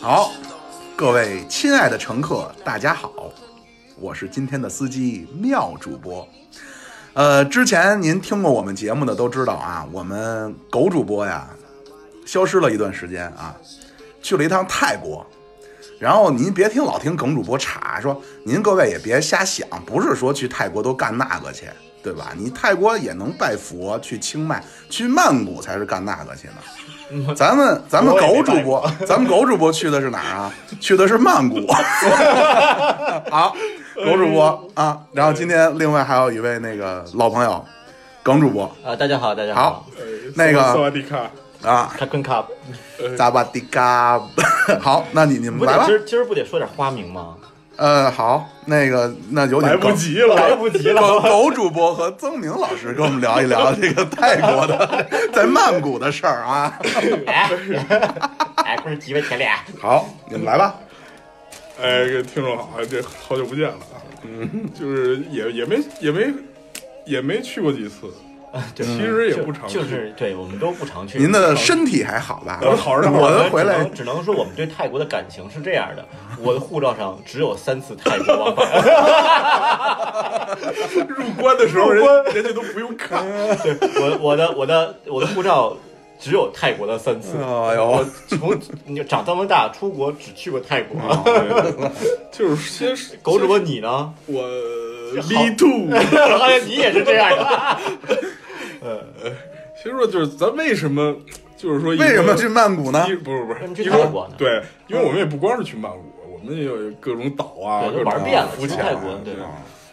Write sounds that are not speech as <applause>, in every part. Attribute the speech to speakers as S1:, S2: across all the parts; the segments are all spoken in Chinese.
S1: 好，各位亲爱的乘客，大家好，我是今天的司机妙主播。呃，之前您听过我们节目的都知道啊，我们狗主播呀消失了一段时间啊，去了一趟泰国。然后您别听老听耿主播查说，您各位也别瞎想，不是说去泰国都干那个去，对吧？你泰国也能拜佛，去清迈、去曼谷才是干那个去呢。咱们咱们
S2: <laughs> 我也没
S1: 狗主
S2: 拜
S1: 播，咱们狗主播去的是哪儿啊？去的是曼谷。好，狗主播啊，然后今天另外还有一位那个老朋友，耿主播
S3: 啊，大家好，大家
S1: 好
S3: 好，
S2: <laughs>
S1: 那个
S2: 萨瓦迪卡，
S1: 啊，
S3: 卡坤卡，
S1: 扎巴迪嘎， <laughs> 好，那你你们
S3: 不
S1: 来
S3: 得
S1: 吧
S3: 今。儿今儿不得说点花
S1: <laughs>
S3: 名吗？
S1: 呃，好，那个那有点
S2: 来不
S1: 耿
S2: 及了，来
S3: 不及
S1: 狗，狗主播和曾明老师跟我们聊一聊这个泰国的 <laughs> 在曼谷的事儿啊。
S3: 哎，哎，不是极为
S1: <laughs>
S3: 舔脸，
S1: 好，你们来吧。
S2: <laughs> 哎，这听众好，这好久不见了啊，嗯，就是也也没也没也没去过几次，
S3: 对
S2: 其实也
S3: 就
S2: 不常去
S3: 就是对我们都不常去。
S1: 您的身体还好吧？
S2: 呃好着呢
S1: 我的
S3: 我
S1: 回
S3: 们
S1: 来
S3: 只能只能说我们对泰国的感情是这样
S2: <laughs>
S3: 的，我的护照上只有三次泰国往返，
S2: 入关的时候人人家都不用看， <laughs>
S3: 对我我的我的我的护照只有泰国的三
S2: 嗯
S3: 次。
S1: 哎呦
S3: 我，从你长这么大出国只去过泰国。
S2: 嗯就是先是
S3: <laughs> 狗主播你呢？ <laughs>
S2: 我 me too，
S3: 好像你也是这样的。 <laughs>
S2: 先说就是咱为什么就是说一个
S1: 为什么去曼谷呢
S2: 一？不是不
S3: 那
S2: 是
S3: 你去啊
S2: 一会儿
S3: 泰国呢
S2: 对，因为我们也不光是去曼谷，我们也有各种岛啊，
S3: 对，
S2: 各
S3: 就
S2: 种
S3: 玩遍了，
S2: 浮
S3: 去
S2: 潜
S3: 泰
S2: 啊，
S3: 国对
S2: 对
S3: 吧？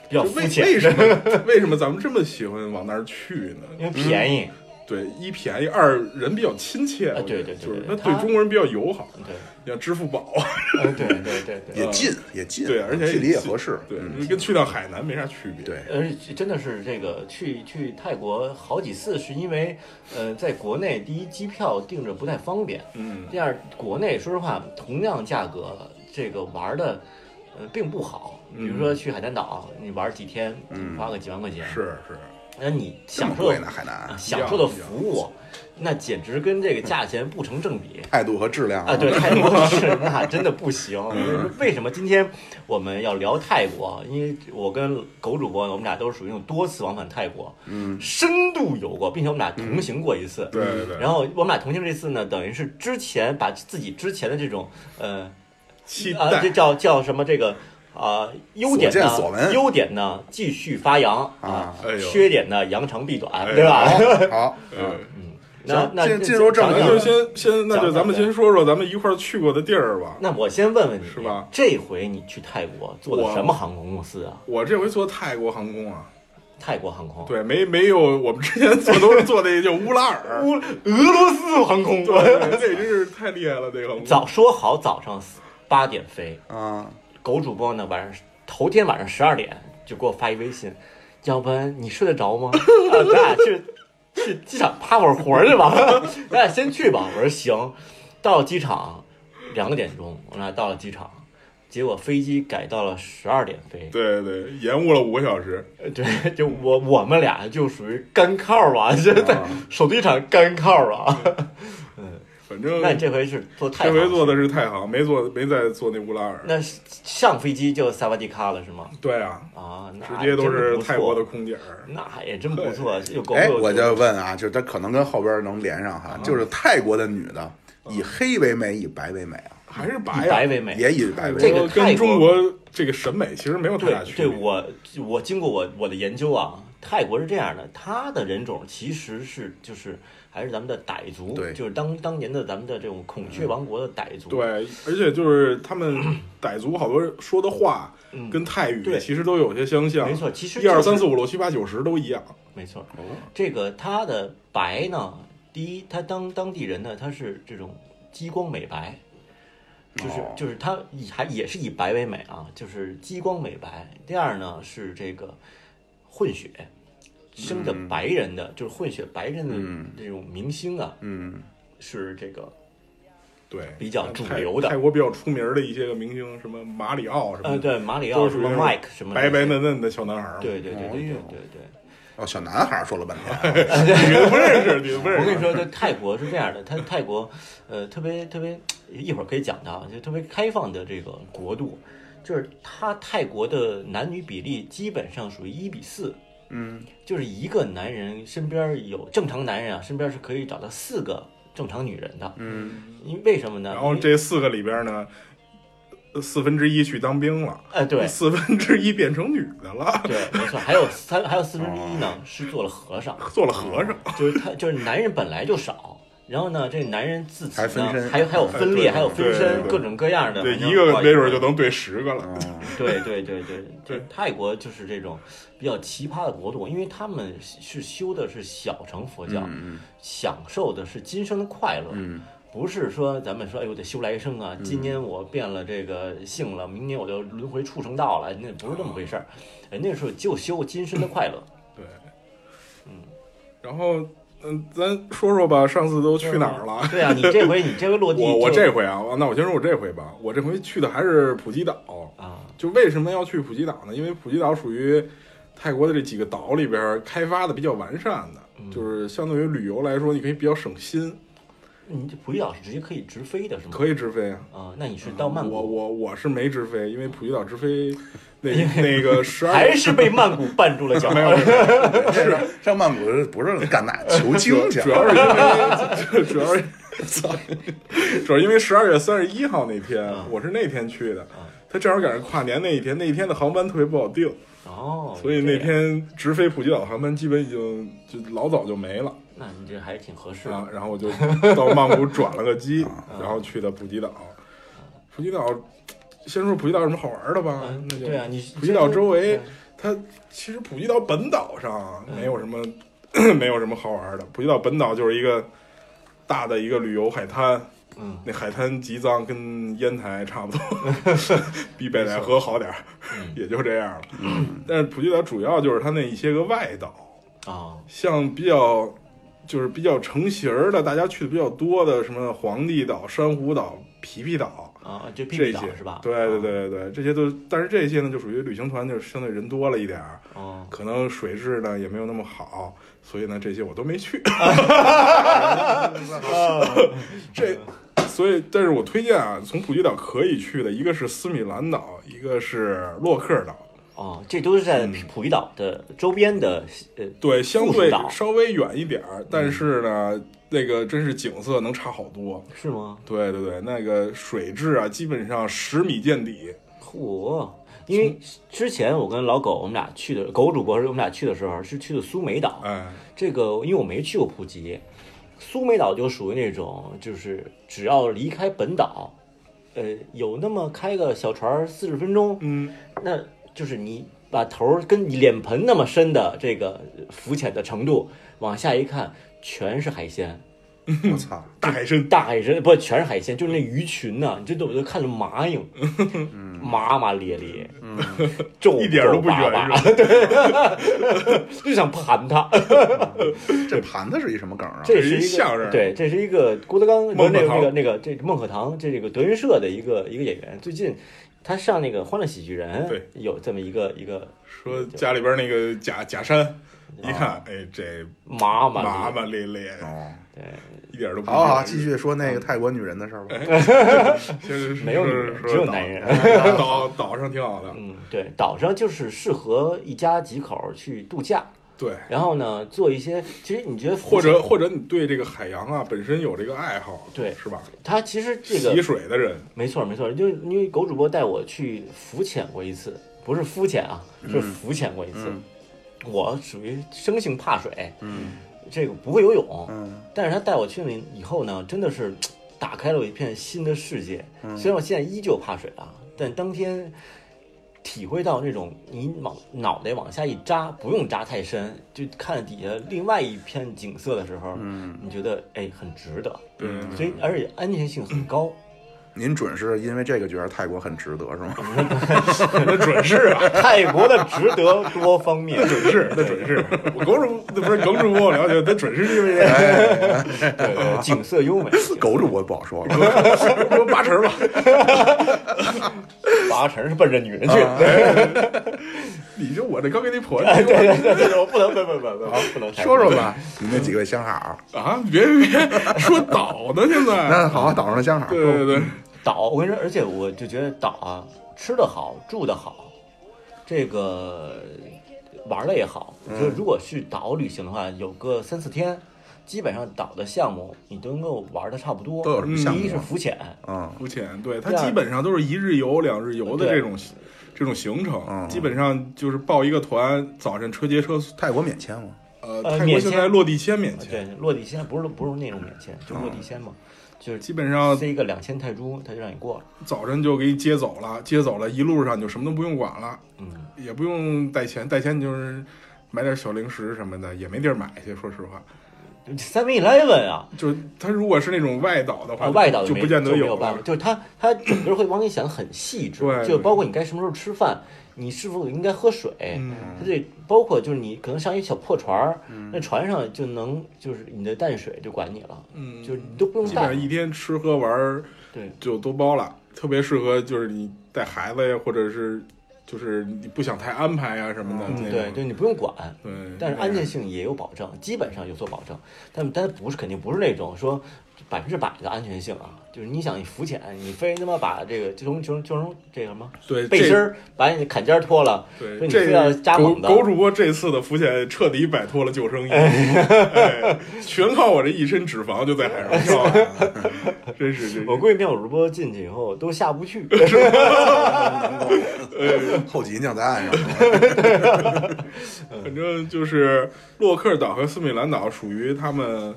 S3: 比较
S2: 就
S3: 肤
S2: 为
S3: 浅，
S2: 为什么为什么咱们这么喜欢往那儿去
S3: 因
S2: 呢？
S3: 为便宜。
S2: 对，一便宜，二人比较亲切，
S3: 啊
S2: 我觉得
S3: 对对对
S2: 就是
S3: 对
S2: 那
S3: 他
S2: 对中国人比较友好，
S3: 对，
S2: 像支付宝，
S3: 呃，对对对对，
S1: 也近，也近，
S2: 对，而且
S1: 距离也
S2: 近
S1: 合适。
S2: 对
S1: 嗯，
S2: 跟去趟海南没啥区别。
S1: 对，
S3: 而且呃真的是这个去去泰国好几次，是因为呃，在国内第一机票订着不太方便，
S2: 嗯，
S3: 第二国内说实话同样价格，这个玩的呃并不好。比如说去海南岛，你玩几天，花个几万块钱，
S2: 是是，
S3: 那你
S1: 这么
S3: 享受
S1: 贵呢，
S3: 的
S1: 海南
S3: 啊享受的服务，那简直跟这个价钱不成正比。
S1: 态度和质量 <laughs>
S3: 啊，对，泰国是那真的不行。
S1: 嗯
S3: 为什么今天我们要聊泰国？啊因为我跟狗主播，我们俩都是属于那种多次往返泰国，嗯，深度游过，并且我们俩同行过一
S1: 嗯
S3: 次。
S2: 对对对。
S3: 然后我们俩同行这次呢，等于是之前把自己之前的这种呃
S2: 期
S3: 啊，这
S2: 待
S3: 叫叫什么这个啊、优点
S1: 所
S3: 呢
S1: 见所闻
S3: 优点呢继续发扬
S1: 啊
S2: 哎呦
S3: 缺点呢扬长避短，
S2: 哎呦
S3: 对吧？
S1: 好好，
S2: 呃，
S3: <laughs> 那那
S1: 进进入正
S3: 嗯讲
S2: 咱
S1: 题
S3: 讲
S2: 就先先，那就
S3: 讲
S2: 咱们
S3: 讲
S2: 先说说咱们一块儿去过的地儿吧。
S3: 那我先问问你，
S2: 是吧
S3: 这回你去泰国坐的
S2: 我
S3: 什么航空公司啊？
S2: 我这回坐泰国航空啊，
S3: 泰国航空？，
S2: 对，没没有我们之前坐都是坐那叫乌拉尔，
S3: 乌俄罗斯航空。 <laughs>
S2: 对，这真是太厉害了，这个航空。
S3: 早说好早上八点飞，
S1: 啊，
S3: 狗主播呢晚上头天晚上十二点就给我发一微信，要不然你睡得着 <laughs> 吗？啊，咱俩去去机场趴会儿活儿去吧， <laughs> 咱俩先去吧。我说行，到了机场两个点钟，我们俩到了机场，结果飞机改到了十二点飞。
S2: 对对，延误了五个小时。
S3: <laughs> 对，就我我们俩就属于干靠儿吧，就是在
S2: 啊
S3: <laughs> 首都机场干靠儿啊。
S2: 反正
S3: <laughs> 那你这回是坐太
S2: 这回坐
S3: 的，
S2: 的是太行，没坐没再坐那乌拉尔。
S3: 那上飞机就萨瓦迪卡了是吗？
S2: 对啊，
S3: 啊，那
S2: 直接都
S3: 真
S2: 是
S3: 不错嗯
S2: 泰国的，空姐儿。
S3: 那也真不错，又狗
S1: 哎，
S3: 又
S1: 我就问啊，就是他可能跟后边能连上
S2: 啊
S1: 哈，就是泰国的女的以黑为美，以白为美啊，
S2: 还是白
S3: 以
S2: 哎呀、
S3: 白为美。
S1: 也以白为
S2: 泰国
S1: 美
S3: 这个泰
S2: 跟
S3: 国
S2: 中国这个审美其实没有太大
S3: 对
S2: 区别。
S3: 对，我我经过我我的研究啊，泰国是这样的，它的人种其实是就是还是咱们的傣族，
S1: 对
S3: 就是当当年的咱们的这种孔雀王国的傣族，
S2: 嗯对，而且就是他们傣族好多说的话
S3: 嗯
S2: 跟泰语
S3: 对
S2: 其实都有些相像。
S3: 没错其实
S2: 一
S3: 就
S2: 二
S3: 是
S2: 三四五六七八九十都一样。
S3: 没错，
S2: 哦
S3: 这个它的白呢，第一，它当当地人呢，他是这种激光美白，就是、
S1: 哦
S3: 就是它以还也是以白为美啊，就是激光美白。第二呢是这个混血，生的白人
S2: 嗯
S3: 的、就是混血白人的这种明星啊，
S1: 嗯，
S3: 是这个
S2: 对，
S3: 比较
S2: 像
S3: 主
S2: 泰
S3: 流的
S2: 泰国比较出名的一些个明星，什么马里奥什么
S3: 呃
S2: 的，
S3: 对马里
S2: 都
S3: 奥
S2: 是
S3: 什
S2: 属于
S3: 么
S2: 那种
S3: Mike 什么的
S2: 白白嫩嫩的小男孩儿嘛。
S3: 对对对对
S1: 哎
S3: 对
S1: 呦
S3: 对对。
S1: 哦，小男孩儿说了半天，啊
S2: 你 <laughs> 都不认识，你都不认
S3: 我
S2: 识。
S3: 跟你说，在泰国是这样的，他泰国，呃，特别特别，一会儿可以讲它，啊就特别开放的这个国度，就是它泰国的男女比例基本上属于一比四，
S1: 嗯，
S3: 就是一个男人身边有正常男人啊，身边是可以找到四个正常女人的，
S1: 嗯，
S3: 因为什么呢？
S2: 然后这四个里边呢，四分之一去当兵了，
S3: 哎对
S2: 四分之一变成女的了，
S3: 对，没错，还有三还有四分之一
S2: 哦
S3: 呢是做了和尚，
S2: 做了和尚。
S3: 就是他就是男人本来就少。然后呢，这男人自己
S1: 还分
S3: 呢，
S1: 身
S3: 还有还有分裂，
S2: 哎对
S3: 还有分
S2: 对对
S3: 身，
S2: 对
S3: 各种各样的。 <laughs>
S2: 对，
S3: 反正
S2: 一个没准
S3: 哇
S2: 就能对十个
S3: 嗯
S2: 了。
S1: 哦
S3: 对对对
S2: <laughs>
S3: 对
S2: 对
S3: 就泰国就是这种比较奇葩的国度，因为他们是修的是小乘佛教，
S1: 嗯
S3: 享受的是今生的快乐，
S1: 嗯
S3: 不是说咱们说哎呦得修来生啊，今年我变了这个性了，明年我就轮回畜生道了，那不是那么回事儿，哎人家是就修今生的快乐。
S2: 对，然后嗯，咱说说吧，上次都去哪儿了？
S3: 对啊，你这回你这回落地就，
S2: 我我这回啊，那我先说我这回吧，我这回去的还是普吉岛。
S3: 啊，
S2: 就为什么要去普吉岛呢？因为普吉岛属于泰国的这几个岛里边儿开发的比较完善的，就是相对于旅游来说，你可以比较省心，
S3: 你这普吉岛是直接可以直飞的是吗？
S2: 可以直飞啊。
S3: 啊，那你是到曼
S2: 我
S3: 谷，
S2: 我我是没直飞，因为普吉岛直飞那 <laughs> 那个十二
S3: 还是被曼谷绊住了脚？
S2: <laughs> 没有，没有没有
S1: 是上曼谷不是干那求经去，啊
S2: 主要是因为 <laughs> 主要是操， <laughs> 主要因为十二月三十一号那天
S3: 嗯
S2: 我是那天去的，
S3: 啊
S2: 他正好赶上跨年那一天，那一天的航班特别不好定，
S3: <laughs> 哦，
S2: <laughs> 所以
S3: 这
S2: 那
S3: 样
S2: 天直飞普吉岛的航班基本已经就老早就没了。
S3: 那你这还挺合适
S2: 然
S3: 的
S2: 后，。然后我就到曼谷转了个机，
S3: 啊
S2: 然后去的普吉岛。普吉岛，先说普吉岛有什么好玩的吧
S3: 嗯。
S2: 那就
S3: 对啊你
S2: 普吉岛周围
S3: 先说，
S2: 它其实普吉岛本岛上啊没有什么 <clears throat> 没有什么好玩的。普吉岛本岛就是一个大的一个旅游海滩，
S3: 嗯，
S2: 那海滩吉藏跟烟台差不多，比北戴河好点儿，也就这样了。但是普吉岛主要就是它那一些个外岛，
S3: 啊，
S2: 像比较就是比较成型儿的，大家去的比较多的，什么皇帝岛、珊瑚岛、皮皮岛
S3: 啊，就避
S2: 这
S3: 避
S2: 些
S3: 岛是吧？啊
S2: 对对对对对，这些都，但是这些呢，就属于旅行团，就是相对人多了一点儿，
S3: 哦，
S2: 可能水质呢也没有那么好，所以呢这些我都没去。 <laughs> 这，所以但是我推荐啊，从普吉岛可以去的，一个是斯米兰岛，一个是洛克岛。
S3: 哦，这都是在
S2: 嗯
S3: 普吉岛的周边的呃，
S2: 对，相
S3: 附属
S2: 对
S3: 岛嗯
S2: 稍微远一点儿，但是呢，那个真是景色能差好多。
S3: 是吗？
S2: 对对对，那个水质啊，基本上十米见底。
S3: 嚯！因为之前我跟老狗，我们俩去的狗主播，我们俩去的时候是去的苏梅岛，
S2: 哎，
S3: 这个因为我没去过普吉，苏梅岛就属于那种，就是只要离开本岛，呃，有那么开个小船四十分钟，
S2: 嗯，
S3: 那就是你把头儿跟你脸盆那么深的这个浮潜的程度往下一看，全是海鲜，
S1: 我操，
S2: 大海参，
S3: 大海参不全是海鲜，就是那鱼群呐、你这都我都看着麻硬，麻麻咧咧， <laughs> 皱
S2: 一点儿都不
S3: 皱巴巴
S2: <laughs>
S3: 对， <laughs> 就想盘它。
S1: 这盘子是一什么梗啊？
S3: 这是
S2: 一
S3: 一个
S2: 相声
S3: 对，这是一个郭德纲不是那个
S2: 孟鹤堂
S3: 那个那个这孟鹤堂，这个德云社的一个一个演员，最近他上那个《欢乐喜剧人》，
S2: 对，
S3: 有这么一个一个
S2: 说家里边那个假假山，一看，哎，这
S3: 麻麻
S2: 麻麻咧咧，
S1: 哦，
S2: 一点都不。
S1: 好好，继。续说那个泰国女人的事儿吧。
S2: 先
S3: 没有女人只有男。人。
S2: 说
S3: <laughs>
S2: 说岛岛岛上挺好的，
S3: 嗯，对，岛上就是适合一家几口去度假，
S2: 对，
S3: 然后呢，做一些其实你觉得浮
S2: 或
S3: 潜
S2: 者或者你对这个海洋啊本身有这个爱好，
S3: 对
S2: 是吧？
S3: 他其实这
S2: 洗
S3: 个
S2: 水的人，
S3: 没错没错，就是因为狗主播带我去浮潜过一次，不是肤浅啊，是
S1: 嗯
S3: 浮潜过一次。我属于生性怕水，
S1: 嗯
S3: 这个不会游泳，
S1: 嗯
S3: 但是他带我去了以后呢，真的是打开了我一片新的世界。
S1: 嗯
S3: 虽然我现在依旧怕水啊，但当天体会到那种你往脑袋往下一扎，不用扎太深，就看底下另外一片景色的时候，
S1: 嗯
S3: 你觉得哎很值得，
S2: 对，
S3: 所以而且安全性很高。
S1: 您准是因为这个觉得泰国很值得是吗？
S2: 嗯那准是啊，
S3: 泰国的值得多方面，
S2: 那准是，那准是。我狗主那不是耿主播，我了解，那准是因为这个。
S1: 哎，
S3: 对对，景色优美，
S1: 狗主播不好说了，
S2: 说八成吧，
S3: 八成是奔着女人去的。
S2: <laughs> 你就我这刚给你婆
S3: 哎
S2: 这
S3: 对对对对，我不能，不能不能不能，不能
S1: 说说。吧，你那几位相好，
S2: 啊！别别别说倒呢，现在。
S1: 那嗯好好岛上的相好，
S2: 对对对，
S3: 岛，我跟你说，而且我就觉得岛啊，吃的好，住的好，这个玩的也好。就是如果去岛旅行的话，有个三四天，基本上岛的项目你都能够玩的差不多。
S1: 都有什么项
S3: 第一是
S1: 目？
S3: 浮潜，
S1: 嗯，
S2: 浮潜，对它
S3: 第二
S2: 基本上都是一日游、两日游的
S3: 对
S2: 这种这种行程
S1: 嗯，
S2: 基本上就是报一个团，早晨车接车，
S1: 泰国免签吗？
S2: 呃，
S3: 呃
S2: 泰国
S3: 免
S2: 现
S3: 签
S2: 在落地签免签，
S3: 对，落地签不是不是那种免签，就落地签嘛，就是
S2: 嗯基本上
S3: 塞一个两千泰铢，他就让你过了。
S2: 早晨就给你接走了，接走了，一路上你就什么都不用管了，
S3: 嗯，
S2: 也不用带钱，带钱就是买点小零食什么的，也没地儿买去。说实话，
S3: Seven Eleven 啊，
S2: 就是他如果是那种外岛的话，
S3: 啊，外岛
S2: 就
S3: 没
S2: 不见得
S3: 没
S2: 有
S3: 有办法，
S2: 了。
S3: 就是他他整个会帮你想得很细致
S2: 对，
S3: 就包括你该什么时候吃饭，你是否应该喝水，
S2: 嗯
S3: 它这包括就是你可能上一小破船儿，那船上就能就是你的淡水就管你了，
S2: 嗯，
S3: 就是你都不用
S2: 基本
S3: 带
S2: 上，一天吃喝玩儿
S3: 对
S2: 就都包了，特别适合就是你带孩子呀，或者是就是你不想太安排呀什么的。
S1: 嗯
S2: 那种
S3: 对，就你不用管，
S2: 嗯对，
S3: 但是安全性也有保证，基本上有所保证，但但不是肯定不是那种说百分之百的安全性啊，就是你想你浮潜，你非他妈把这个就从就从就从这个什么
S2: 对
S3: 背
S2: 呃这
S3: 心儿把你坎肩儿脱了，说
S2: 对，
S3: 你非要
S2: 这
S3: 加
S2: 狗
S3: 猛的
S2: 狗主播这次的浮潜彻底摆脱了
S3: <laughs>
S2: 救生衣，哎全靠我这一身脂肪就在海
S3: <laughs>
S2: 上跳啊，真是真是
S3: 我。估计妙主播进去以后都下不
S2: <laughs>
S3: 去，
S1: <laughs> 后脊梁在岸上，
S2: 反正就是洛克岛和斯米兰岛属于他们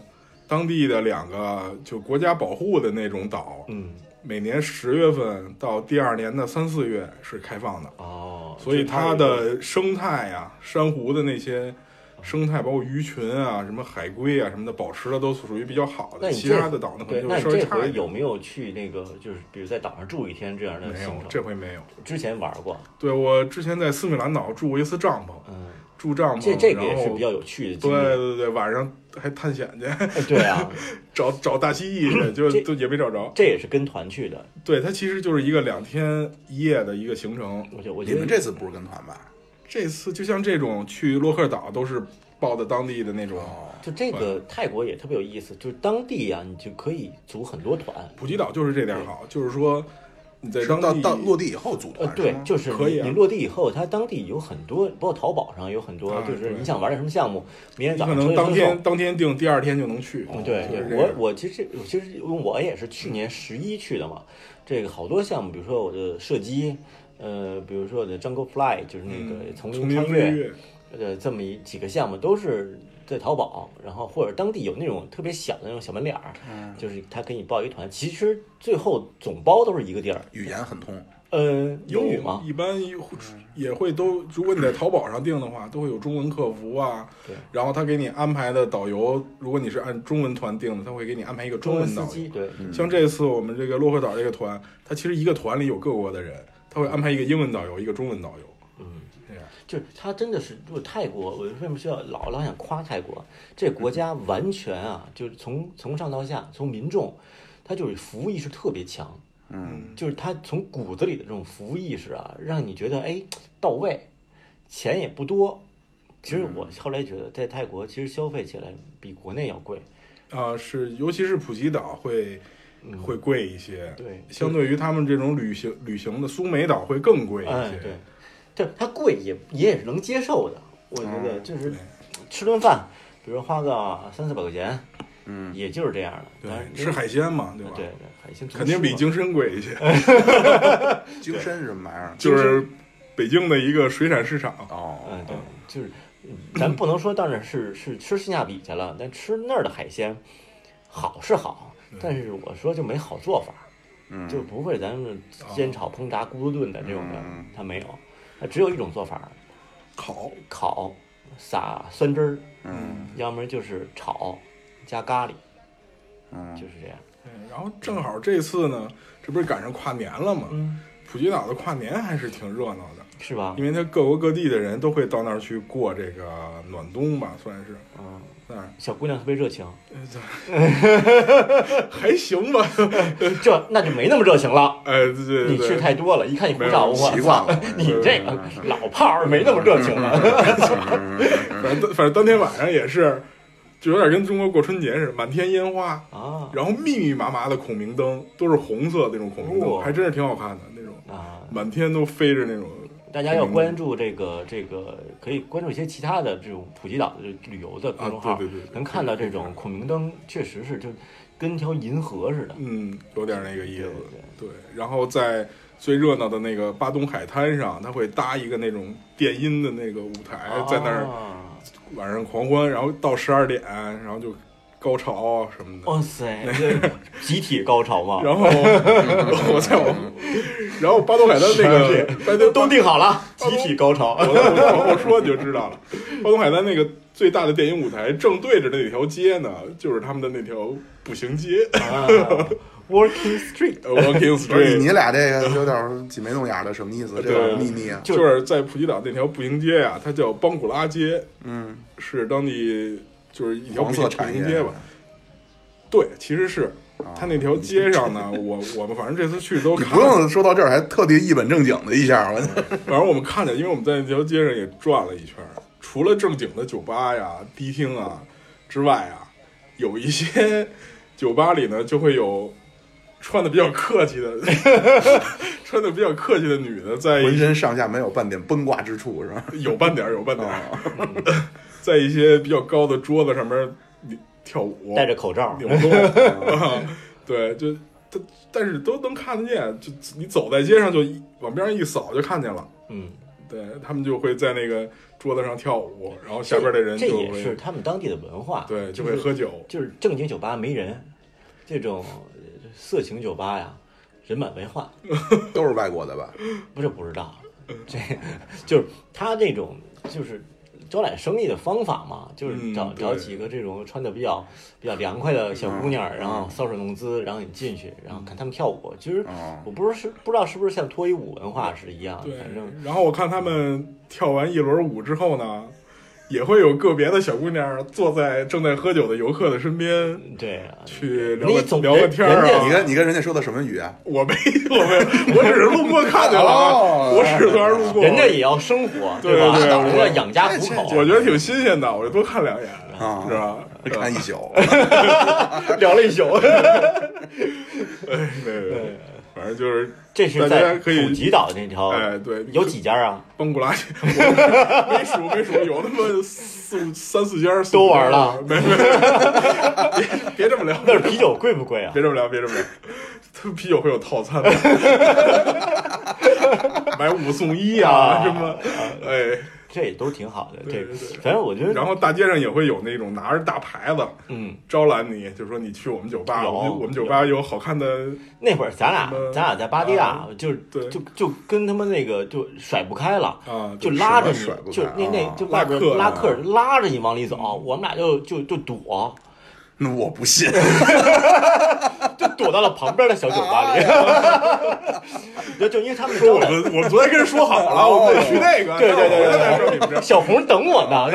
S2: 当地的两个就国家保护的那种岛，
S3: 嗯，
S2: 每年十月份到第二年的三四月是开放的，
S3: 哦，
S2: 所以它
S3: 它
S2: 的生态啊，珊瑚的那些。生态包括鱼群啊、什么海龟啊、什么的，保持的都属于比较好
S3: 那
S2: 的。
S3: 你
S2: 其
S3: 这
S2: 他的岛呢，可
S3: 对，
S2: 能
S3: 那你
S2: 就稍微
S3: 这
S2: 差
S3: 回
S2: 一点。
S3: 有没有去那个，就是比如在岛上住一天这样的
S2: 没
S3: 行
S2: 有，
S3: 程？
S2: 这回没有。
S3: 之前玩过，
S2: 对我之前在斯米兰岛住过一次帐篷，
S3: 嗯，
S2: 住帐篷，
S3: 这这个也是
S2: 然后
S3: 比较有趣的经
S2: 对
S3: 历。
S2: 对对，晚上还探险去，
S3: 哎对啊，
S2: 找找大蜥蜴去，就
S3: 这
S2: 就也没找着。
S3: 这也是跟团去的。
S2: 对，它其实就是一个两天一夜的一个行程。
S3: 我觉得我
S1: 你
S3: 觉
S1: 们
S3: 得
S1: 这次不是跟团吧？
S2: 这次就像这种去洛克岛都是报的当地的那种。
S1: 哦，
S3: 就这个泰国也特别有意思，就是当地啊，你就可以组很多团。
S2: 普吉岛就是这点好，就是说你在
S1: 是
S2: 当
S1: 到
S2: 地
S1: 到落地以后组
S3: 呃
S1: 团，
S3: 对
S1: 是，吗
S3: 就是
S2: 可以
S3: 你
S2: 啊
S3: 你落地以后，它当地有很多，包括淘宝上有很多
S2: 啊，
S3: 就是
S2: 对
S3: 你想玩点什么项目，明天
S2: 你
S3: 早
S2: 可
S3: 上车就
S2: 能当
S3: 送
S2: 天当天定，第二天就能去。
S3: 嗯，对
S2: 哦就是
S3: 对，
S2: 这
S3: 我
S2: 样
S3: 我其实我其实因为我也是去年十一去的嘛，这个好多项目，比如说我的射击，呃，比如说我的 Jungle Fly，就是那个
S2: 嗯
S3: 丛
S2: 丛
S3: 林
S2: 林
S3: 穿
S2: 飞
S3: 越，
S2: 跃，
S3: 呃，这么一几个项目都是在淘宝，然后或者当地有那种特别小的那种小门脸儿，
S2: 嗯
S3: 就是他给你报一个团，其实最后总包都是一个地儿，
S1: 语言很通，
S3: 嗯，
S2: 呃有
S3: 英语吗？
S2: 一般也会
S3: 嗯
S2: 也会都，如果你在淘宝上订的话，都会有中文客服啊。
S3: 对。
S2: 然后他给你安排的导游，如果你是按中文团订的，他会给你安排一个
S3: 中文
S2: 文导
S3: 司
S2: 游。
S3: 机对，
S2: 像这次我们这个洛克岛这个团，他其实一个团里有各国的人，他会安排一个英文导游，一个中文导游。
S3: 嗯。
S2: 这样，
S3: 就是他真的是，如果泰国，我为什么需要老老想夸泰国？这国家完全啊，就是从从上到下，从民众，他就是服务意识特别强，
S2: 嗯，
S3: 就是他从骨子里的这种服务意识啊，让你觉得哎到位，钱也不多。其实我后来觉得，在泰国其实消费起来比国内要贵，
S2: 啊、是，尤其是普吉岛会
S3: 嗯
S2: 会贵一些，
S3: 对
S2: 相对于他们这种旅行旅行的苏梅岛会更贵一些，
S3: 哎对，这它贵也也是能接受的，我觉
S2: 嗯
S3: 得就是吃顿饭，比如花个三四百块钱，嗯，也就是这样的。但是
S2: 对，吃海鲜嘛，对吧？
S3: 对哎对，海鲜
S2: 肯定比京深贵一些。 <laughs>
S1: 精深是什么玩意儿？
S2: 就是北京的一个水产市场。啊
S1: 哦，
S3: 嗯，对，就是嗯咱不能说到那儿是是吃性价比去了，但吃那儿的海鲜好是好，但是我说就没好做法，
S1: 嗯
S3: 就不会咱
S2: 哦
S3: 们煎炒烹炸咕噜炖的这种的
S1: 嗯，
S3: 它没有，它只有一种做法，
S2: 烤，
S3: 烤，撒酸汁儿，
S1: 嗯
S3: 要么就是炒加咖喱，
S1: 嗯
S2: <laughs>
S3: 就是这样。
S2: 嗯然后正好这次呢，这不是赶上跨年了吗？
S3: 嗯，啊
S2: 普吉岛的跨年还是挺热闹的，
S3: 是吧
S2: 因？为它各国各地的人都会到那儿去过这个暖冬吧，算是
S3: 嗯，
S2: 那儿
S3: 小姑娘特别热情，
S2: 呃对 <laughs> 还行吧。
S3: 呃这那就没那么热情了。
S2: 呃，对对对，
S3: 你去太多了，一看你鼓掌，我
S2: 没
S1: 习惯了
S3: 操你这个
S2: 嗯
S3: 老炮儿没那么热情了。
S2: 反正当反正当天晚上也是，就有点跟中国过春节似的，满天烟花，
S3: <laughs> 啊
S2: 然后密密麻麻的孔明灯，都是红色那种孔明灯，
S3: 哦
S2: 还真是挺好看的那种，
S3: 啊！
S2: 满天都飞着那种。
S3: 大家要关注这个这个，可以关注一些其他的这种普吉岛的旅游的公众号，
S2: 啊对对对对
S3: 哦能看到这种孔明灯，确实是就跟条银河似的。
S2: 嗯，有点那个意思。
S3: 对
S2: 对，然后在最热闹的那个巴东海滩上，他会搭一个那种电音的那个舞台，哎在那儿
S3: 啊
S2: 晚上狂欢，然后到十二点，然后就高潮啊什么的。
S3: 哇塞，这集体高潮嘛，
S2: 然后 <laughs> 我在我，然后巴东海滩那个 <laughs>
S3: <laughs>
S2: 巴
S3: 都
S2: 东
S3: 都定好了，集体高潮
S2: <laughs> 我。我往后说你就知道了。巴东海滩那个最大的电影舞台正对着那条街呢，就是他们的那条步行街
S3: 啊 Working Street，
S2: 呃，Walking
S1: 不是你
S2: Street，
S1: 你俩这个有点挤眉弄眼的，什么意思？这个
S2: 对
S1: 秘密啊，
S3: 就
S2: 就是在普吉岛那条步行街啊，它叫邦古拉街，
S1: 嗯，
S2: 是当地就是一条步
S1: 黄色
S2: 行步
S1: 产
S2: 行
S1: 业
S2: 街吧？对，其实是
S1: 啊
S2: 它那条街上呢，我我们反正这次去都
S1: 你
S2: 看
S1: 不用说到这儿，还特地一本正经的一下，我
S2: 反正我们看见，因为我们在那条街上也转了一圈儿，除了正经的酒吧呀、迪厅啊之外啊，有一些酒吧里呢就会有穿的比较客气的， <laughs> 穿的比较客气的女的
S1: <laughs>
S2: 在
S1: 浑身上下没有半点崩挂之处，是吧？ <laughs>
S2: 有半点儿有半点儿，在一些比较高的桌子上面跳
S3: <laughs>
S2: 舞，
S3: 戴着口罩，
S2: 扭动， <laughs> 啊对，就他，但是都能看得见，就你走在街上就一往边上一扫就看见了。
S3: 嗯，
S2: 对他们就会在那个桌子上跳舞，然后下边的人
S3: 这
S2: 就
S3: 也
S2: 会
S3: 是他们当地的文化，
S2: 对就
S3: 会
S2: 会喝酒，
S3: 就是正经酒吧没人，这种呃色情酒吧呀，人满为患，
S1: 都是外国的吧？
S3: 不是不知道，这就是他这种就是招揽生意的方法嘛，就是
S2: 嗯
S3: 找、
S2: 对
S3: 找几个这种穿的比较比较凉快的小姑娘，然
S2: 嗯
S3: 后搔首弄姿，然后你进去，然后看他们跳舞，其实
S1: 哦
S3: 我不是是不知道是不是像脱衣舞文化是一样，
S2: 对
S3: 啊反正。。
S2: 然后我看他们跳完一轮舞之后呢，也会有个别的小姑娘坐在正在喝酒的游客的身边
S3: 对啊，
S2: 去聊
S3: 你
S2: 个
S3: 总
S2: 聊个天儿
S3: 人家
S1: 你
S2: 啊。
S1: 跟你跟人家说的什么语啊言？
S2: 我没我没我只是路过看见了啊，
S1: 哦
S2: 我只是从那儿路过，
S3: 人家也要生活，
S2: 对
S3: 吧？
S2: 对
S3: 人家
S2: 我
S3: 养家糊口，
S2: 我觉得挺新鲜的，我就多看两眼，
S1: 啊
S2: 是吧？
S1: 看一宿， <laughs>
S3: 聊了一
S2: <laughs>
S3: 宿。
S2: 哎，对对对，反正就是
S3: 这是
S2: 大
S3: 在
S2: 家可以
S3: 普吉岛那条，
S2: 哎对
S3: 有几家啊？
S2: 崩古拉
S3: <laughs>
S2: 街，我没数没数，有他妈四五三四家四五
S3: 都
S2: 家
S3: 玩了
S2: 没没，别别这么聊，
S3: 那儿啤酒贵不贵啊？
S2: 别这么聊，别这么聊，他们啤酒会有套餐的，买五送一啊
S3: 啊
S2: 什么，哎，
S3: 这也都挺好的，这
S2: 对对对
S3: 反正我觉得，
S2: 然后大街上也会有那种拿着大牌子
S3: 嗯，
S2: 招揽你，就说你去我们酒吧，
S3: 有
S2: 我们我们酒吧有好看的，
S3: 那会儿咱俩
S2: 嗯
S3: 咱俩在巴蒂亚
S2: 啊，
S3: 就是
S2: 对
S3: 就就跟他们那个就甩不开了
S2: 啊
S3: 就拉着
S1: 什么甩不
S3: 你，
S1: 开
S3: 就那那
S1: 啊
S3: 就外边
S2: 拉
S3: 拉
S2: 客
S3: 客人拉着你往里走，
S2: 嗯
S3: 我们俩就就就躲，
S1: 那我不信。 <laughs>
S3: 就躲到了旁边的小酒吧
S1: 哎
S3: 里， <laughs> 就就因为他们
S2: 说
S3: 招
S2: 我
S3: 揽
S2: 们我们昨天跟人说好了，啊我们得去那个，
S3: 哦对对对
S2: 那我回来再说你们
S3: 对
S2: 这
S3: 对，。小红等我
S2: <laughs>
S3: 呢，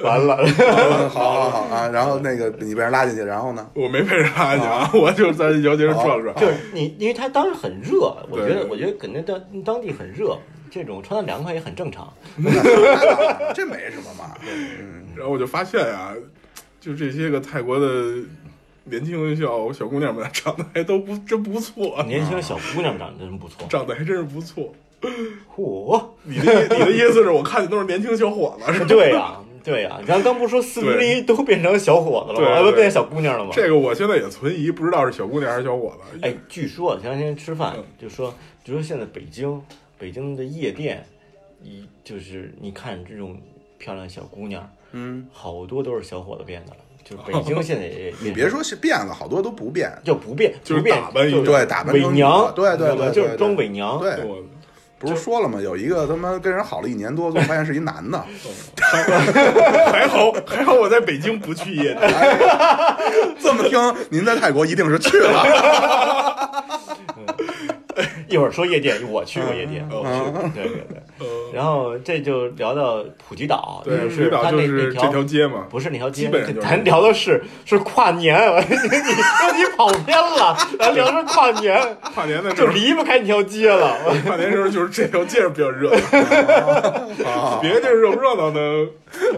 S3: 完了，
S1: 嗯好好好啊，然后那个你被人拉进去，然后呢？
S2: 我没被人拉去啊，我就在摇街上转了转。
S3: 就是你，因为它当时很热，我觉
S2: 对
S3: 得
S2: 对
S3: 我觉得肯定当当地很热，这种穿的凉快也很正常。
S1: <laughs> 这没什么嘛。嗯，
S2: 然后我就发现啊，就这些个泰国的年轻小小姑娘们长得还都不真不错，
S3: <laughs>
S2: 啊
S3: 年轻的小姑娘长得真不错，
S2: 长得还真是不错。
S3: 嚯！
S2: 你的意你的意思是我看见都是年轻小伙子是
S3: <laughs>
S2: 吧？
S3: 对呀，对呀，咱刚不是说四分之一都变成小伙子了
S2: 对
S3: 吗？
S2: 对
S3: 哎不变成小姑娘了吗？
S2: 这个我现在也存疑，不知道是小姑娘还是小伙子。
S3: 哎，据说前两天吃饭
S2: 嗯
S3: 就说，就说现在北京北京的夜店，一就是你看这种漂亮小姑娘，
S1: 嗯，
S3: 好多都是小伙子变的了。就是北
S1: <laughs>
S3: 京现在也
S1: 你别说是变了，好多都不变。
S3: 就不变，
S2: 就是
S3: 不变
S2: 打扮一
S3: 就
S2: 种
S3: 是
S1: 对打扮
S3: 伪
S1: 成
S3: 娘，
S1: 对对
S3: 你知道吧
S1: 对对
S3: 就是
S1: 啊对
S3: 装伪娘，
S1: 对，
S2: 哎我
S1: 不不是说了吗？有一个他妈跟人好了一年多，最后发现是一男 <laughs> 的，
S2: 还好还好我在北京不去夜
S3: 哎
S2: 店，
S1: 这么听您在泰国一定是去 <laughs> 了，
S3: 一会儿说夜店，我去过夜店，我
S1: 嗯
S3: 去，对对对。然后这就聊到普吉岛，
S2: 嗯
S3: 就
S2: 对，绿
S3: 是
S2: 岛
S3: 它
S2: 就
S3: 那
S2: 是
S3: 那
S2: 这条
S3: 条。
S2: 街嘛，
S3: 不是那条街
S2: 基本上就，是
S3: 咱聊的是是跨年，我 <laughs> 你你跑偏了，咱聊的是跨年，
S2: 跨年的时
S3: 就
S2: 候，
S3: 离不开那条
S1: <laughs>
S3: 街了。
S2: 跨年的时候就是这条街上比较热闹，
S1: 啊
S2: 别的地儿热不热闹呢？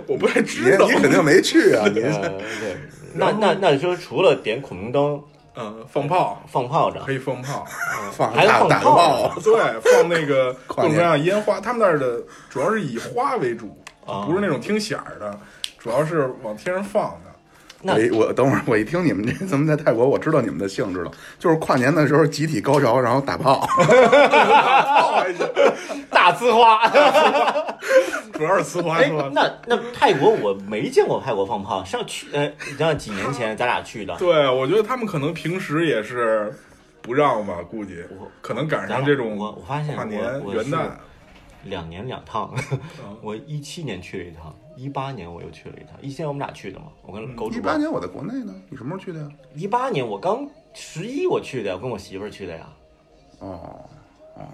S2: 我不太
S1: 你
S2: 知道。
S1: 你肯定没去啊，你
S3: 呃，对，那那那你说除了点孔明灯、
S2: 嗯，放炮
S3: 放炮仗
S2: 可，以放炮，
S1: 哦放
S3: 还
S1: 大
S3: 放
S1: 大
S3: 炮
S1: 炮啊
S3: 呢，
S2: 对，放
S3: <laughs>
S2: 那个各
S1: 跨
S2: 种
S1: 年
S2: 各样的烟花，他们那儿的主要是以花为主，
S3: 啊
S2: 不是那种听响儿的，主要是往天上放的。
S3: 那
S1: 我一哎我等会儿我一听你们这咱们在泰国，我知道你们的性质了，就是跨年的时候集体高潮，然后打 <laughs> 炮，
S3: <laughs> 大呲花。 <laughs>
S2: 主要是呲花
S3: 哎
S2: 是吧，？
S3: 那那泰国我没见过泰国放炮，上去呃，你知道几年前咱俩去的，
S2: 对，我觉得他们可能平时也是不让吧，估计
S3: 我
S2: 可能赶
S3: 咱
S2: 上
S3: 俩
S2: 这种
S3: 我我发现
S2: 跨年
S3: 我我
S2: 元旦
S3: 是两年两趟，
S2: 嗯
S3: <laughs> 我一七年去了一趟，一八年我又去了一趟，一七年我们俩去的嘛，我
S2: 嗯
S3: 跟狗主
S1: 一八年我在国内呢，你什么时候去的呀？
S3: 一八年我刚十一我去的，我跟我媳妇儿去的呀，
S1: 哦，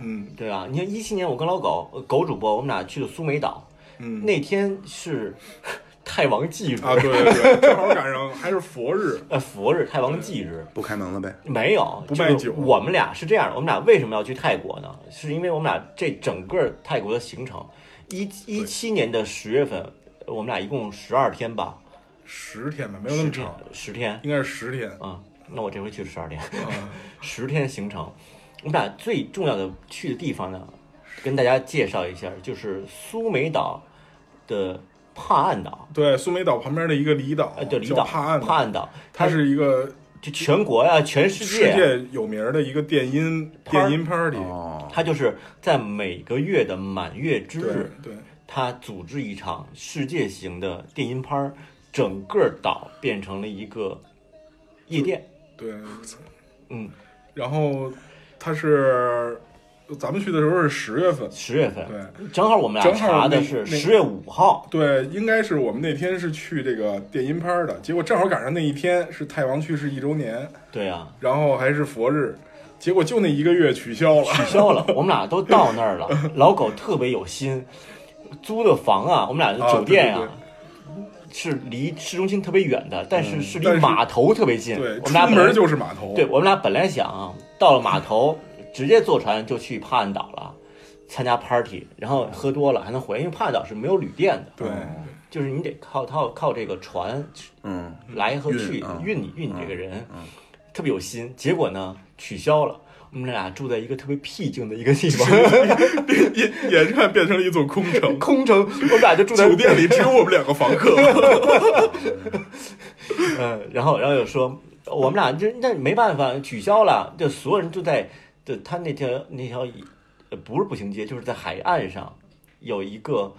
S2: 嗯
S3: 对啊，你看一七年我跟老狗呃狗主播我们俩去的苏梅岛，
S2: 嗯
S3: 那天是 <laughs> 泰王忌日，
S2: 啊，对对对， <laughs> 正好赶上还是佛日，
S3: 呃佛日泰王忌日，
S1: 不开门了呗。
S3: 没有，
S2: 嗯不
S3: 这
S2: 卖
S3: 个
S2: 酒
S3: 我们俩是这样的，我们俩为什么要去泰国呢？是因为我们俩这整个泰国的行程，一一七年的十月份，我们俩一共十二天吧，
S2: 十天吧，没有那
S3: 十
S2: 么
S3: 天
S2: 长，，
S3: 十天
S2: 应该是十天。
S3: 啊、那我这回去十二天，
S2: 啊
S3: <laughs> 十天行程，我们俩最重要的去的地方呢，跟大家介绍一下，就是苏梅岛的帕岸岛，
S2: 对，苏梅岛旁边的一个离岛
S3: 呃，，对，离
S2: 哦叫
S3: 岛
S2: 帕岸岛，
S3: 帕岸岛，
S2: 它是一个
S3: 就全国呀、全世
S2: 世
S3: 界啊、
S2: 界有名儿的一个电音
S3: Par-
S2: 电音 party，
S1: 哦，
S3: 它就是在每个月的满月之
S2: 对
S3: 日，
S2: 对，
S3: 它组织一场世界型的电音趴儿，整个岛变成了一个夜店。
S2: 对，
S3: 嗯，
S2: 然后它是咱们去的时候是十月份，
S3: 十月份，
S2: 对
S3: 正好我们俩
S2: 正好
S3: 查的
S2: 那
S3: 是
S2: 那
S3: 十月五号，
S2: 对，应该是我们那天是去这个电音趴的，结果正好赶上那一天是泰王去世一周年，
S3: 对啊，
S2: 然后还是佛日，结果就那一个月取消了。
S3: 取消了。我们俩都到那儿
S2: <laughs>
S3: 了，老狗特别有心，租的房啊，我们俩的
S2: 啊
S3: 酒店
S2: 对对嗯
S3: 是离市中心特别远的，但是是离
S2: 但是
S3: 码头特别近。
S2: 对，
S3: 我们
S2: 出
S3: 俩本来
S2: 门就是码头。
S3: 对我们俩本来想啊到了码
S2: <laughs>
S3: 头直接坐船就去帕岸岛了，参加 party，然后喝多了还能回，因为帕岸岛是没有旅店的，嗯
S2: 对
S3: 就是你得靠靠靠这个船
S1: 嗯，
S3: 来和去
S1: 运
S2: 啊
S1: 嗯
S3: 运你运你这个人，特别有心。结果呢取消了，我们俩住在一个特别僻静的一个地方，，
S2: 也也是变成了一座空
S3: <laughs>
S2: 城
S3: 空城，我们俩就住在
S2: 酒
S1: 嗯 <laughs>
S2: 店里
S1: 哎
S2: 只有我们两个房
S3: <laughs>
S2: 客。
S3: 嗯，然后然后又说我们俩就那没办法取消了，就所有人就在就他那条那条呃不是步行街，就是在海岸上有一个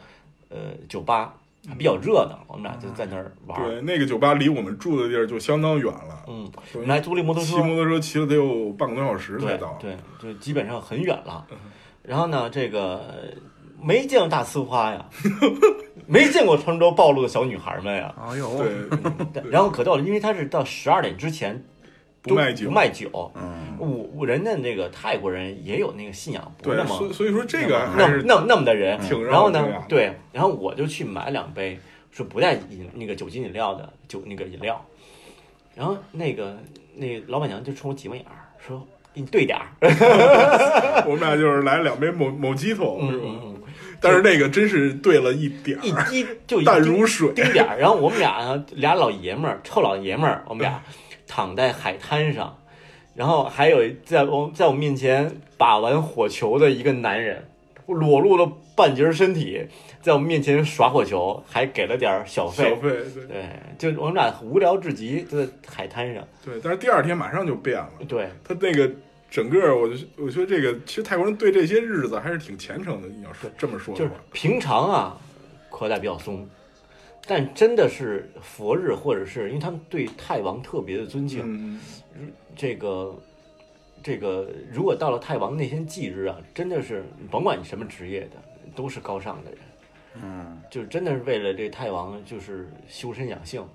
S3: 呃酒吧，还比较热闹，我们俩就在那儿玩儿。
S2: 对，那个酒吧离我们住的地儿就相当远了，
S3: 嗯，我们还租了一摩托
S2: 骑
S3: 车，
S2: 摩托车骑了得有半个多小时才嗯到。
S3: 对对，就基本上很远了。然后呢，这个呃没见过大呲花呀，没见过沧州暴露的小女孩们呀。
S1: 哎呦，
S2: 对，
S3: 但然后可逗了，因为他是到十二点之前
S2: 不
S3: 都
S2: 卖酒
S3: 不卖酒，
S1: 嗯，
S3: 我我人家那个泰国人也有那个信仰，不是
S2: 对
S3: 那，么
S2: 所以所以说这个
S3: 那
S2: 还
S3: 么
S2: 是
S3: 那么那么的人。
S2: 挺
S3: 然后
S2: 让我
S3: 呢
S2: 惊讶，
S3: 对，然后我就去买两杯，说不带饮那个酒精饮料的酒那个饮料。然后那个那老板娘就冲我挤眉眼儿，说给你兑点儿。
S2: 我们俩就是来两杯某某鸡头，是
S3: 嗯
S2: 吧？
S3: 嗯
S2: 但是那个真是兑了一点 <laughs>
S3: 嗯，一
S2: 儿，
S3: 滴就一
S2: 淡
S3: 滴
S2: 如水。
S3: 丁点儿。然后我们俩呢俩老爷们儿，臭老爷们儿，我们俩
S2: 嗯
S3: 躺在海滩上，然后还有在我在我面前把玩火球的一个男人，裸露了半截身体，在我面前耍火球，还给了点儿小
S2: 小
S3: 费。
S2: 费对
S3: 对，就我们俩无聊至极，就在海滩上。
S2: 对，但是第二天马上就变了，
S3: 对，
S2: 他那个整个，我就我觉得这个其实泰国人对这些日子还是挺虔诚的。你要说这么说
S3: 就
S2: 的
S3: 是
S2: 话，
S3: 平常啊，口袋比较松，但真的是佛日或者是因为他们对泰王特别的尊敬，
S2: 嗯，
S3: 这个这个如果到了泰王那天忌日啊，真的是甭管你什么职业的，都是高尚的人，
S1: 嗯，
S3: 就是真的是为了这泰王就是修身养性。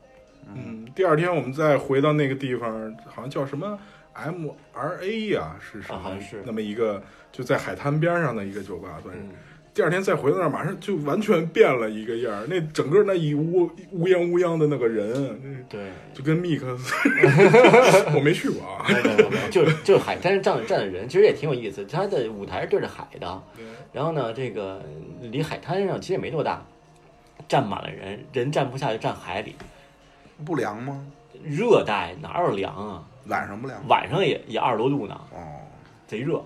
S2: 嗯，第二天我们再回到那个地方，好像叫什么 M R A 呀、是什么？
S3: 啊好像是
S2: 那么一个就在海滩边上的一个酒吧，算是。
S3: 嗯
S2: 第二天再回到那儿，马上就完全变了一个样儿。那整个那一乌乌泱乌泱的那个人，
S3: 对， <laughs>
S2: 就跟 Mix，我没去过啊。
S3: 没有没有没有，就是就是海滩上站站的人，其实也挺有意思。他的舞台是对着海的，然后呢，这个离海滩上其实也没多大，站满了人，人站不下就站海里。
S1: 不凉吗？
S3: 热带哪有凉啊？
S1: 晚上不凉吗？
S3: 晚上也也二十多度呢，
S1: 哦，
S3: 贼热。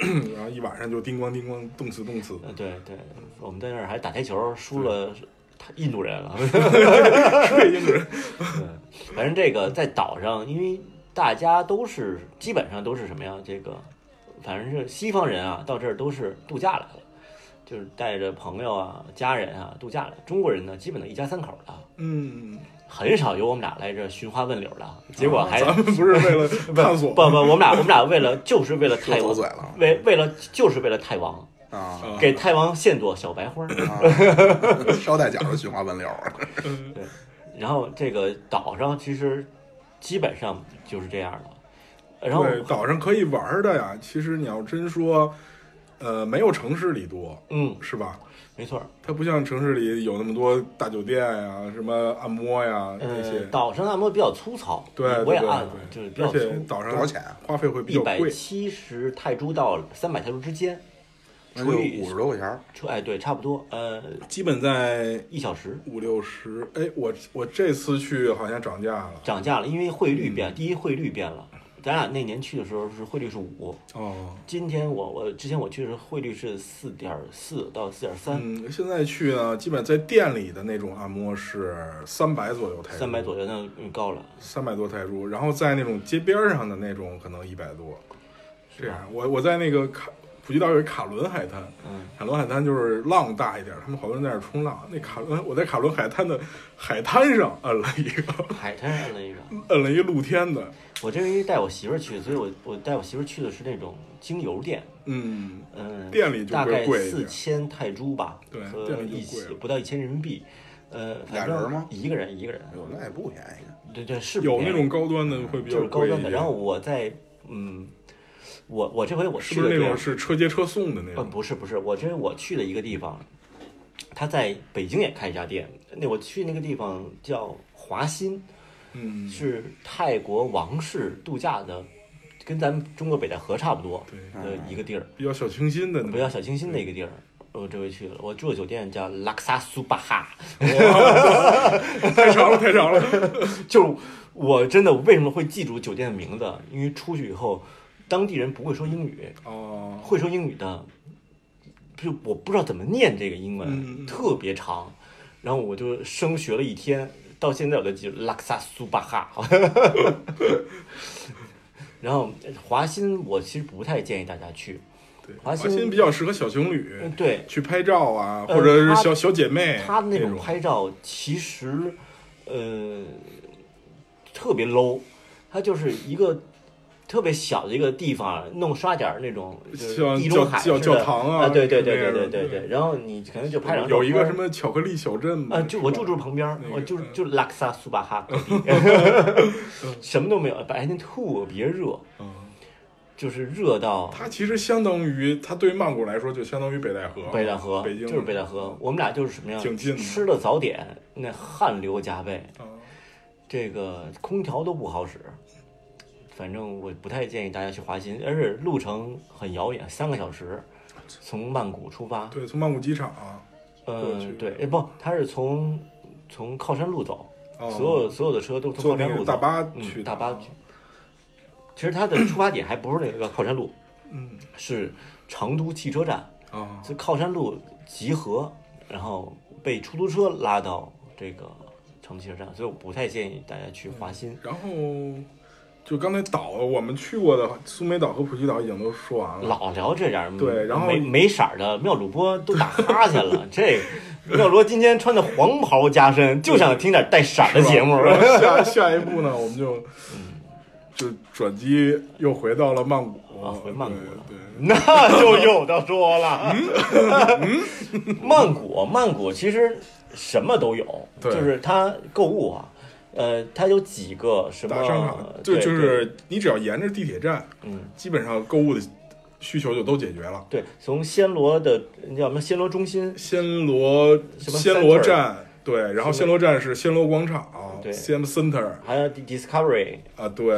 S2: 嗯然后一晚上就叮咣叮咣动次动次，
S3: 呃，对对，我们在那儿还打台球，输了他印度人了。
S2: 这英国人
S3: 嗯，反正这个在岛上，因为大家都是基本上都是什么呀？这个反正是西方人啊，到这儿都是度假来了，就是带着朋友啊、家人啊度假来。中国人呢，基本都一家三口的，
S2: 嗯， <laughs>
S3: 很少有我们俩来这寻花问柳的。结果还、
S2: 咱们不是为了探
S3: <laughs>
S2: 索
S3: 不不，我们俩我们俩为了就是为了
S1: 又
S3: 泰
S1: 走
S3: 王，
S1: 嘴了
S3: 为为了就是为了泰王，
S1: 啊！
S2: 啊
S3: 给泰王献朵小白花儿。
S1: 啊 <laughs> 捎带脚的寻花问柳儿，
S3: 然后这个岛上其实基本上就是这样了，然后
S2: 对岛上可以玩的呀。其实你要真说，呃，没有城市里多，
S3: 嗯，
S2: 是吧？
S3: 没错儿。
S2: 它不像城市里有那么多大酒店呀、什么按摩呀那
S3: 呃，
S2: 些。
S3: 岛上按摩比较粗糙，
S2: 对，对
S3: 我也
S2: 对
S3: 按了，
S2: 对
S3: 就是比较
S2: 而
S3: 粗，
S2: 且岛上
S1: 多少钱啊
S2: 花费会比
S3: 一
S2: 较
S3: 百
S2: 贵。
S3: 七十泰铢到三百泰铢之间，
S1: 那就
S3: 除以
S1: 五十多块钱儿。
S3: 出哎对，差不多，呃，
S2: 基本在
S3: 一小时
S2: 五六十。哎，我我这次去好像涨价了。
S3: 涨价了，因为汇率
S2: 嗯
S3: 变，第一汇率变了，咱俩那年去的时候是汇率是五，
S2: 哦，
S3: 今天我我之前我去的时候汇率是四点四到四点三，
S2: 嗯，现在去呢，基本在店里的那种按摩是三百左右泰铢，
S3: 三百左右那嗯高了，
S2: 三百多泰铢，然后在那种街边儿上的那种可能一百多，这
S3: 啊
S2: 样。我我在那个卡普吉岛有一卡伦海滩，
S3: 嗯，
S2: 卡伦海滩就是浪大一点儿，他们好多人在那儿冲浪。那卡伦，我在卡伦海滩的海滩上摁了一个，
S3: 海滩上的一个。
S2: 摁了一个露天的，
S3: 我这回带我媳妇儿去，所以我我带我媳妇儿去的是那种精油店，
S2: 嗯，
S3: 嗯，
S2: 店里就
S3: 大
S2: 会
S3: 概
S2: 贵一
S3: 四
S2: 点
S3: 千泰铢吧，
S2: 对
S3: 和
S2: 店里就
S3: 一
S2: 贵了
S3: 起不到一千人民币，呃，
S1: 俩
S3: 反
S1: 人
S3: 正
S1: 吗
S3: 一个人一个人，
S1: 哎呦，那也不便宜，
S3: 对对是
S2: 有
S3: 便宜
S2: 那种高端的会比较
S3: 就是高
S2: 贵一
S3: 端的。
S2: 点
S3: 然后我在嗯，我我这回我
S2: 是
S3: 去
S2: 不
S3: 的
S2: 是
S3: 地
S2: 那种
S3: 方
S2: 是车接车送的那
S3: 呃
S2: 种？
S3: 不是不是，我这回我去的一个地方，他在北京也开一家店，那我去那个地方叫华新，
S2: 嗯，
S3: 是泰国王室度假的，跟咱们中国北戴河差不多
S2: 对，
S3: 的一个地儿。
S2: 比较小清新的那种，
S3: 比较小清新的一个地儿。我这回去了，我住的酒店叫拉克萨苏巴哈，
S2: 哦太长了，太长了。
S3: <laughs> 就是我真的为什么会记住酒店的名字？因为出去以后，当地人不会说英语，
S2: 哦，
S3: 会说英语的，就我不知道怎么念这个英文，
S2: 嗯嗯嗯
S3: 特别长，然后我就生学了一天，到现在我都记住拉克萨苏巴哈。 <laughs> 然后华新我其实不太建议大家去，
S2: 对，
S3: 华
S2: 华
S3: 欣
S2: 欣比较适合小情侣，
S3: 嗯，对，
S2: 去拍照啊，
S3: 呃
S2: 或者是
S3: 他
S2: 小小姐妹，
S3: 他那
S2: 那
S3: 种拍照其实，呃，特别 low，他就是一个特别小的一个地方，弄刷点儿那种就是
S2: 像
S3: 地
S2: 教
S3: 中海
S2: 教
S3: 似
S2: 教
S3: 的
S2: 堂啊
S3: 啊，对对
S2: 之
S3: 对对
S2: 类的
S3: 对对对，然后你可能就拍两张
S2: 有一
S3: 照
S2: 个
S3: 片
S2: 什么巧克力小镇嘛
S3: 啊，就我住住
S2: 是吧
S3: 旁边儿
S2: 那，个
S3: 我就
S2: 嗯
S3: 就拉克萨苏巴
S2: <laughs>
S3: 哈隔壁，什么都没有，白天特别热，
S2: 嗯
S3: 就是热到
S2: 它其实相当于，它对于曼谷来说就相当于北戴河，
S3: 北戴河，
S2: 北京
S3: 就是北戴河，我们俩就是什么呀
S2: 挺近？的
S3: 吃了早点，那汗流浃背，
S2: 嗯
S3: 这个空调都不好使，反正我不太建议大家去华欣，而且路程很遥远，三个小时，从曼谷出发。
S2: 啊对，从曼谷机场啊，过去
S3: 嗯，对，哎不，它是从从靠山路走，
S2: 哦
S3: 所有所有的车都是从
S2: 坐
S3: 靠
S2: 那
S3: 山
S2: 个
S3: 路走，
S2: 大巴去
S3: 嗯，
S2: 的
S3: 大
S2: 啊
S3: 巴去。其实它的出发点还不是那个靠山路，
S2: 嗯
S3: 是成都汽车站，
S2: 啊，
S3: 就靠山路集合，然后被出租车拉到这个成都汽车站，所以我不太建议大家去华欣。
S2: 然后就刚才岛，我们去过的苏梅岛和普吉岛已经都说完了，
S3: 老聊这点儿
S2: 嗯对然后
S3: 没没色儿的妙主播都打哈欠
S2: <laughs>
S3: 了。这妙主播今天穿的黄袍加身，就想听点带色儿的节目。嗯
S2: <laughs> 是吧然后下下一步呢，我们就就转机又回到了曼谷，
S3: 啊回曼谷了
S2: 对，
S3: <laughs> 那就有的说了。
S2: 嗯
S3: <laughs> 曼谷，曼谷其实什么都有，
S2: 对
S3: 就是它购物啊，呃，它有几个什
S2: 对
S3: 么
S2: 大商场，
S3: 哦对，
S2: 就
S3: 对
S2: 是你只要沿着地铁站，
S3: 嗯，
S2: 基本上购物的需求就都解决了。
S3: 对，从暹罗的那叫什么暹罗中心，
S2: 暹罗
S3: 什么
S2: 暹罗站，对，然后
S3: 什么
S2: 暹罗站是暹罗广场
S3: 对
S2: ，CM Center
S3: 还有 Discovery，
S2: 啊，对，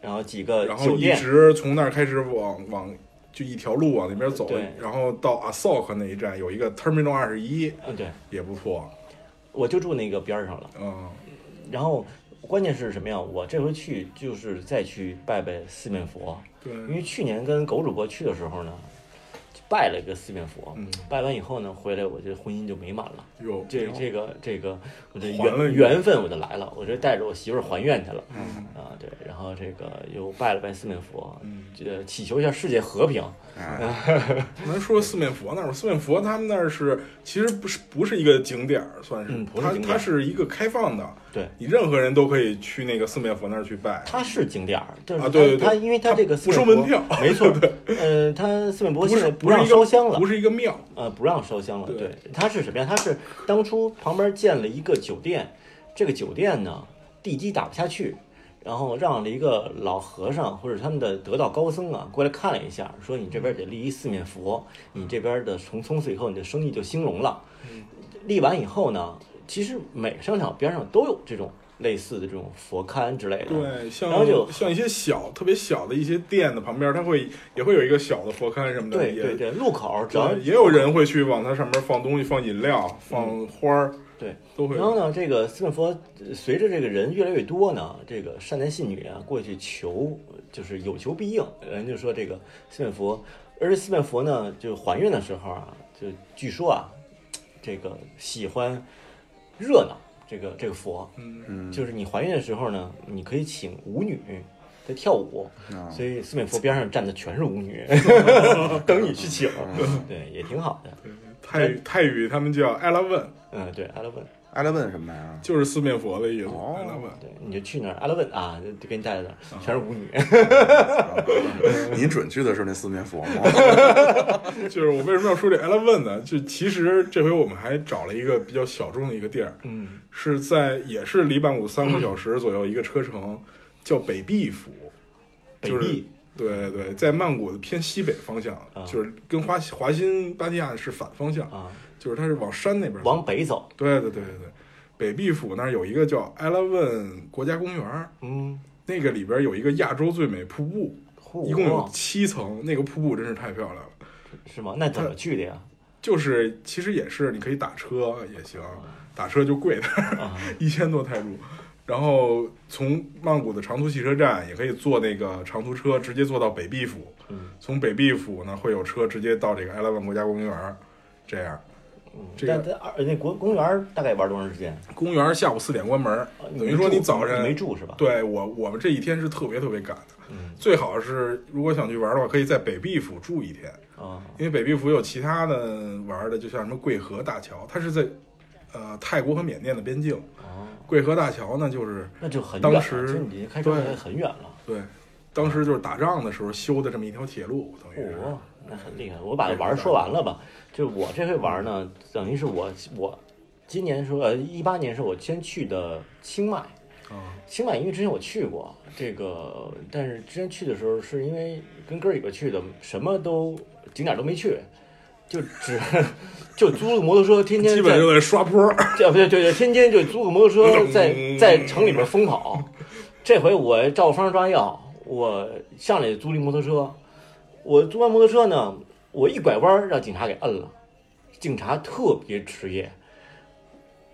S3: 然后几个
S2: 然后
S3: 呃酒
S2: 一
S3: 店，
S2: 直从那儿开始往往就一条路往那边走
S3: 对，
S2: 然后到阿萨克那一站有一个 Terminal 二十一
S3: 嗯，对，
S2: 也不错，
S3: 我就住那个边儿上了。
S2: 嗯，
S3: 然后关键是什么呀？我这回去就是再去拜拜四面佛，
S2: 对，
S3: 因为去年跟狗主播去的时候呢，就拜了一个四面佛，
S2: 嗯
S3: 拜完以后呢，回来我这婚姻就美满了。
S2: 有
S3: 这这个这个，我这
S2: 还了
S3: 缘
S2: 一个
S3: 缘分我就来了，我这带着我媳妇儿还愿去了，
S2: 嗯
S3: 啊对，然后这个又拜了拜四面佛，
S2: 嗯
S3: 呃祈求一下世界和平，
S2: 咱说四面佛那儿，四面佛他们那儿是其实不是不是一个景点儿，算是
S3: 嗯不是景点
S2: 它它是一个开放的，
S3: 对，
S2: 你任何人都可以去那个四面佛那儿去拜。
S3: 它是景点儿，但是它、
S2: 啊对对对
S3: 它因为它
S2: 它
S3: 这个
S2: 不
S3: 四面
S2: 收
S3: 佛
S2: 门票
S3: 没
S2: <laughs>
S3: 错，呃，它四面佛
S2: 不
S3: 现
S2: 是
S3: 在
S2: 不是
S3: 让
S2: 一个
S3: 烧香了，
S2: 不是一个庙，
S3: 呃，不让烧香了。
S2: 对
S3: 对，它是什么呀？它是当初旁边建了一个酒店，这个酒店呢地基打不下去，然后让了一个老和尚或者他们的得道高僧啊过来看了一下，说你这边得立一四面佛，你这边的从从此以后你的生意就兴隆了。
S2: 嗯
S3: 立完以后呢，其实每个商场边上都有这种类似的这种佛龛之类的。
S2: 对，像
S3: 然后就
S2: 像一些小特别小的一些店的旁边，它会也会有一个小的佛龛什么的，
S3: 对
S2: 也
S3: 对对，路口只要
S2: 对也有人会去往它上面放东西，放饮料，
S3: 嗯
S2: 放花儿，
S3: 对，
S2: 都会有
S3: 然后呢，这个斯坦福呃随着这个人越来越多呢，这个善男信女啊过去求，就是有求必应。人就说这个斯坦福，而且斯坦福呢，就怀孕的时候啊，就据说啊，这个喜欢热闹，这个这个佛，
S2: 嗯，
S3: 就是你怀孕的时候呢，你可以请舞女在跳舞，
S1: 啊
S3: 所以斯坦福边上站的全是舞女，等你去请，对，也挺好的。哎
S2: 泰语泰语他们叫艾拉问，
S3: 嗯，对，阿拉问。
S1: 艾拉问什么 <laughs> 呀？
S2: 就是四面佛的意思，
S1: 哦
S2: 艾拉问。
S3: 对，你就去那儿阿拉问啊，就给你带到那儿，
S2: 嗯
S3: 全是舞女。
S1: 您准去的是那四面佛吗？ <laughs>
S2: 就是我为什么要说这 Eleven 呢？就其实这回我们还找了一个比较小众的一个地儿，
S3: 嗯，
S2: 是在也是离曼谷三个小时左右一个车程，叫北壁府。
S3: 北
S2: 就是
S3: 壁
S2: 对对，在曼谷的偏西北方向，
S3: 啊
S2: 就是跟华西华新芭提雅是反方向，
S3: 啊，
S2: 就是它是往山那边走。
S3: 往北走。
S2: 对对对对对，北壁府那儿有一个叫 Eleven 国家公园儿，
S3: 嗯，
S2: 那个里边有一个亚洲最美瀑布，
S3: 嚯
S2: 一共有七层，那个瀑布真是太漂亮了。
S3: 是吗？那怎么去的呀？
S2: 就是其实也是，你可以打车也行，打车就贵点儿
S3: 啊，
S2: <laughs> 一千多泰铢。然后从曼谷的长途汽车站也可以坐那个长途车，直接坐到北壁府。
S3: 嗯
S2: 从北壁府呢，会有车直接到这个埃拉万国家公园儿。这样，
S3: 嗯，
S2: 这个
S3: 但但二那国公园儿大概玩多长时间？
S2: 公园儿下午四点关门儿
S3: 啊，
S2: 等于
S3: 没
S2: 说
S3: 住
S2: 你早晨
S3: 你没住是吧？
S2: 对我，我们这一天是特别特别赶的。
S3: 嗯
S2: 最好是如果想去玩儿的话，可以在北壁府住一天。
S3: 啊，
S2: 因为北壁府有其他的玩儿的，就像什么桂河大桥，它是在呃泰国和缅甸的边境。
S3: 哦，
S2: 桂河大桥呢，就是
S3: 那就很远了，
S2: 当时
S3: 就你开车
S2: 对
S3: 开很远了。
S2: 对，当时就是打仗的时候修的这么一条铁路，等于是
S3: 哦，那很厉害。我把玩儿说完了吧？就是我这回玩儿呢，等于是我我今年说呃一八年时候我先去的清迈，
S2: 啊，
S3: 清迈因为之前我去过这个，但是之前去的时候是因为跟哥儿几个去的，什么都景点都没去，就只 <laughs> 就租个摩托车，天天
S2: 基本就在刷坡儿。
S3: 这对对对，天天就租个摩托车在
S2: 嗯
S3: 在城里边疯跑。这回我照方抓药，我上来租了一摩托车，我租完摩托车呢，我一拐弯让警察给摁了，警察特别职业，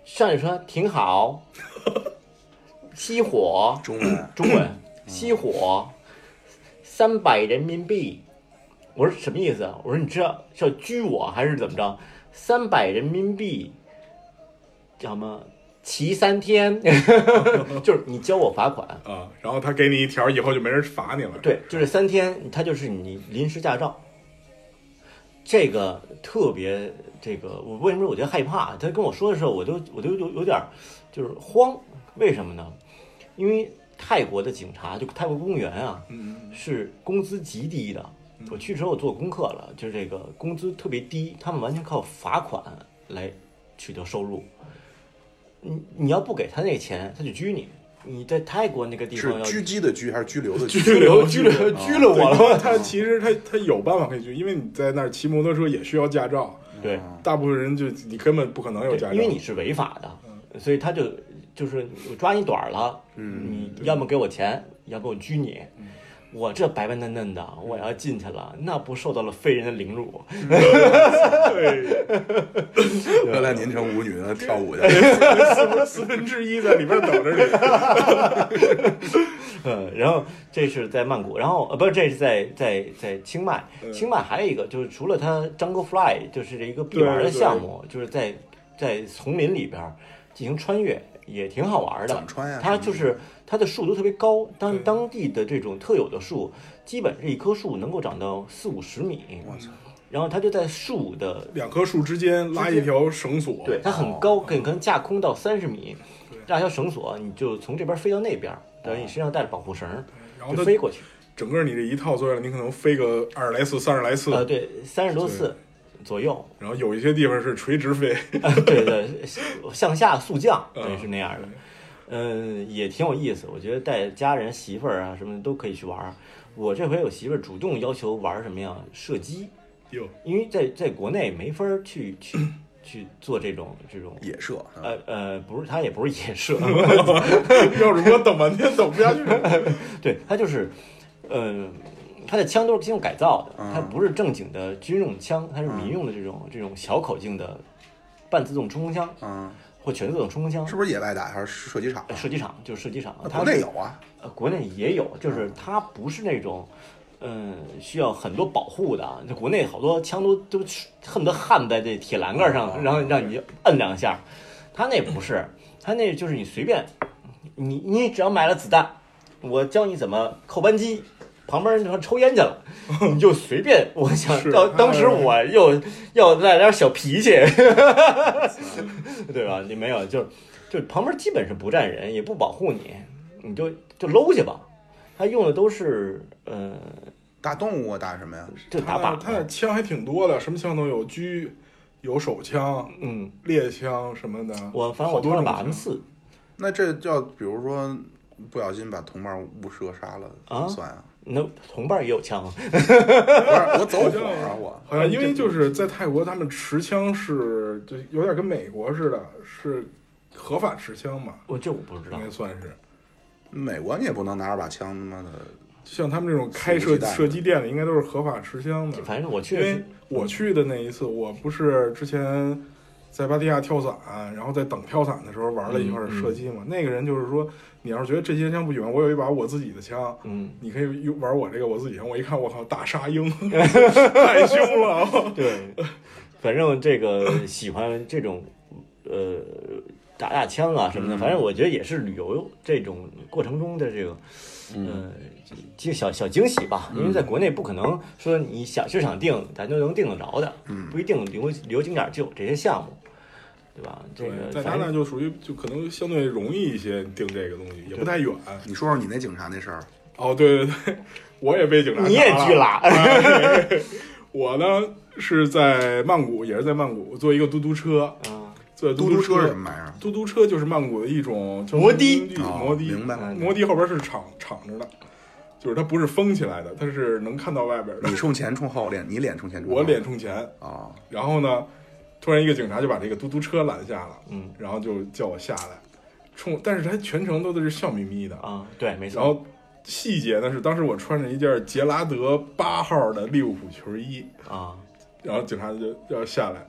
S3: 上来说停好，熄火，
S1: 中 <clears throat> 文
S3: 中文， <coughs> 熄火，三百人民币。我说什么意思啊？我说你这是要拘我还是怎么着？三百人民币，叫什么？骑三天， <laughs> 就是你交我罚款。
S2: 啊，然后他给你一条，以后就没人罚你了。
S3: 对，就是三天，它就是你临时驾照。这个特别，这个我为什么我觉得害怕？他跟我说的时候，我都我都有有点儿就是慌，为什么呢？因为泰国的警察，就泰国公务员啊，
S2: 嗯，
S3: 是工资极低的。我去之后做功课了，就是这个工资特别低，他们完全靠罚款来取得收入。你你要不给他那钱，他就拘你。你在泰国那个地
S1: 是
S3: 方要
S1: 狙击的狙还是拘留的
S2: 拘
S3: 拘
S1: 拘？
S3: 留拘留啊拘留我
S2: 对
S3: 了。
S2: 他其实他他有办法可以去，因为你在那儿骑摩托车也需要驾照，
S3: 对，
S2: 大部分人就你根本不可能有
S3: 对
S2: 驾照，
S3: 因为你是违法的，所以他就就是我抓你短儿了，嗯，你要么给我钱，要不我拘你。我这白白嫩嫩的，我要进去了，那不受到了非人的凌辱？
S2: 对
S1: 原来您成舞女了跳舞去，
S2: 四分四分之一在里边等着你，
S3: <laughs> 嗯，然后这是在曼谷，然后呃不是，这是在在在清迈。
S2: 嗯
S3: 清迈还有一个就是除了它 Jungle Fly 就是这一个必玩的
S2: 对对
S3: 项目，就是在在丛林里边儿进行穿越，也挺好玩的。
S1: 怎么穿呀
S3: 它
S1: 什么
S3: 就是它的树都特别高，当当地的这种特有的树，基本是一棵树能够长到四五十米。
S1: 我操！
S3: 然后它就在树的
S2: 两棵树之间拉一条绳索，
S3: 对，它很高，可以可能架空到三十米，拉条绳索，你就从这边飞到那边儿，等于你身上带着保护绳儿，
S2: 哦然后
S3: 就
S2: 它
S3: 飞过去。
S2: 整个你这一套作业，你可能飞个二十来次、三十来次， <laughs>
S3: 呃，对，三十多次左右，
S2: 然后有一些地方是垂
S3: <laughs>
S2: 直飞，
S3: 啊对对，向下速降，对
S2: 嗯
S3: 是那样的，嗯，也挺有意思。我觉得带家人、媳妇儿啊什么的都可以去玩儿。我这回有媳妇儿主动要求玩儿什么呀？射击，
S2: 哟，
S3: 因为在在国内没法儿去去去做这种这种。
S1: 野 <laughs> 射，
S3: 呃呃，不是，他也不是野射，
S2: 要是我等半天
S1: 嗯
S2: 等不下去，
S3: 对他就是，呃，他的枪都是经过改造的，它不是正经的军用枪，它是民用的这种这种小口径的半自动冲锋枪，
S1: 嗯，
S3: 或全自动冲锋枪哎
S1: 是，不是野外打还是射击场啊？
S3: 射击场就是射击场，
S1: 那
S3: 它
S1: 国内
S3: 是
S1: 有啊，
S3: 呃，国内也有，就是它不是那种，嗯，需要很多保护的啊。那国内好多枪都都恨不得焊在这铁栏杆上，然后让你摁两下。它那不是，它那就是你随便，你你只要买了子弹，我教你怎么扣扳机。旁边人就说抽烟去了，你就随便。我想
S2: 是
S3: 到当时
S2: 哎
S3: 我又要来点小脾气，对吧？你没有，就是就旁边基本是不站人，也不保护你，你就就搂去吧。他用的都是呃，
S1: 打动物啊，打什么呀？
S3: 就 <laughs> 打
S2: 他那他那
S3: 靶，
S2: 枪还挺多的，什么枪都有，狙，有手枪、
S3: 嗯，
S2: 猎枪什么的。
S3: 我反正我
S2: 好多
S3: 多了
S2: 种
S3: 把
S2: 枪
S3: M 四，
S1: 那这叫比如说不小心把同伴误射杀了
S3: 啊
S1: 算啊？
S3: 那同伴也有枪，
S1: 不是我走
S2: 好
S1: 火
S2: 像
S1: 啊，我
S2: 好像因为就是在泰国，他们持枪是就有点跟美国似的，是合法持枪嘛，
S3: 我这我不知道
S2: 应该算是。
S1: 美国你也不能拿着把枪他妈的，
S2: 像他们这种开
S1: 肆无
S2: 射
S1: 忌惮的
S2: 射击店的，应该都是合法持枪的。
S3: 反正我去
S2: 因
S3: 的
S2: 为
S3: 是
S2: 我去的那一次，我不是之前在芭提雅跳伞，然后在等跳伞的时候玩了一会儿射击嘛。那个人就是说，你要是觉得这些枪不喜欢，我有一把我自己的枪，
S3: 嗯，
S2: 你可以用玩我这个我自己枪。我一看，我靠，大沙鹰， <laughs> 太凶了！啊
S3: 对，反正这个喜欢这种呃打打枪啊什么
S2: 嗯
S3: 的，反正我觉得也是旅游这种过程中的这个。
S2: 嗯
S3: 呃，这小小惊喜吧，因为在国内不可能说你想就想定，咱就能定得着的，
S2: 嗯
S3: 不一定旅游旅游景点儿就有这些项目，对吧？这
S2: 对，
S3: 个
S2: 在他
S3: 反
S2: 那
S3: 正
S2: 就属于就可能相对容易一些，定这个东西也不太远。
S1: 你说说你那警察那事儿，
S2: 哦，对对对，我也被警
S3: <laughs>
S2: 察
S3: 你也
S2: 抓
S3: 去
S2: 了。啊
S3: 拉，
S2: 我呢是在曼谷，也是在曼谷坐一个嘟嘟车，
S3: 嗯
S2: 坐
S1: 嘟
S2: 嘟
S1: 嘟车
S2: 车
S1: 是什么玩意儿？
S2: 嘟嘟车就是曼谷的一种交通
S3: 摩的
S2: 工具
S1: 哦
S2: 摩的，
S1: 明白了
S2: 摩的后边是敞敞着的，就是它不是封起来的，它是能看到外边的
S1: 你。冲前冲后脸，你脸冲前冲后，
S2: 我脸冲前，
S1: 啊，
S2: 然后呢，突然一个警察就把这个嘟嘟车拦下了，
S3: 嗯
S2: 然后就叫我下来，冲，但是他全程都是笑眯眯的。
S3: 啊，对，没
S2: 然
S3: 错，
S2: 后细节呢是，当时我穿着一件杰拉德八号的利物浦球衣，
S3: 啊，
S2: 然后警察就要下来，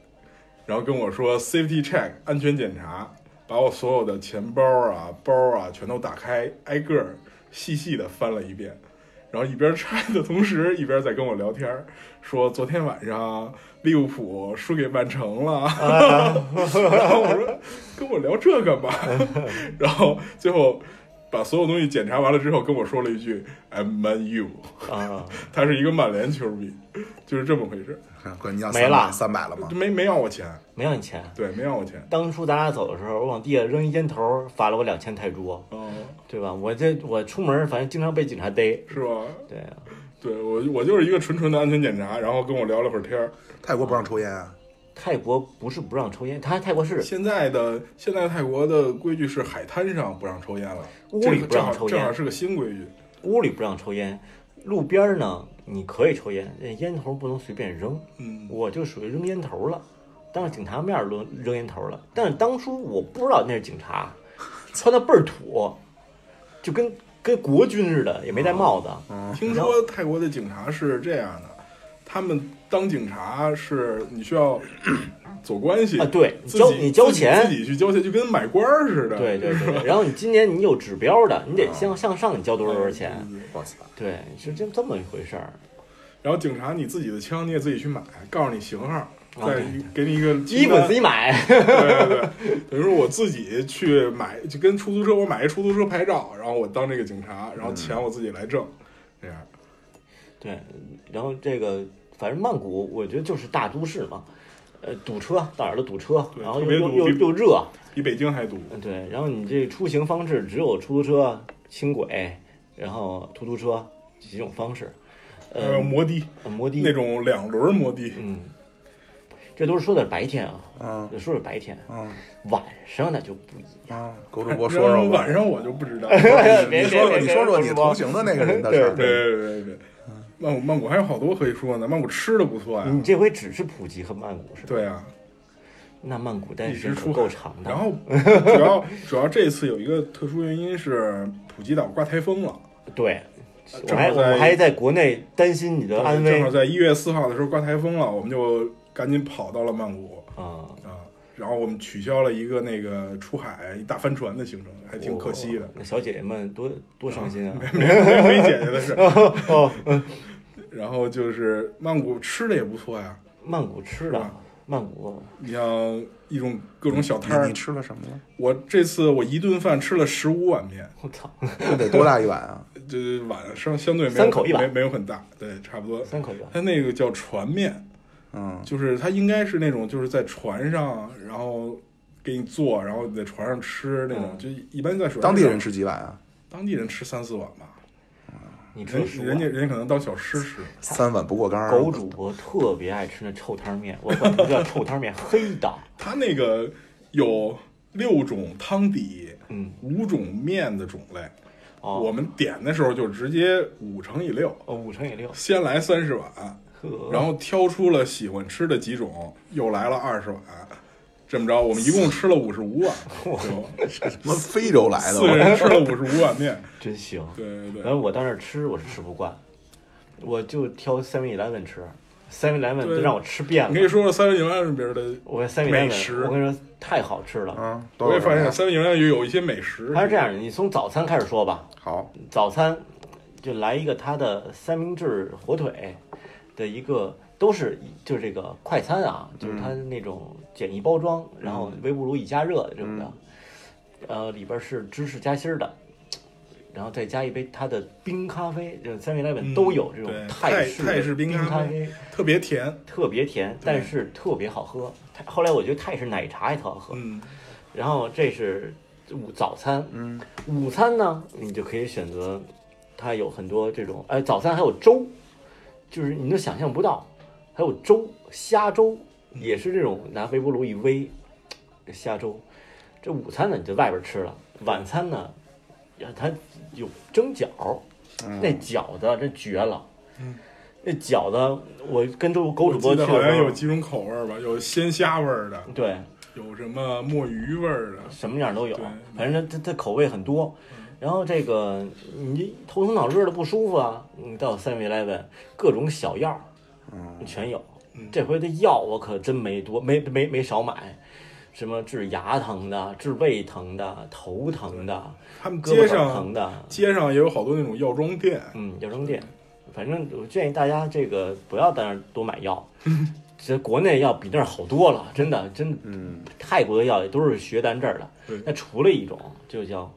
S2: 然后跟我说 safety check 安全检查，把我所有的钱包啊、包啊全都打开，挨个儿细细的翻了一遍，然后一边拆的同时，一边在跟我聊天儿，说昨天晚上利物浦输给曼城了，然后我说跟我聊这干嘛？然后最后把所有东西检查完了之后，跟我说了一句 “I'm Man U”，
S3: 啊，
S2: 他是一个曼联球迷，就是这么回事，
S1: <laughs> 哥，你要
S3: 没了
S1: 三百了吗
S2: 就？没没要我钱，
S3: 没要你钱。
S2: 对，没要我钱，
S3: 当初咱俩走的时候，我往地下扔一烟头，罚了我两千泰铢，
S2: 哦，
S3: 对吧？我这我出门反正经常被警察逮。
S2: 是吧？
S3: 对啊，
S2: 对我我就是一个纯纯的安全检查，然后跟我聊了会儿天儿。
S1: 泰国不让抽烟啊？
S3: 泰国不是不让抽烟，他泰国是
S2: 现在的现在泰国的规矩是海滩上不让抽烟了，
S3: 屋
S2: 这
S3: 里
S2: 个
S3: 不让
S2: 正好
S3: 抽烟
S2: 正好是个新规矩。嗯
S3: 屋里不让抽烟，路边儿呢你可以抽烟，那烟头不能随便扔。
S2: 嗯，
S3: 我就属于扔烟头了，当着警察面儿扔扔烟头了。但是当初我不知道那是警察，穿的倍儿土，就跟跟国军似的，也没戴帽子。
S2: 听说泰国的警察是这样的，他们当警察是你需要走关系
S3: 啊对你
S2: 自
S3: 交
S2: 己
S3: 你交
S2: 自己
S3: 钱
S2: 自己去交钱，就跟买官儿似的。
S3: 对对
S2: <laughs>
S3: 对，然后你今年你有指标的，你得
S2: 啊
S3: 向向上，你交多少多少
S2: 对
S3: 钱？
S2: 对对
S1: 我操！
S3: 对，是这这么一回事儿。
S2: 然后警察你自己的枪你也自己去买，告诉你型号，
S3: 啊对
S2: 再
S3: 对
S2: 给你一个
S3: 衣
S2: 清
S3: 服
S2: 单
S3: 自己
S2: <laughs>
S3: 买，
S2: 对对对，等于说我自己去买，就跟出租车，我买一出租车牌照，然后我当这个警察，
S3: 嗯
S2: 然后钱我自己来挣，这样。
S3: 对，然后这个反正曼谷，我觉得就是大都市嘛，呃，堵车到哪儿都堵车，
S2: 对
S3: 然后又
S2: 特别
S3: 又
S2: 堵
S3: 又又热，
S2: 比北京还堵。
S3: 嗯，对，然后你这出行方式只有出租车、轻轨，然后突突车几种方式，
S2: 还有
S3: 呃，
S2: 摩的
S3: 摩的
S2: 那，种两轮摩的，
S3: 嗯，这都是说的白天啊，
S1: 嗯
S3: 就说是白天，
S1: 嗯
S3: 晚上那就不一样。
S1: 嗯，狗主播说
S2: 然
S1: 说
S2: 后 <laughs>
S1: 吧
S2: 晚上我就不知道。
S1: 你
S3: <laughs> 别
S1: 说说，
S3: 别
S1: 你
S3: 别
S1: 说说
S3: 别
S1: 你
S3: 别
S1: 同行的那个人的事
S2: <laughs> 对
S1: 儿。
S2: 对对对，曼谷曼谷还有好多可以说呢，曼谷吃的不错呀。
S3: 你这回只是普吉和曼谷是吧？
S2: 对啊，
S3: 那曼谷待的
S2: 一
S3: 时间
S2: 直
S3: 可
S2: 出
S3: 够
S2: 海
S3: 长的。<laughs>
S2: 然后主要主要这次有一个特殊原因是普吉岛刮台风了，
S3: 对，我
S2: 正
S3: 还
S2: 好
S3: 我
S2: 在
S3: 还在国内担心你的安
S2: 正好
S3: 危
S2: 在一月四号的时候刮台风了，我们就赶紧跑到了曼谷。
S3: 啊。
S2: 啊，然后我们取消了一个那个出海一大帆船的行程，还挺可惜的，
S3: 那小姐姐们多多伤心啊！
S2: 没没没解决的
S3: <laughs>
S2: 事。
S3: 哦，
S2: 然后就是曼谷吃的也不错呀，
S3: 曼谷吃
S2: 是
S3: 的
S2: 吧，
S3: 曼谷
S2: 你像一种各种小摊
S1: 你
S2: 儿
S1: 你，吃了什么了？
S2: 我这次我一顿饭吃了十五碗面，
S3: 我操， <laughs>
S1: 那得多大一碗
S2: <laughs>
S1: 啊？
S2: 这碗上相对没有
S3: 三口一碗
S2: 没没有很大，对，差不多。
S3: 三口一碗。
S2: 它那个叫船面，
S1: 嗯，
S2: 就是它应该是那种就是在船上，然后给你做，然后你在船上吃那种，
S3: 嗯
S2: 就一般在水上
S1: 当地人吃几碗啊？
S2: 当地人吃三四碗吧，
S3: 你吃
S2: 人
S3: 了十五
S2: 人家
S3: 碗。
S2: 人家可能当小吃吃。
S1: 三碗不过冈儿。
S3: 狗主播特别爱吃那臭汤面，我管它叫臭汤面，黑
S2: <laughs>
S3: 的。
S2: 它那个有六种汤底，
S3: 嗯，
S2: 五种面的种类。
S3: 哦，
S2: 我们点的时候就直接五乘以六，
S3: 哦五乘以六，
S2: 先来三十碗，
S3: 呵
S2: 然后挑出了喜欢吃的几种，又来了二十碗。这么着，我们一共吃了五十
S3: <laughs>
S2: 五碗，就
S1: 什么非洲来的？
S2: 四
S1: 我
S2: 人吃了五十五碗面。
S3: 真行。
S2: 对对
S3: 然
S2: 对，
S3: 后我到那儿吃，我是吃不惯，我就挑 Seven Eleven 吃，Seven Eleven
S2: 对
S3: 都让我吃遍了。
S2: 你可以说说三十零那边的，
S3: 我 Seven
S2: 美食
S3: Eleven，我跟你说太好吃了。
S1: 嗯，都
S2: 我也
S1: 有什么
S2: 发
S1: 呀
S2: 现三十零也有一些美食。
S3: 它是这样的，你从早餐开始说吧。
S1: 好，
S3: 早餐就来一个它的三明治火腿的一个，都是就是这个快餐啊，就是它那种简易包装，然后
S2: 嗯
S3: 微波炉一加热这种的，呃，里边是芝士夹心儿的。然后再加一杯它的冰咖啡，就是三 e v
S2: 嗯
S3: e 都有这种
S2: 对泰
S3: 泰
S2: 泰式
S3: 式
S2: 冰
S3: 冰
S2: 咖啡
S3: 啡，
S2: 特别甜，
S3: 特别甜，但是特别好喝。泰后来我觉得泰式奶茶也特好喝。
S2: 嗯，
S3: 然后这是午早餐，嗯，午餐呢，你就可以选择，它有很多这种，哎，早餐还有粥，就是你都想象不到，还有粥，虾粥也是这种拿微波炉一煨，虾粥。这午餐呢你就外边吃了，晚餐呢，呀它有蒸饺，
S2: 嗯
S3: 那饺子真绝了，那饺子我跟周狗
S2: 我
S3: 主
S2: 记
S3: 播去
S2: 得好
S3: 的
S2: 像
S3: 时候
S2: 有，几种口味儿吧，有鲜虾味儿的，
S3: 对，
S2: 有什么墨鱼味儿的，
S3: 什么样都有
S2: 对，嗯
S3: 反正它它它口味很多。然后这个你头疼脑热的不舒服啊，你到 Seven Eleven 各种小药儿
S1: 嗯，
S3: 全有
S2: 嗯。
S3: 这回的药我可真没多没没没少买，什么治牙疼的、治胃疼的、头疼的、
S2: 他们
S3: 胳膊
S2: 街
S3: 肘
S2: 上
S3: 疼的，
S2: 街上也有好多那种药妆店，
S3: 嗯，药妆店。反正我建议大家这个不要在那儿多买
S2: <laughs>
S3: 药，这国内药比那儿好多了，真的真的
S1: 嗯，
S3: 泰国的药也都是学咱这儿的
S2: 对。
S3: 那除了一种就叫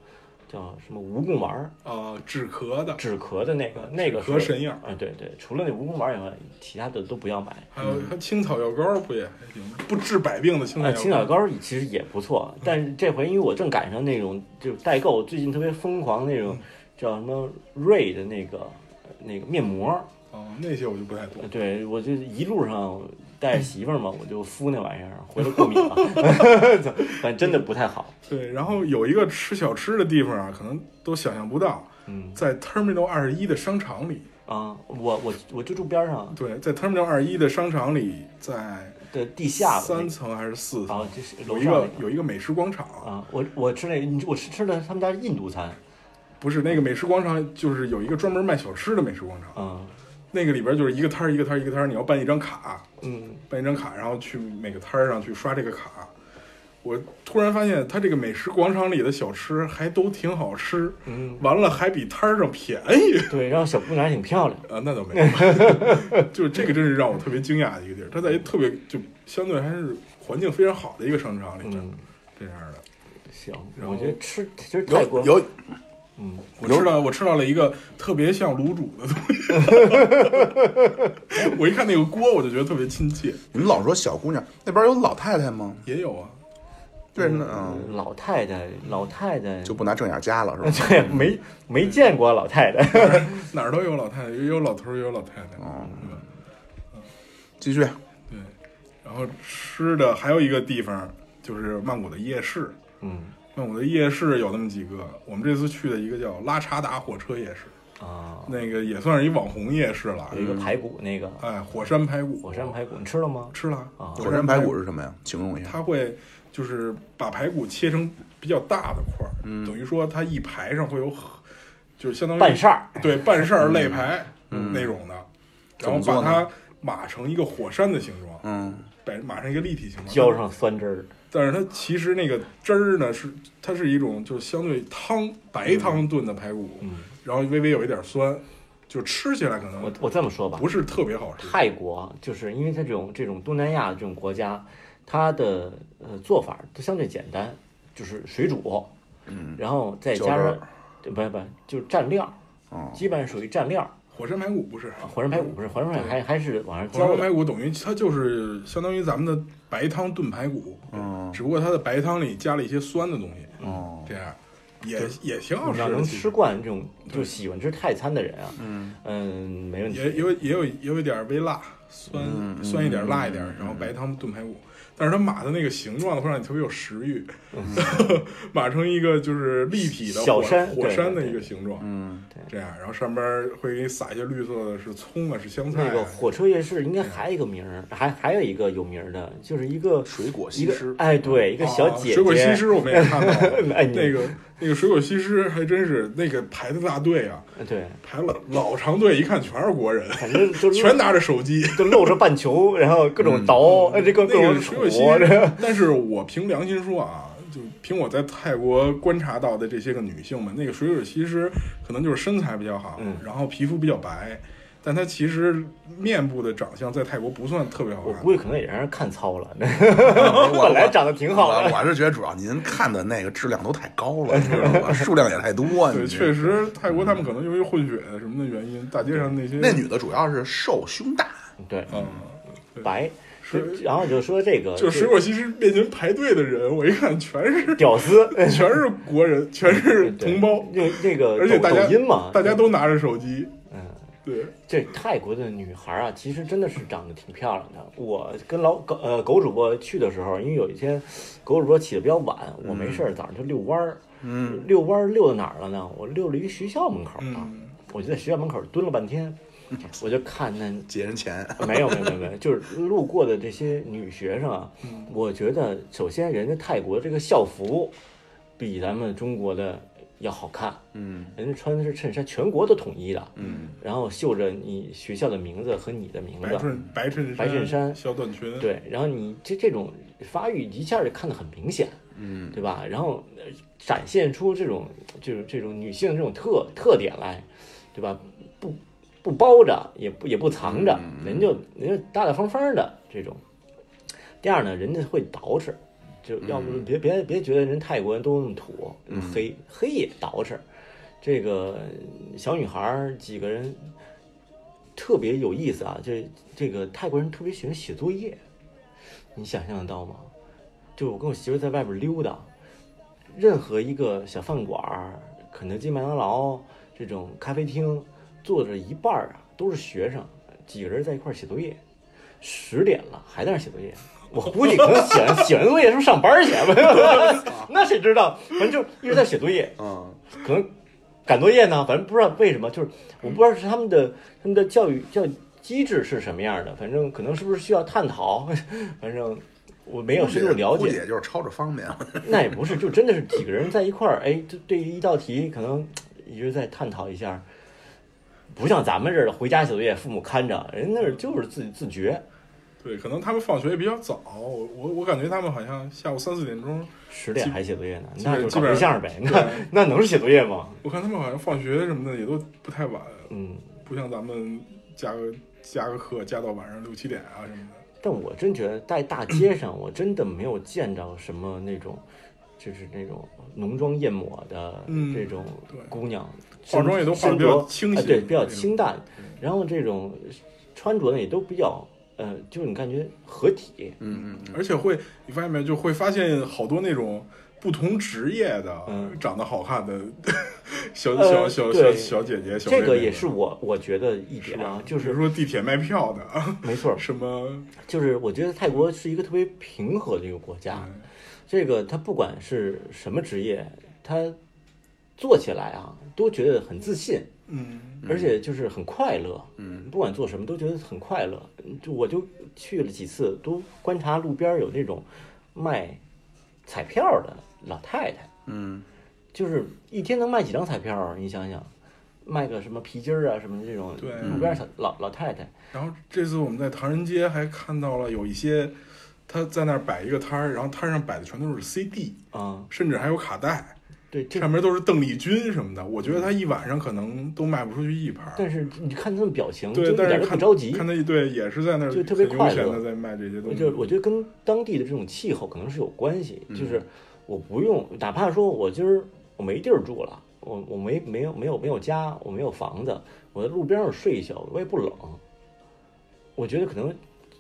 S3: 叫什么蜈蚣丸儿，
S2: 啊，止咳的，
S3: 止咳的那个那个
S2: 啊止咳
S3: 是
S2: 神药
S3: 啊，对对，除了那蜈蚣丸儿以外，其他的都不要买。
S2: 还有还青草药膏不也还行吗？不治百病的青草
S3: 嗯啊，
S2: 药膏。
S3: 青岛膏其实也不错，
S2: 嗯
S3: 但是这回因为我正赶上那种就代购最近特别疯狂那
S2: 嗯
S3: 种叫什么瑞的那个那个面膜儿，
S2: 哦，那些我就不太懂。
S3: 对我就一路上带 <clears throat> 着媳妇儿嘛，我就敷那玩意儿，回来过敏了， <laughs> 反正真的不太好。
S2: 对，然后有一个吃小吃的地方啊，可能都想象不到，
S3: 嗯
S2: 在 Terminal 二十一的商场里，
S3: 啊，我我我就住边上
S2: 对，在 Terminal 二十一的商场里，在
S3: 的地下吧，
S2: 三层还是四
S3: 然后
S2: 层，
S3: 就是楼
S2: 有一
S3: 上
S2: 个
S3: 那
S2: 有一个美食广场，
S3: 啊，我我吃那个，我是吃的他们家印度餐，
S2: 不是那个美食广场，就是有一个专门卖小吃的美食广场，
S3: 嗯
S2: 那个里边就是一个摊儿一个摊儿一个摊儿，你要办一张卡，
S3: 嗯
S2: 办一张卡，然后去每个摊儿上去刷这个卡。我突然发现，它这个美食广场里的小吃还都挺好吃，
S3: 嗯，
S2: 完了还比摊儿上便宜。 <laughs>
S3: 对，然后小姑娘还挺漂亮，
S2: 啊，那倒没有， <laughs> 就是这个真是让我特别惊讶的一个地儿，它在一特别就相对还是环境非常好的一个商场里边，
S3: 嗯，
S2: 这样的。
S3: 行，
S2: 然后
S3: 我觉得吃其实泰国
S1: 有有
S3: 嗯
S2: 我吃到我吃到了一个特别像卤煮的东
S1: <laughs>
S2: 西，我一看那个锅，我就觉得特别亲切。
S1: 你们老说小姑娘那边有老太太吗？
S2: 也有啊，
S1: 对，那嗯
S3: 嗯老太太老太太
S1: 就不拿正眼夹了是
S2: <laughs>
S1: 吧？
S3: <laughs> 对没没见过老太太， <laughs>
S2: 哪儿都有老太太，也有老头儿，也有老太太，
S1: 哦
S2: 对吧？
S1: 继续，
S2: 对。然后吃的还有一个地方就是曼谷的夜市，
S3: 嗯
S2: 曼谷的夜市有那么几个，我们这次去的一个叫拉查达火车夜市。
S3: 啊，
S2: 那个也算是一网红夜市了
S3: 有。
S1: 嗯
S3: 一个排骨那个
S2: 哎，火山排骨，
S3: 火山排骨，你吃了吗？
S2: 吃了
S3: 啊
S1: 火山排骨，是什么呀？形容一下。
S2: 它会就是把排骨切成比较大的块儿，
S1: 嗯
S2: 等于说它一排上会有很，就是相当于
S3: 半扇儿，
S2: 对半扇儿肋排那种的，然后
S1: 嗯怎么
S2: 把
S1: 做呢
S2: 它码成一个火山的形状，
S1: 嗯，
S2: 摆码成一个立体形状，
S3: 浇上酸汁儿，
S2: 但是它其实那个汁儿呢是它是一种就是相对汤白汤炖的排骨，
S3: 嗯，
S2: 然后微微有一点酸，就吃起来可
S3: 我
S2: 能
S3: 我这么说吧，
S2: 不是特别好吃。
S3: 泰国啊就是因为它这种这种东南亚这种国家，它的呃做法都相对简单，就是水煮，嗯，然后再加
S1: 浇汁
S3: 上
S1: 儿，
S3: 对不是不是，就是蘸料儿，
S1: 哦
S3: 基本上属于蘸料儿。
S2: 火山排骨不是，
S3: 火山排骨不是火山排骨还还是往上浇
S2: 火山
S3: 的，
S2: 排骨等于它就是相当于咱们的白汤炖排骨，
S1: 嗯
S2: 只不过它的白汤里加了一些酸的东西，
S1: 哦，
S2: 这样也也挺好
S3: 嗯你
S2: 吃
S3: 要
S2: 的。
S3: 能
S2: 其实
S3: 吃惯这种就喜欢吃泰餐的人啊，嗯没问题。
S2: 也有也有也有一点微辣，酸、
S3: 嗯
S2: 酸一点辣一点，然后白汤炖排骨。但是它码的那个形状呢，会让你特别有食欲， <laughs> 码成一个就是立体的
S3: 嗯小
S2: 火
S3: 山
S2: 火
S3: 对
S2: 山的
S3: 对
S2: 一个形状，
S1: 嗯，
S2: 这样，然后上边会给你撒一些绿色的，是葱啊，是香菜、啊。
S3: 那个火车夜市应该还有一个名儿，还还有一个有名儿的，就是一个
S1: 水果
S3: 一
S1: 西
S3: 个
S1: 施，
S3: 哎，对，一个小
S2: 啊
S3: 姐姐，
S2: 水果西施我们也看到
S3: 哎 <laughs>
S2: 了，
S3: 你
S2: 那个那个水果西施还真是那个排的大队啊，
S3: 对，
S2: 排了老长队，一看全是国人，
S3: 反正就是
S2: 全拿着手机。
S3: <laughs> 就露着半球，然后各种倒，呃，这各
S2: 那
S3: 各种
S2: 个
S3: 杵
S2: 水果西
S3: 着，
S2: 施，但是我凭良心说啊，就凭我在泰国观察到的这些个女性们，那个水果西施可能就是身材比较好，
S3: 嗯
S2: 然后皮肤比较白，但她其实面部的长相在泰国不算特别好
S3: 我
S2: 看。
S3: 估计可能也让人看糙
S2: <laughs> 啊
S3: 了。
S1: 我
S3: 本来长得挺好的
S1: 我我是觉得主要您看的那个质量都太高了，你知道吧？数量也太多。啊
S2: 对，
S1: 你
S2: 确实，
S3: 嗯
S2: 泰国他们可能由于混血什么的原因，大街上那些
S1: 那女的主要是瘦胸大，
S3: 对，
S2: 嗯，
S3: 白，
S2: 是
S3: 然后就说这个，
S2: 就水果西施面前排队的人，我一看全是，
S3: 屌丝
S2: 全是国人，全 <laughs> 是
S3: 对
S2: 同胞，
S3: 那那个
S2: 而且
S3: 抖
S2: 大家
S3: 抖音嘛，
S2: 大家都拿着手机。
S3: 嗯，
S2: 对，
S3: 这泰国的女孩啊，其实真的是长得挺漂亮的。我跟老狗呃狗主播去的时候，因为有一天狗主播起的比较晚，我没事儿早上就遛弯儿，嗯，遛弯儿遛到哪儿了呢？我遛了一学校门口啊，
S2: 嗯
S3: 我就在学校门口蹲了半天，我就看那
S1: 节人钱。
S3: 没有没有没有没有，就是路过的这些女学生啊，我觉得首先人家泰国这个校服比咱们中国的要好看，
S1: 嗯
S3: 人家穿的是衬衫，全国都统一的，
S1: 嗯，
S3: 然后绣着你学校的名字和你的名
S2: 白
S3: 字，
S2: 衬白衬衫、
S3: 白衬衫
S2: 小短裙，，
S3: 对，然后你这这种发育一下就看得很明显，嗯，对吧？然后呃展现出这种就是这种女性的这种特特点来，对吧？不不包着，也不也不藏着，人就人就大大方方的这种。第二呢，人家会捯饬，就要不别别别觉得人泰国人都那么土，那么黑黑也捯饬。这个小女孩儿几个人特别有意思啊，这这个泰国人特别喜欢写作业，你想象得到吗？就我跟我媳妇在外边溜达，任何一个小饭馆儿、肯德基、麦当劳这种咖啡厅，坐着一半儿啊都是学生，几个人在一块儿写作业，十点了还在那儿写作业。我估计可能写完写完作业是不是上班去？啊 <laughs> 那谁知道？反正就一直在写作业，
S1: 嗯
S3: 可能赶作业呢，反正不知道为什么，就是我不知道是他们的他们的教育教育机制是什么样的，反正可能是不是需要探讨， <laughs> 反正我没有深入了
S1: 估
S3: 解
S1: 计。也就是抄着方便。
S3: <laughs> 那也不是，就真的是几个人在一块儿，哎，就对于一道题，可能一直在探讨一下，不像咱们这儿的回家写作业，父母看着，人那儿就是自己自觉，
S2: 对，可能他们放学也比较早，我我我感觉他们好像下午三四点钟，
S3: 十点还写作业呢，
S2: 基
S3: 那就
S2: 基
S3: 搞
S2: 本
S3: 对象呗，那
S2: 对
S3: <laughs> 那能是写作业吗？
S2: 我看他们好像放学什么的也都不太晚，
S3: 嗯，
S2: 不像咱们加个加个课加到晚上六七点啊什么的。
S3: 但我真觉得在大街上，我真的没有见着什么那种，就是那种浓妆艳抹的
S2: 嗯
S3: 这种
S2: 对
S3: 姑娘，
S2: 化妆也都化得比较清
S3: 哎
S2: 新
S3: 对，比较
S2: 那种
S3: 清淡。然后这种穿着呢也都比较，呃，就是你感觉合体，
S1: 嗯嗯
S2: 而且会你外面就会发现好多那种不同职业的、
S3: 嗯
S2: 长得好看的
S3: <laughs>
S2: 小
S3: 呃
S2: 小小小
S3: 对
S2: 小姐姐、小妹
S3: 这
S2: 妹
S3: 个
S2: 们
S3: 也是我我觉得一
S2: 是
S3: 点
S2: 吧
S3: 啊，？就
S2: 比如
S3: 是
S2: 说地铁卖票的， <laughs>
S3: 没错，
S2: 什么
S3: 就是我觉得泰国是一个特别平和的一个国家，
S2: 嗯
S3: 这个他不管是什么职业，他做起来啊都觉得很自信，
S2: 嗯，
S3: 而且就是很快乐，
S1: 嗯，
S3: 不管做什么都觉得很快乐。就我就去了几次，都观察路边有那种卖彩票的老太太，
S1: 嗯
S3: 就是一天能卖几张彩票啊？你想想，卖个什么皮筋儿啊什么的这种，
S2: 对
S3: 路边小老老太太，
S2: 然后这次我们在唐人街还看到了有一些他在那儿摆一个摊儿，然后摊儿上摆的全都是 CD，
S3: 啊，
S2: 甚至还有卡带，
S3: 对，这
S2: 上面都是邓丽君什么的。我觉得他一晚上可能都卖不出去一盘儿。
S3: 但是你看他们表情，就
S2: 对，
S3: 一
S2: 但
S3: 点都
S2: 是
S3: 不
S2: 看
S3: 着急。
S2: 看他一对也是在那儿
S3: 就特别
S2: 很悠
S3: 快
S2: 闲
S3: 乐
S2: 的在卖这些东
S3: 我
S2: 西。
S3: 就我觉得跟当地的这种气候可能是有关系，
S2: 嗯
S3: 就是我不用，哪怕说我今儿我没地儿住了，我我没没有没有没有家，我没有房子，我在路边上睡一宿，我也不冷。我觉得可能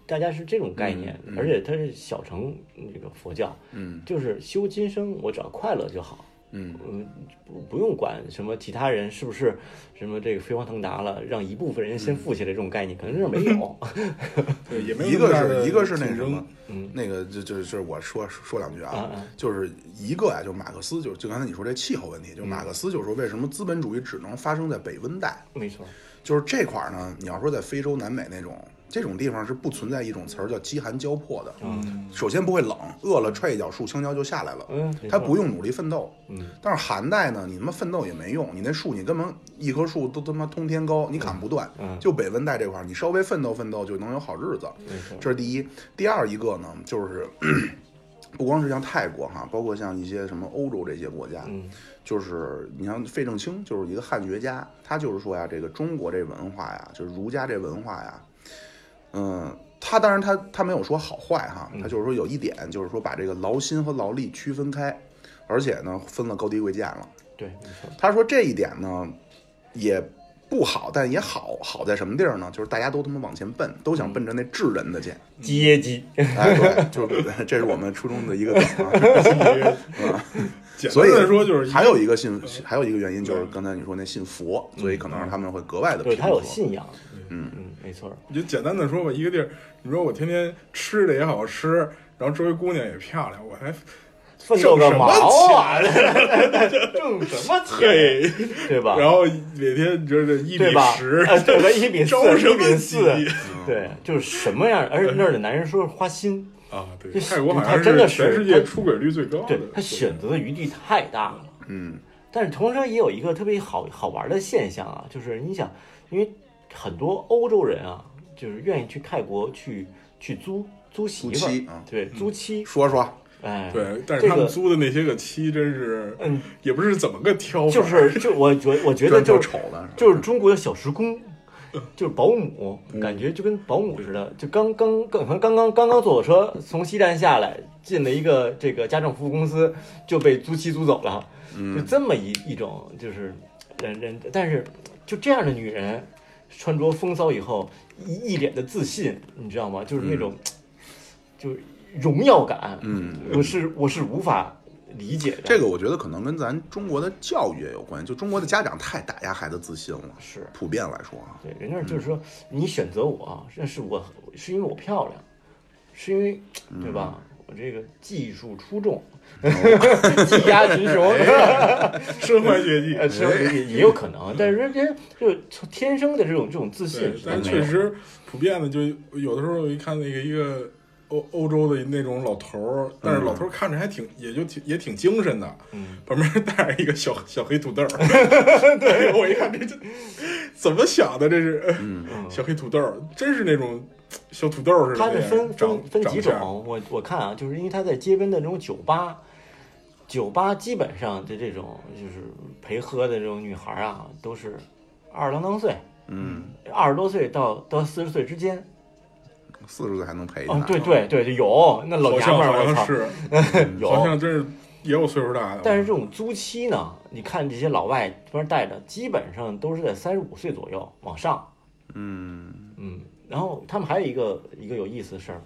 S3: 大家是这种概
S2: 嗯
S3: 念，而且它是小乘那个佛教，
S1: 嗯
S3: 就是修今生，我只要快乐就好。
S1: 嗯
S3: 嗯，不不用管什么其他人是不是什么这个飞黄腾达了，让一部分人先富起来这种概念，可能是没
S2: <laughs>
S3: 有。
S2: 对也没有
S1: 一
S2: 那么
S1: 个
S2: 大的
S1: 是一个是那
S2: 竞
S1: 什
S2: 争
S1: 么，那个就就就是我说说两句啊
S3: 啊啊，
S1: 就是一个呀，就是马克思，就是就刚才你说这气候问题，就是马克思就是说为什么资本主义只能发生在北温带，
S3: 没错，
S1: 就是这块儿呢，你要说在非洲南美那种这种地方是不存在一种词儿叫饥寒交迫的，首先不会冷，饿了踹一脚树青椒就下来了，
S3: 嗯，没
S1: 他
S3: 错
S1: 不用努力奋斗。嗯，但是寒带呢，你他妈奋斗也没用，你那树你根本一棵树都他妈通天高，你砍不断。
S3: 嗯
S1: 就北温带这块儿，你稍微奋斗奋斗就能有好日子。
S3: 没错，
S1: 这是第一。第二一个呢，就是 <clears throat> 不光是像泰国哈，包括像一些什么欧洲这些国家，
S3: 嗯
S1: 就是你像费正清就是一个汉学家，他就是说呀，这个中国这文化呀，就是儒家这文化呀，嗯。他当然他，他没有说好坏哈，
S3: 嗯
S1: 他就是说有一点，就是说把这个劳心和劳力区分开，而且呢分了高低贵贱了。
S3: 对，没错，
S1: 他说这一点呢，也不好，但也好，好在什么地儿呢？就是大家都他妈往前奔，都想奔着那智人的 <laughs> 去。
S2: 嗯
S3: 阶级，
S1: 哎，对，就是这是我们初中的一个梗啊。
S2: <laughs> 简
S1: 所
S2: 单
S1: 以
S2: 的说就
S1: <laughs>
S2: 是
S1: 还有一个信，还有一个原因就是
S2: 对
S1: 刚才你说那信佛，所以可能让他们会格外的
S3: 对
S1: 平
S3: 他
S1: 和
S3: 有。信仰，嗯嗯，没错，
S2: 你就简单的说吧，一个地儿，你说我天天吃的也好吃，然后周围姑娘也漂亮，我还
S3: 奋斗个毛啊， <laughs> 挣什么钱，对吧？
S2: 然后每天就是一比
S3: 对吧？
S2: 十，
S3: 呃对吧？一比四，
S2: 招什
S3: 一比
S2: 么
S3: 四
S2: 急，
S3: 对，就是什么样？而且那儿的男人说是花心，
S2: 啊？对，
S3: 这
S2: 泰国好
S3: 他
S2: 像
S3: 真的是
S2: 全世界
S3: 他
S2: 出轨率最高的
S3: 对，他选择的余地太大了。
S1: 嗯，
S3: 但是同时也有一个特别好好玩的现象啊，就是你想，因为很多欧洲人啊，就是愿意去泰国去去租租媳妇
S1: 租
S3: 儿
S1: 妻啊，
S3: 对，租妻，
S1: 说说，
S3: 哎，
S2: 对，但
S3: 这
S2: 是他们
S3: 个
S2: 租的那些个妻真是，
S3: 嗯，
S2: 也不是怎么个挑法，
S3: 就是就我觉我觉得
S1: 专挑
S3: 就是
S1: 丑的，
S3: 就是中国的小时工，
S1: 嗯
S3: 就是保姆，感觉就跟保姆似的，就刚刚刚可能刚刚刚刚坐火车从西站下来，进了一个这个家政服务公司，就被租妻租走了，
S1: 嗯
S3: 就这么一一种就是人人，但是就这样的女人，穿着风骚以后一一脸的自信，你知道吗？就是那种、就是荣耀感，
S1: 嗯，
S3: 我是我是无法理解的，
S1: 这个我觉得可能跟咱中国的教育也有关系，就中国的家长太打压孩子自信了，
S3: 是
S1: 普遍来说啊，
S3: 对，人家就是说，你选择我，那是我是因为我漂亮，是因为
S2: 嗯
S3: 对吧？我这个技术出众， <laughs> 技压群雄，
S2: 哦哎
S3: <laughs>
S2: 身怀绝技。哎
S3: 呃，是也也有可能，但是人家就是从天生的这种这种自信
S2: 对，
S3: 是
S2: 但
S3: 没
S2: 确
S3: 有。
S2: 实普遍的，就有的时候我一看那个一个欧欧洲的那种老头儿，但是老头儿看着还挺，也就挺也挺精神的，
S3: 嗯
S2: 旁边带着一个小小黑
S3: <laughs>
S2: 土豆儿，对我一看这这怎么想的这是，
S3: 嗯
S2: <laughs> 小黑土豆儿，真是那种小土豆儿似
S3: 它
S2: 的那
S3: 是
S2: 样，
S3: 分分
S2: 长
S3: 分几
S2: 长相
S3: 种，我我看啊，就是因为它在街边的那种酒吧，酒吧基本上的这种就是陪喝的这种女孩啊，都是二郎当岁，
S1: 嗯，
S3: 二十多岁到到四十岁之间，
S1: 四十岁还能陪
S3: 哦
S1: 呢，，
S3: 对
S2: 啊
S3: 对对，就有那老
S2: 好
S3: 娘
S2: 像
S3: 们儿，
S2: 好
S3: 我
S2: 像
S3: 操，
S2: 是，嗯好
S3: 有。
S2: 像真是也有岁数大
S1: 啊
S2: 的，
S3: 但是这种租期呢，你看这些老外这边带着，基本上都是在三十五岁左右往上。
S1: 嗯
S3: 嗯，然后他们还有一个一个有意思的事儿，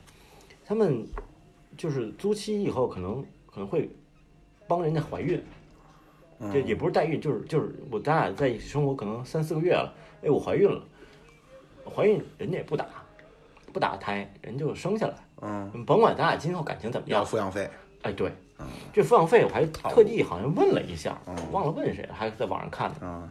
S3: 他们就是租期以后可能可能会帮人家怀孕，
S1: 嗯
S3: 这也不是代孕，就是就是我咱俩在一起生活可能三四个月了，哎，我怀孕了，怀孕人家也不打，不打胎，人就生下来，
S1: 嗯，
S3: 甭管咱俩今后感情怎么样
S1: 要，抚养费，
S3: 哎，对，
S1: 嗯
S3: 这抚养费我还特地好像问了一下，忘了问谁了，还在网上看的。
S1: 嗯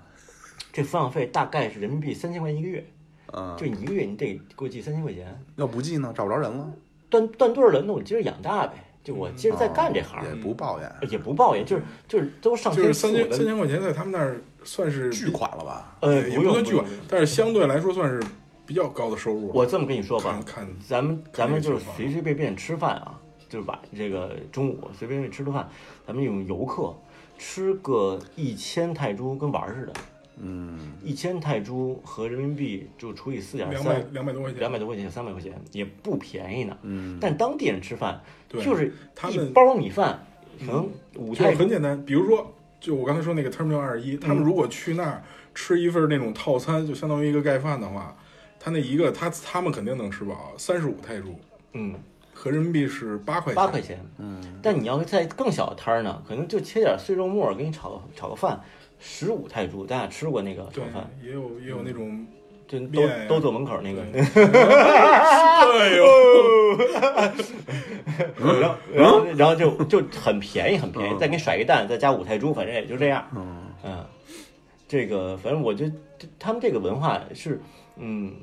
S3: 这抚养费大概是人民币三千块钱一个月，
S1: 嗯
S3: 就，你一个月你得给我寄三千块钱，
S1: 要不记呢，找不着人了，
S3: 断断对儿了，那我接着养大呗，就我接着再干这行，
S1: 也不抱怨，啊
S3: 也不抱怨，就是就是都上
S2: 就是
S3: 天
S2: 三
S3: 父
S2: 千
S3: 母
S2: 三
S3: 的，
S2: 千块钱在他们那儿算是
S1: 巨款了吧？
S3: 呃，
S2: 也
S3: 不
S2: 不
S3: 用
S2: 算
S3: 不
S2: 巨款
S3: 用，
S2: 但是相对来说算是比较高的收入了。
S3: 我这么跟你说吧
S1: 嗯
S2: 看，看
S3: 咱们咱们就是
S2: 看这个情况
S3: 随随便便吃饭啊，就是把这个中午随便便吃顿饭，咱们这种游客吃个一千泰铢跟玩儿似的，
S1: 嗯，
S3: 一千泰铢和人民币就除以四点
S2: 两百
S3: 啊三，
S2: 两百多块钱，
S3: 两百多块钱，三百块钱也不便宜呢。
S1: 嗯，
S3: 但当地人吃饭
S2: 对
S3: 就是
S2: 他
S3: 一
S2: 们嗯
S3: 包米饭，可能五
S2: 就是
S3: 泰
S2: 很简单，比如说，就我刚才说那个 Terminal 二一，他们
S3: 嗯
S2: 如果去那儿吃一份那种套餐，就相当于一个盖饭的话，他那一个他他们肯定能吃饱，三十五泰铢，
S3: 嗯
S2: 合人民币是八块
S3: 八块
S2: 钱。
S3: 钱。嗯，但你要在更小的摊儿呢，可能就切点碎肉末儿给你炒个炒个饭，十五泰铢。咱俩吃过那个炒
S2: 对
S3: 饭，，
S2: 也有也有那种，
S3: 就都
S2: 面呀
S3: 都坐门口那个。
S2: 对哎呦，
S3: <laughs>
S1: 嗯
S3: 然后然后然后就就很便宜，很便宜，再给你甩一蛋，再加五泰铢，反正也就这样。
S1: 嗯
S3: 嗯，这个反正我觉得他们这个文化是，嗯，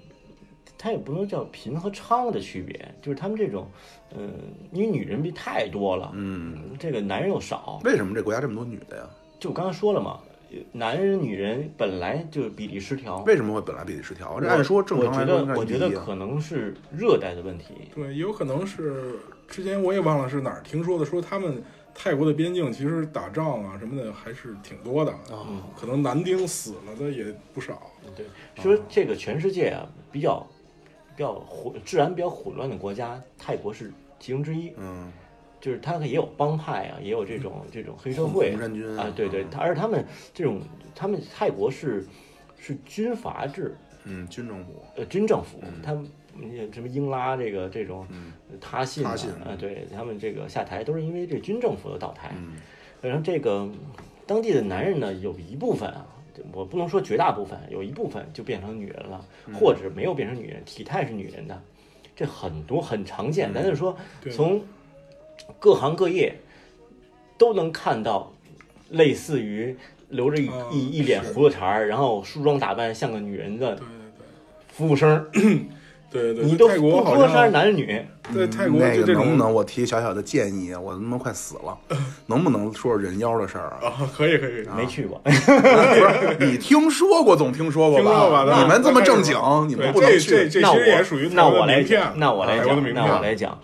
S3: 他也不能叫贫和娼的区别，就是他们这种，嗯、因为女人比太多了，
S1: 嗯，
S3: 嗯，这个男人又少，
S1: 为什么这国家这么多女的呀？
S3: 就我刚刚说了嘛，男人女人本来就比例失调。
S1: 为什么会本来比例失调？这
S3: 我
S1: 按说正
S3: 我
S1: 常来
S3: 觉
S1: 说应
S3: 得
S1: 该
S3: 我觉
S1: 一啊
S3: 得
S1: 样
S3: 可能是热带的问题，
S2: 对，也有可能是之前我也忘了是哪儿听说的，说他们泰国的边境其实打仗啊什么的还是挺多的，
S3: 哦
S2: 可能男丁死了的也不少。
S3: 对，
S1: 哦
S3: 说这个全世界啊比较比较混治安比较混乱的国家，泰国是其中之一。
S1: 嗯
S3: 就是他也有帮派啊，也有这种这种黑社会
S1: 红山军嗯
S3: 啊，对对，他而他们这种他们泰国是是军阀制，
S1: 嗯，军政府
S3: 呃，军政府，他们嗯什么英拉这个这种他信
S1: 嗯
S3: 啊
S1: 他信
S3: 啊，对他们这个下台都是因为这军政府的倒台呃
S1: 嗯，
S3: 然后这个当地的男人呢，有一部分啊。我不能说绝大部分，有一部分就变成女人了，
S1: 嗯
S3: 或者没有变成女人，体态是女人的，这很多很常见。咱就说，
S2: 嗯对
S3: 从各行各业都能看到类似于留着一、
S2: 嗯
S3: 一一脸
S2: 是
S3: 葫芦茬儿，然后梳妆打扮像个女人的
S2: 对对对。
S3: 服务生
S2: <clears throat>
S3: 儿，
S2: 对对，
S3: 你
S2: 在
S3: 都
S2: 泰
S3: 不
S2: 国好
S3: 说是
S2: 像啊
S3: 男是女，
S2: 在泰国
S1: 那
S2: 就
S1: 个
S2: 这
S1: 能不
S2: 种
S1: 能我提小小的建议啊？我他妈快死
S3: <laughs>
S1: 了，能不能说说人妖的事儿啊？
S2: 啊，可以可以，
S3: 没去过，
S1: 不是，你听说过总听说过
S2: 听说过吧
S1: 吧？
S2: 那
S1: 你们这么正经，你
S2: 对
S1: 们不能
S2: 这这
S1: 去。
S2: 这
S3: 那
S2: 其
S3: 我
S2: 实也属于
S3: 那我来
S2: 来
S3: 讲，那我来
S2: 泰国啊的名
S3: 讲，那我
S2: 片，
S3: 来讲，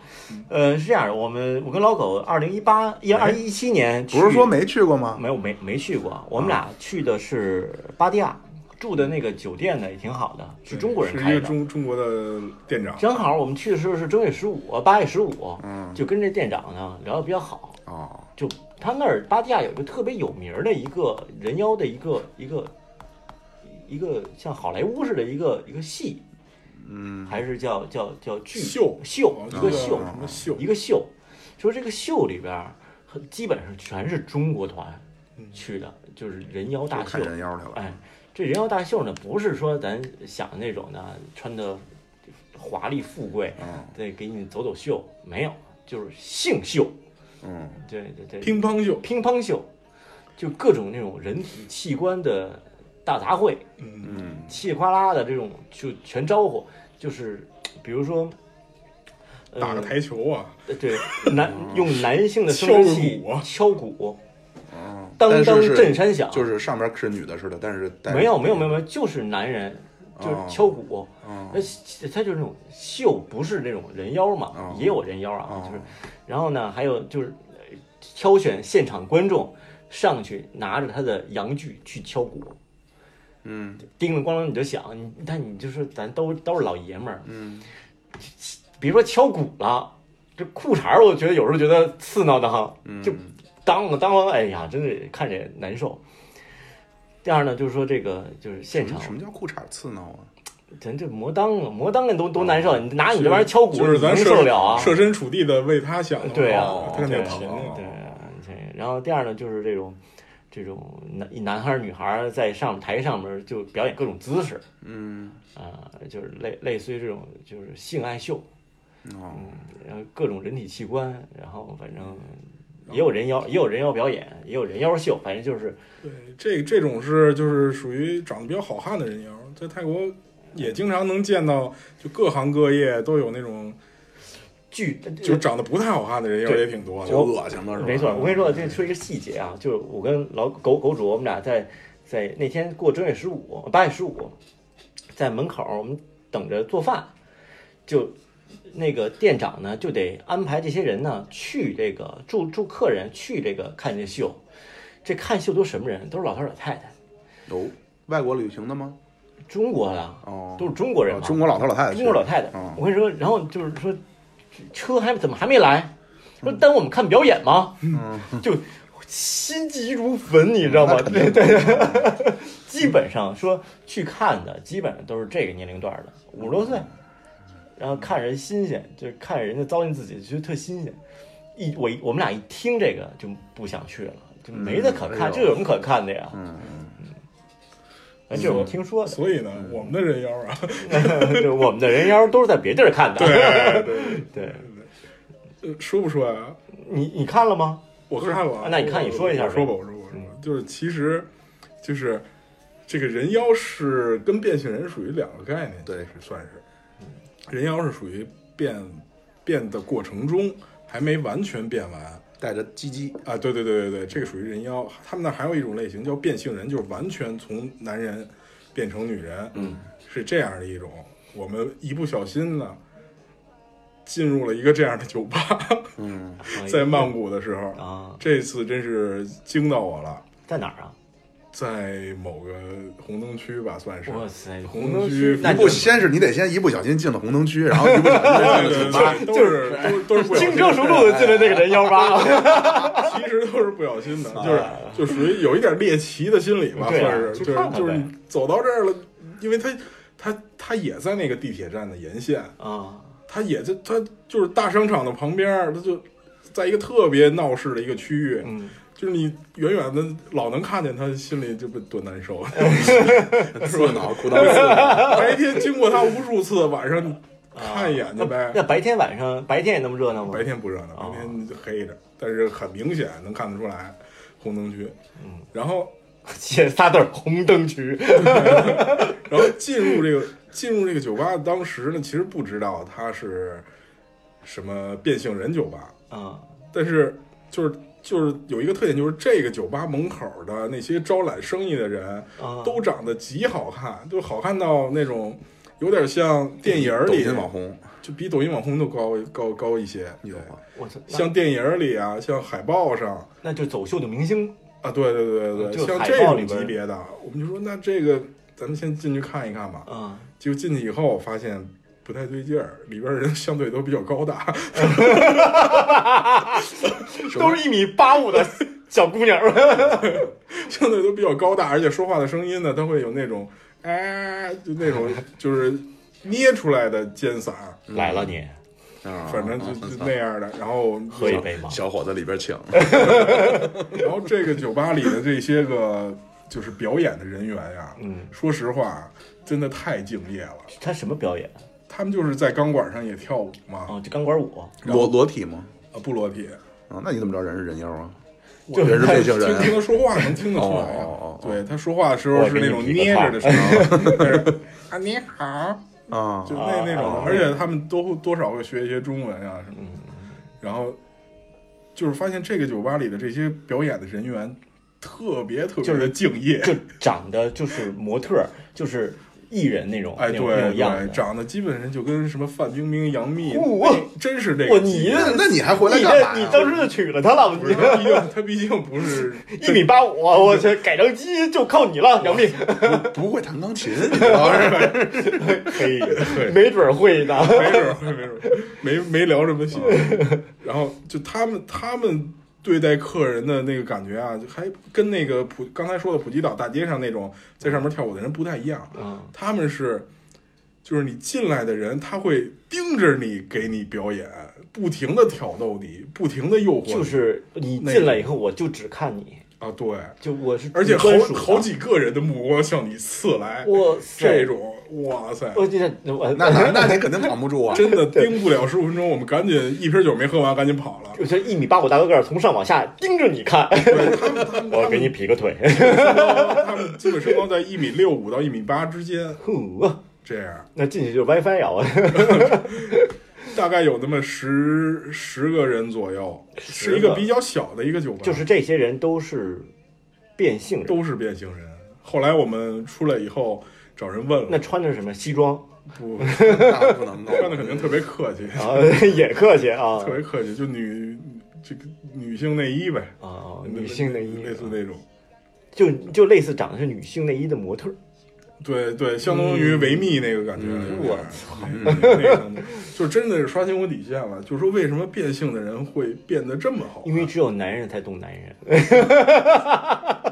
S3: 呃，是这样，我们我跟老狗二零一八
S2: 哎
S3: 一二一七年去啊
S1: 不是说没去过吗？
S2: 啊
S3: 没有没没去过，我们俩去的是巴蒂亚，住的那个酒店呢也挺好的，是中国人
S2: 是
S3: 开
S2: 一个
S3: 的。
S2: 中中国的店长，
S3: 正好我们去的时候是正月十五，八月十五，
S1: 嗯
S3: 就跟这店长呢聊得比较好。
S1: 哦，
S3: 就他那儿巴堤亚有一个特别有名儿的一个人妖的一个一个一个像好莱坞似的一个一个戏，
S1: 嗯，
S3: 还是叫叫叫剧
S2: 秀
S3: 秀
S2: 啊
S3: 一个
S2: 这
S3: 秀
S2: 什么秀
S3: 一个秀，说这个秀里边儿很基本上全是中国团
S2: 嗯
S3: 去的，就是人妖
S1: 就
S3: 大秀
S1: 看。人妖去了，
S3: 哎，这人妖大秀呢，不是说咱想的那种呢，穿的华丽富贵，
S1: 嗯
S3: 再给你走走秀，没有，就是性秀，
S1: 嗯，
S3: 对对对，
S2: 乒乓秀，
S3: 乒乓秀，就各种那种人体器官的大杂烩，
S2: 嗯
S1: 嗯
S3: 嘁里呱啦的这种就全招呼，就是比如说，呃、
S2: 打个台球啊，
S3: 对男用男性的生殖器敲鼓，
S1: 啊嗯，
S3: 当
S1: 但
S3: 当
S1: 是
S3: 震
S1: 是
S3: 山响，
S1: 就是上边是女的似的，但是带
S3: 没有没有没有没有，就是男人
S1: 哦
S3: 就是敲鼓，
S1: 嗯
S3: 那、他就是那种秀，不是那种人妖嘛，
S1: 哦
S3: 也有人妖啊，
S1: 哦
S3: 就是，然后呢，还有就是呃挑选现场观众上去拿着他的洋具去敲鼓，
S1: 嗯
S3: 叮铃咣啷你就响，你但你就是咱都都是老爷们儿，
S1: 嗯
S3: 别说敲鼓了，这裤衩儿我觉得有时候觉得刺挠的哈，
S1: 嗯，
S3: 就当啷当啷，哎呀，真的看着也难受。第二呢，就是说这个就是现场
S1: 什么叫裤衩刺挠啊？
S3: 咱这磨裆啊，磨裆那都多难受，你拿你这玩意儿敲鼓，
S2: 哦就是咱
S3: 能
S2: 设
S3: 受得了啊？
S2: 设身处地的为他想的话，
S3: 对啊
S2: 他肯定
S3: 对
S2: 疼啊
S3: 对，对。然后第二呢，就是这种这种男男孩儿女孩儿在上台上面就表演各种姿势
S1: 嗯
S3: 啊、就是类类似于这种就是性爱秀，
S1: 哦，
S3: 然后各种人体器官，然后反正也有人妖，也有人妖表演，也有人妖秀，反正就是
S2: 对，这这种是就是属于长得比较好看的人妖，在泰国也经常能见到，就各行各业都有那种
S3: 剧
S2: 就长得不太好看的人妖
S3: 对
S2: 也挺多
S1: 就
S2: 的。
S1: 恶心了是吧？嗯
S3: 没错，我跟你说，这说一个细节啊，就是我跟老狗狗主，我们俩在在那天过正月十五，八月十五，在门口我们等着做饭，就那个店长呢就得安排这些人呢去这个住住客人去这个看这秀，这看秀都什么人？都是老头老太太，
S1: 有外国旅行的吗？
S3: 中国的啊，
S1: 哦，
S3: 都是中国人嘛，
S1: 哦中国老头老太太去，
S3: 中国老太太
S1: 嗯。
S3: 我跟你说，然后就是说，车还怎么还没来？说
S1: 嗯
S3: 耽误我们看表演吗？ <laughs> 就心急如焚，你知道吗？对 <laughs> 对，基本上说去看的，基本上都是这个年龄段的，五十多岁，然后看人新鲜，就是看人家糟践自己，觉得特新鲜。一我一我们俩一听这个就不想去了，就没得可
S1: 哎呦
S3: 看，这有什么可看的呀？
S1: 嗯
S3: 哎这是我听说的，
S2: 所以呢，我们的人妖啊， <laughs>
S3: <laughs> 对我们的人妖都是在别地儿看的。
S2: 对对
S3: <laughs> 对，
S2: 对，呃说不说呀？
S3: 你你看了吗？
S2: 我看过啊
S3: 啊，那你看你说一下
S2: 我
S3: 呗嗯
S2: 说吧，我说吧我说吧，就是其实就是这个人妖是跟变性人属于两个概念，
S1: 对
S2: 其实算是
S3: 嗯
S2: 人妖是属于变变的过程中还没完全变完。
S1: 带着鸡鸡，
S2: 啊，对对对对对，这个属于人妖。他们那还有一种类型叫变性人，就是完全从男人变成女人，
S1: 嗯，
S2: 是这样的一种。我们一不小心呢，进入了一个这样的酒吧，
S1: 嗯，
S2: 在曼谷的时候，
S3: 啊，
S2: 这次真是惊到我了，
S3: 在哪儿啊？
S2: 在某个红灯区吧，算是。
S3: 哇塞，
S2: 红
S3: 灯
S2: 灯区
S3: 那
S1: 一
S3: 你
S1: 不先是你得先一不小心进了红灯区，然后一不小
S2: <laughs>
S1: 心进了酒
S2: 对对
S1: 吧，
S2: 对，都是都是都是不小心
S3: 轻车熟路的进了这个人幺八，哎
S2: 其实都是不小心的，就是就属于有一点猎奇的心理
S3: 啊
S2: 吧，
S3: 对啊
S2: 算是就
S3: 去
S2: 是
S3: 看看呗
S2: 就是你走到这儿了，因为他他他也在那个地铁站的沿线， <laughs>
S3: 啊，
S2: 他也在他就是大商场的旁边儿，他就在一个特别闹市的一个区域，
S3: 嗯，
S2: 就是你远远的老能看见他，心里就不多
S3: <laughs>
S2: 难受。
S1: 刺挠裤裆刺挠，
S2: 白天经过他无数次，晚上你
S3: 啊
S2: 看一眼去
S3: 那
S2: 呗。
S3: 那白天晚上白天也那么热闹吗？
S2: 白天不热闹，
S3: 哦
S2: 白天黑着，但是很明显能看得出来红灯区。
S3: 嗯，
S2: 然后
S3: <laughs> 写仨字儿红灯
S2: <laughs>
S3: 区，
S2: 然后进入这个进入这个酒吧，当时呢其实不知道它是什么变性人酒吧，
S3: 啊，
S2: 但是就是就是有一个特点，就是这个酒吧门口的那些招揽生意的人
S3: 啊
S2: 都长得极好看，就好看到那种有点像电影
S1: 抖
S2: 里
S1: 音网红，
S2: 就比抖音网红都高高高一些，
S1: 有啊，
S3: 我操，那
S2: 像电影里啊，像海报上
S3: 那就走秀的明星
S2: 啊，对对对对，
S3: 就
S2: 像
S3: 海
S2: 这
S3: 报里
S2: 种级
S3: 边
S2: 别的，我们就说那这个咱们先进去看一看吧。
S3: 嗯，
S2: 就进去以后，我发现不太对劲儿，里边人相对都比较高大， <laughs>
S3: 都是一米八五的小姑娘， <laughs>
S2: 相对都比较高大，而且说话的声音呢，它会有那种哎，就那
S3: <laughs>
S2: 种就是捏出来的尖嗓儿，
S3: 来了你，
S1: 啊
S2: 反正就
S1: 啊
S2: 就
S1: 啊
S2: 那样的。然后
S3: 喝一杯吗？
S1: 小伙子里边请，
S2: <laughs> 然后这个酒吧里的这些个就是表演的人员呀，
S3: 嗯，
S2: 说实话，真的太敬业了。
S3: 他什么表演？啊
S2: 他们就是在钢管上也跳舞嘛，
S3: 哦，就钢管舞，
S1: 裸裸体吗？
S2: 啊，不裸体，
S1: 啊，那你怎么知道人是人妖啊？
S3: 就
S1: 人是
S3: 看
S1: 外星
S2: 听听
S1: 人
S2: 他说话能听得出来呀、啊
S1: 哦哦哦哦
S2: 对，他说话的时候是那种捏着的声音，但是 <laughs> 啊你好，
S1: 啊
S2: 就那那种的，而且他们都会多少会学一些中文啊什么
S1: 嗯
S2: 的，然后就是发现这个酒吧里的这些表演的人员特别特别的敬业，
S3: <laughs> 就长得就是模特儿，就是艺人那种，
S2: 哎，
S3: 那
S2: 对
S3: 种那种样
S2: 对，
S3: 子。
S2: 长得基本上就跟什么范冰冰、杨幂，
S3: 哇
S2: 哎真是这
S3: 哇
S2: 个
S3: 你
S2: 级别。
S1: 那那你还回来
S3: 你
S1: 干嘛
S3: 这
S1: 呀？
S3: 你当时就娶了她了，
S2: 不是
S3: 你
S2: 他毕竟他毕竟不是
S3: 一米八五，啊我去改成基因就靠你了，杨
S2: <laughs>
S3: 幂。
S1: 不会弹钢琴，你知道是吧
S3: 嘿， <laughs> <laughs> 没准儿会呢。
S2: 没准儿会，没准儿没没聊什
S3: <laughs>
S2: 么戏。然后就他们他们对待客人的那个感觉啊，就还跟那个普刚才说的普吉岛大街上那种在上面跳舞的人不太一样。
S3: 嗯，
S2: 他们是，就是你进来的人，他会盯着你给你表演，不停的挑逗你，不停的诱惑你，
S3: 就是你进来以后，我就只看你，
S2: 啊，对，
S3: 就我是
S2: 而且好
S3: 专属的
S2: 好，几个人的目光向你刺来，
S3: 哇塞呃
S2: 这种，哇塞，
S3: 我今天我
S1: <laughs> 那那那你肯定扛不住啊！
S2: 真的盯不了十五分钟，我们赶紧一瓶酒没喝完，赶紧跑
S3: <laughs>
S2: 了。
S3: 我这一米八五大高个儿从上往下盯着你看，
S2: 对他们，他们
S3: 我给你劈个腿。
S2: 他们基本身高在一米六五到一米八之间，
S3: 呼
S2: 这样
S3: 那进去就是 WiFi 啊呀，我
S2: 大概有那么十十个人左右，
S3: 十
S2: 是一个
S3: 个
S2: 比较小的一个酒吧，
S3: <laughs> 就是这些人都是变性人。
S2: 都是变性人。后来我们出来以后找人问
S3: 那
S2: 了，
S3: 穿的是什么西装
S2: 不
S1: 那不能弄，
S2: 穿的肯定特别客气，
S3: <laughs> 啊？也客气啊
S2: 特别客气，就女这个女性内衣呗，
S3: 啊，女性内衣
S2: 类似那种。
S3: 就就类似长得是女性内衣的模特儿，
S2: 对对，相当于维密那个感觉。
S3: 嗯
S2: 我
S3: 我
S2: 操， <laughs> 那个程度就真的是刷新我底线了。就是说，为什么变性的人会变得这么好看？啊
S3: 因为只有男人才懂男人。 <laughs>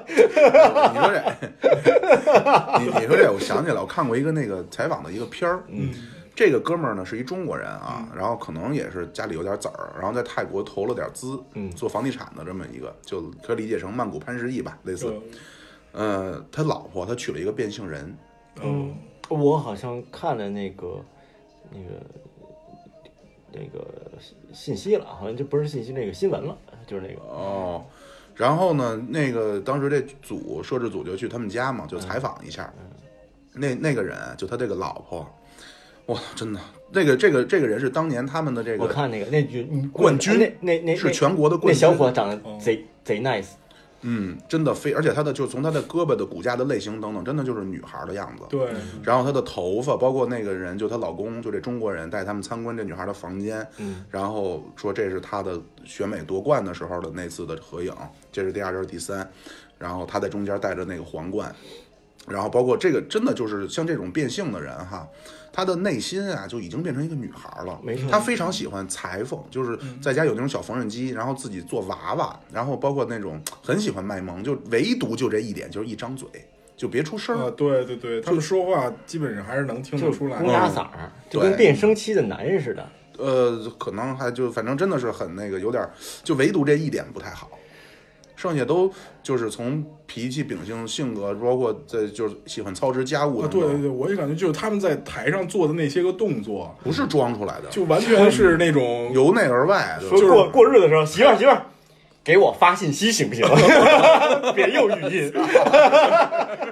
S1: 你说这，你你说这，我想起来，我看过一个那个采访的一个片儿，嗯，这个哥们儿呢是一中国人啊，然后可能也是家里有点子儿，然后在泰国投了点资，
S3: 嗯
S1: 做房地产的这么一个，就可以理解成曼谷潘石屹吧，类似。
S2: 嗯
S1: 呃，他老婆他娶了一个变性人，
S2: 嗯，
S3: 我好像看了那个那个那个信息了，好像就不是信息，那个新闻了，就是那个
S1: 哦，然后呢，那个当时这组摄制组就去他们家嘛，就采访一下。那那个人啊就他这个老婆，哇，真的，那个这个这个人是当年他们的这
S3: 我
S1: 个
S3: 看那个那局你
S1: 冠军
S3: 那那那
S1: 是全国的
S3: 那
S1: 冠军，哦
S3: 小伙长得贼贼 nice，
S1: 嗯，真的非，而且他的就是从他的胳膊的骨架的类型等等，真的就是女孩的样子。
S2: 对，
S1: 然后她的头发，包括那个人，就她老公，就这中国人带他们参观这女孩的房间，
S3: 嗯，
S1: 然后说这是她的选美夺冠的时候的那次的合影，这是第二，这是第三，然后她在中间戴着那个皇冠，然后包括这个真的就是像这种变性的人哈，她的内心啊就已经变成一个女孩了，
S3: 没错嗯
S1: 她非常喜欢裁缝，就是在家有那种小缝纫机，然后自己做娃娃，然后包括那种很喜欢卖萌，就唯独就这一点，就是一张嘴。就别出声儿
S2: 啊，对对对，他们说话基本上还是能听
S3: 就
S2: 得
S3: 是
S2: 出来啊
S3: 公鸭嗓
S2: 的。
S3: 儿，就跟
S1: 嗯对
S3: 变声期的男人似的。
S1: 呃，可能还就反正真的是很那个，有点儿就唯独这一点不太好，剩下都就是从脾气、秉性、性格，包括在就是喜欢操持家务
S2: 啊，
S1: 等
S2: 对
S1: 等，
S2: 对对，我也感觉就是他们在台上做的那些个动作，
S1: 不是装出来的，
S2: 就完全是那种
S1: 由内而外的，
S3: 说
S1: 就是
S3: 过过日子的时 <laughs> 候，媳妇儿媳妇儿，给我发信息 <laughs> 行不行？别用语音。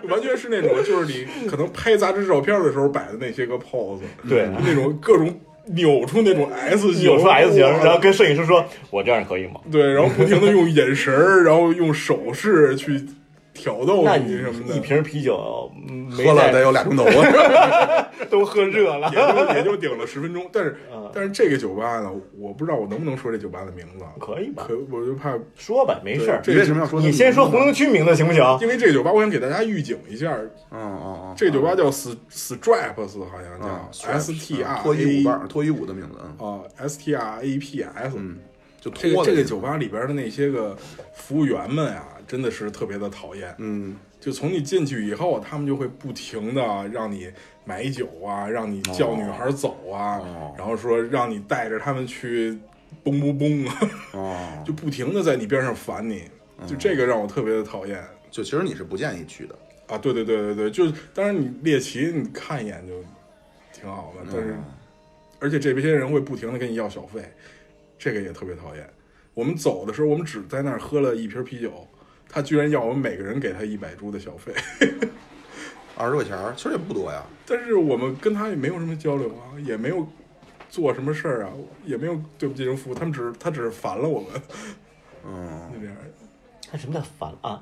S2: 完全是那种，就是你可能拍杂志照片的时候摆的那些个 pose，
S3: 对
S2: 那种各种扭出那种 S 型，
S3: <laughs> 有啊出 S 型，
S2: 哇
S3: 然后跟摄
S1: <laughs>
S3: 影师说：“我这样可以吗
S2: 对，然后不停的用眼神儿，然后用手势去挑逗
S3: 那
S2: 你什么的，
S3: 一瓶啤酒嗯没
S1: 喝了
S3: 在
S1: 得有俩钟头。
S3: <laughs> 都喝热了
S2: 也，就也就顶了十分
S1: <laughs>
S2: 钟。但是
S3: 嗯
S2: 但是这个酒吧呢，我不知道我能不能说这酒吧的名字啊，
S3: 可以吧
S2: 可？我就怕，
S3: 说吧，没事儿。
S1: 你为什么要说？
S3: 你先说红。灯区名字行不行？
S2: 因为这个酒吧，我想给大家预警一下，
S1: 嗯嗯嗯，
S2: 这个酒吧叫 S Straps，好像
S1: 啊
S2: 叫 S T R
S1: 脱衣舞
S2: A
S1: 伴儿，脱衣舞的名字，嗯，
S2: 啊 S T R A P S，
S1: 嗯就
S2: 这个
S1: 脱的
S2: 这个
S1: 意思
S2: 酒吧里边的那些个服务员们啊，真的是特别的讨厌。
S1: 嗯，
S2: 就从你进去以后，他们就会不停的让你买酒啊，让你叫女孩走啊，
S1: 哦
S2: 然后说让你带着他们去蹦蹦蹦啊， <laughs>
S1: 哦，
S2: 就不停的在你边上烦你，
S1: 嗯
S2: 就这个让我特别的讨厌
S1: 就其实你是不建议去的，
S2: 啊！对对对对对，就是当然你猎奇你看一眼就挺好的，但是、
S3: 嗯
S2: 而且这些人会不停的跟你要小费，这个也特别讨厌。我们走的时候，我们只在那儿喝了一瓶啤酒，他居然要我们每个人给他一百铢的小费。 <laughs>
S1: 二十块钱儿其实也不多呀，
S2: 但是我们跟他也没有什么交流啊，也没有做什么事儿啊，也没有对不起人服务，他们只是他只是烦了我们，
S1: 嗯，
S2: 就这样。
S3: 他什么叫烦啊？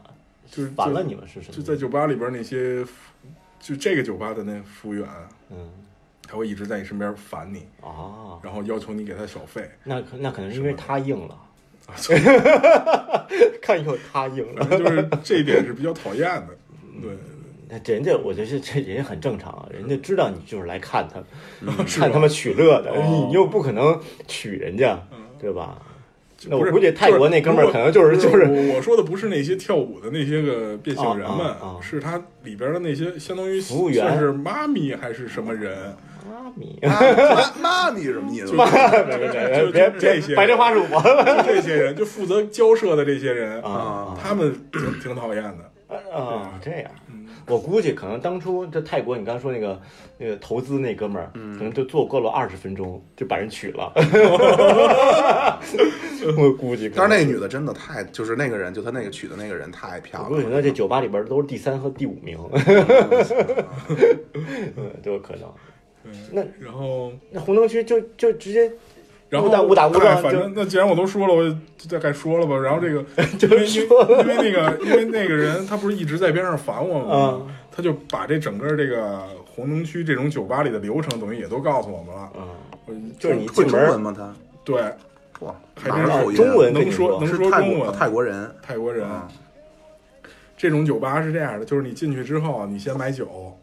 S2: 就是
S3: 烦了你们是什么？
S2: 就在酒吧里边那些服，就这个酒吧的那服务员啊，
S3: 嗯
S2: 他会一直在你身边烦你，
S3: 啊，
S2: 然后要求你给他小费，
S3: 那可那可能是因为他硬了
S2: 啊。
S3: <laughs> 看以后他硬了
S2: 反，正就是这一点是比较讨厌的。对，
S3: 那人家我觉得这人家很正常啊，人家知道你就是来看他，
S2: 嗯是吧
S3: 看他们取乐的，
S2: 哦嗯
S3: 你又不可能娶人家，对吧？那
S2: 不
S3: 我
S2: 是
S3: 估计泰国那哥们儿可能就是
S2: 不
S3: 就是
S2: 我我说的不是那些跳舞的那些个变性人们，
S3: 啊啊啊
S2: 是他里边的那些相当于
S3: 服务员
S2: 算是妈咪还是什
S3: <laughs>
S2: 么人，
S3: 妈咪，
S1: 妈妈咪什么意思？
S2: 就
S3: 啊别
S2: 就这些
S3: 别白莲花是
S2: <laughs>
S3: 我
S2: 就这些人，就负责交涉的这些人，
S1: 啊
S2: 他们挺挺讨厌的。
S3: 啊，这样。
S2: 嗯
S3: 我估计可能当初这泰国，你刚说那个那个投资那哥们儿，
S2: 嗯
S3: 可能就坐过了二十分钟就把人娶
S2: <laughs>
S3: 了。 <laughs> 我估计可
S1: 但
S3: 能，
S1: 是那女的真的太，就是那个人，就她那个娶的那个人太漂
S3: 我估计可
S1: 亮
S3: 能
S1: 了，
S3: 这啊酒吧里边都是第三和第五名，啊 <laughs> 嗯，都有可能。那
S2: 然后，
S3: 那红灯区就就直接
S2: 然后
S3: 误打误打误撞
S2: 哎
S3: 就
S2: 反正那既然我都说了，我就大概说了吧。然后
S3: <laughs>
S2: 这个，因为因
S3: 说
S2: 为因为那个，因为那个人他不是一直在边上烦我吗？
S3: 嗯
S2: 他就把这整个这个红灯区这种酒吧里的流程，等于也都告诉我们了。
S3: 嗯，
S2: 我
S3: 就是你
S1: 会
S3: 进
S1: 中
S3: 门
S1: 文
S3: 儿
S1: 吗？她
S2: 对，
S1: 哇，
S2: 还
S1: 哪
S2: 真
S1: 儿
S2: 是
S1: 口音？
S3: 中嗯文跟
S2: 能
S3: 你
S2: 说
S3: 说
S2: 能
S1: 啊是
S2: 说
S1: 泰
S2: 中
S1: 国啊
S2: 文，
S1: 泰国人，
S2: 泰国人。
S1: 啊
S2: 这种酒吧是这样的，就是你进去之后，啊你先买酒，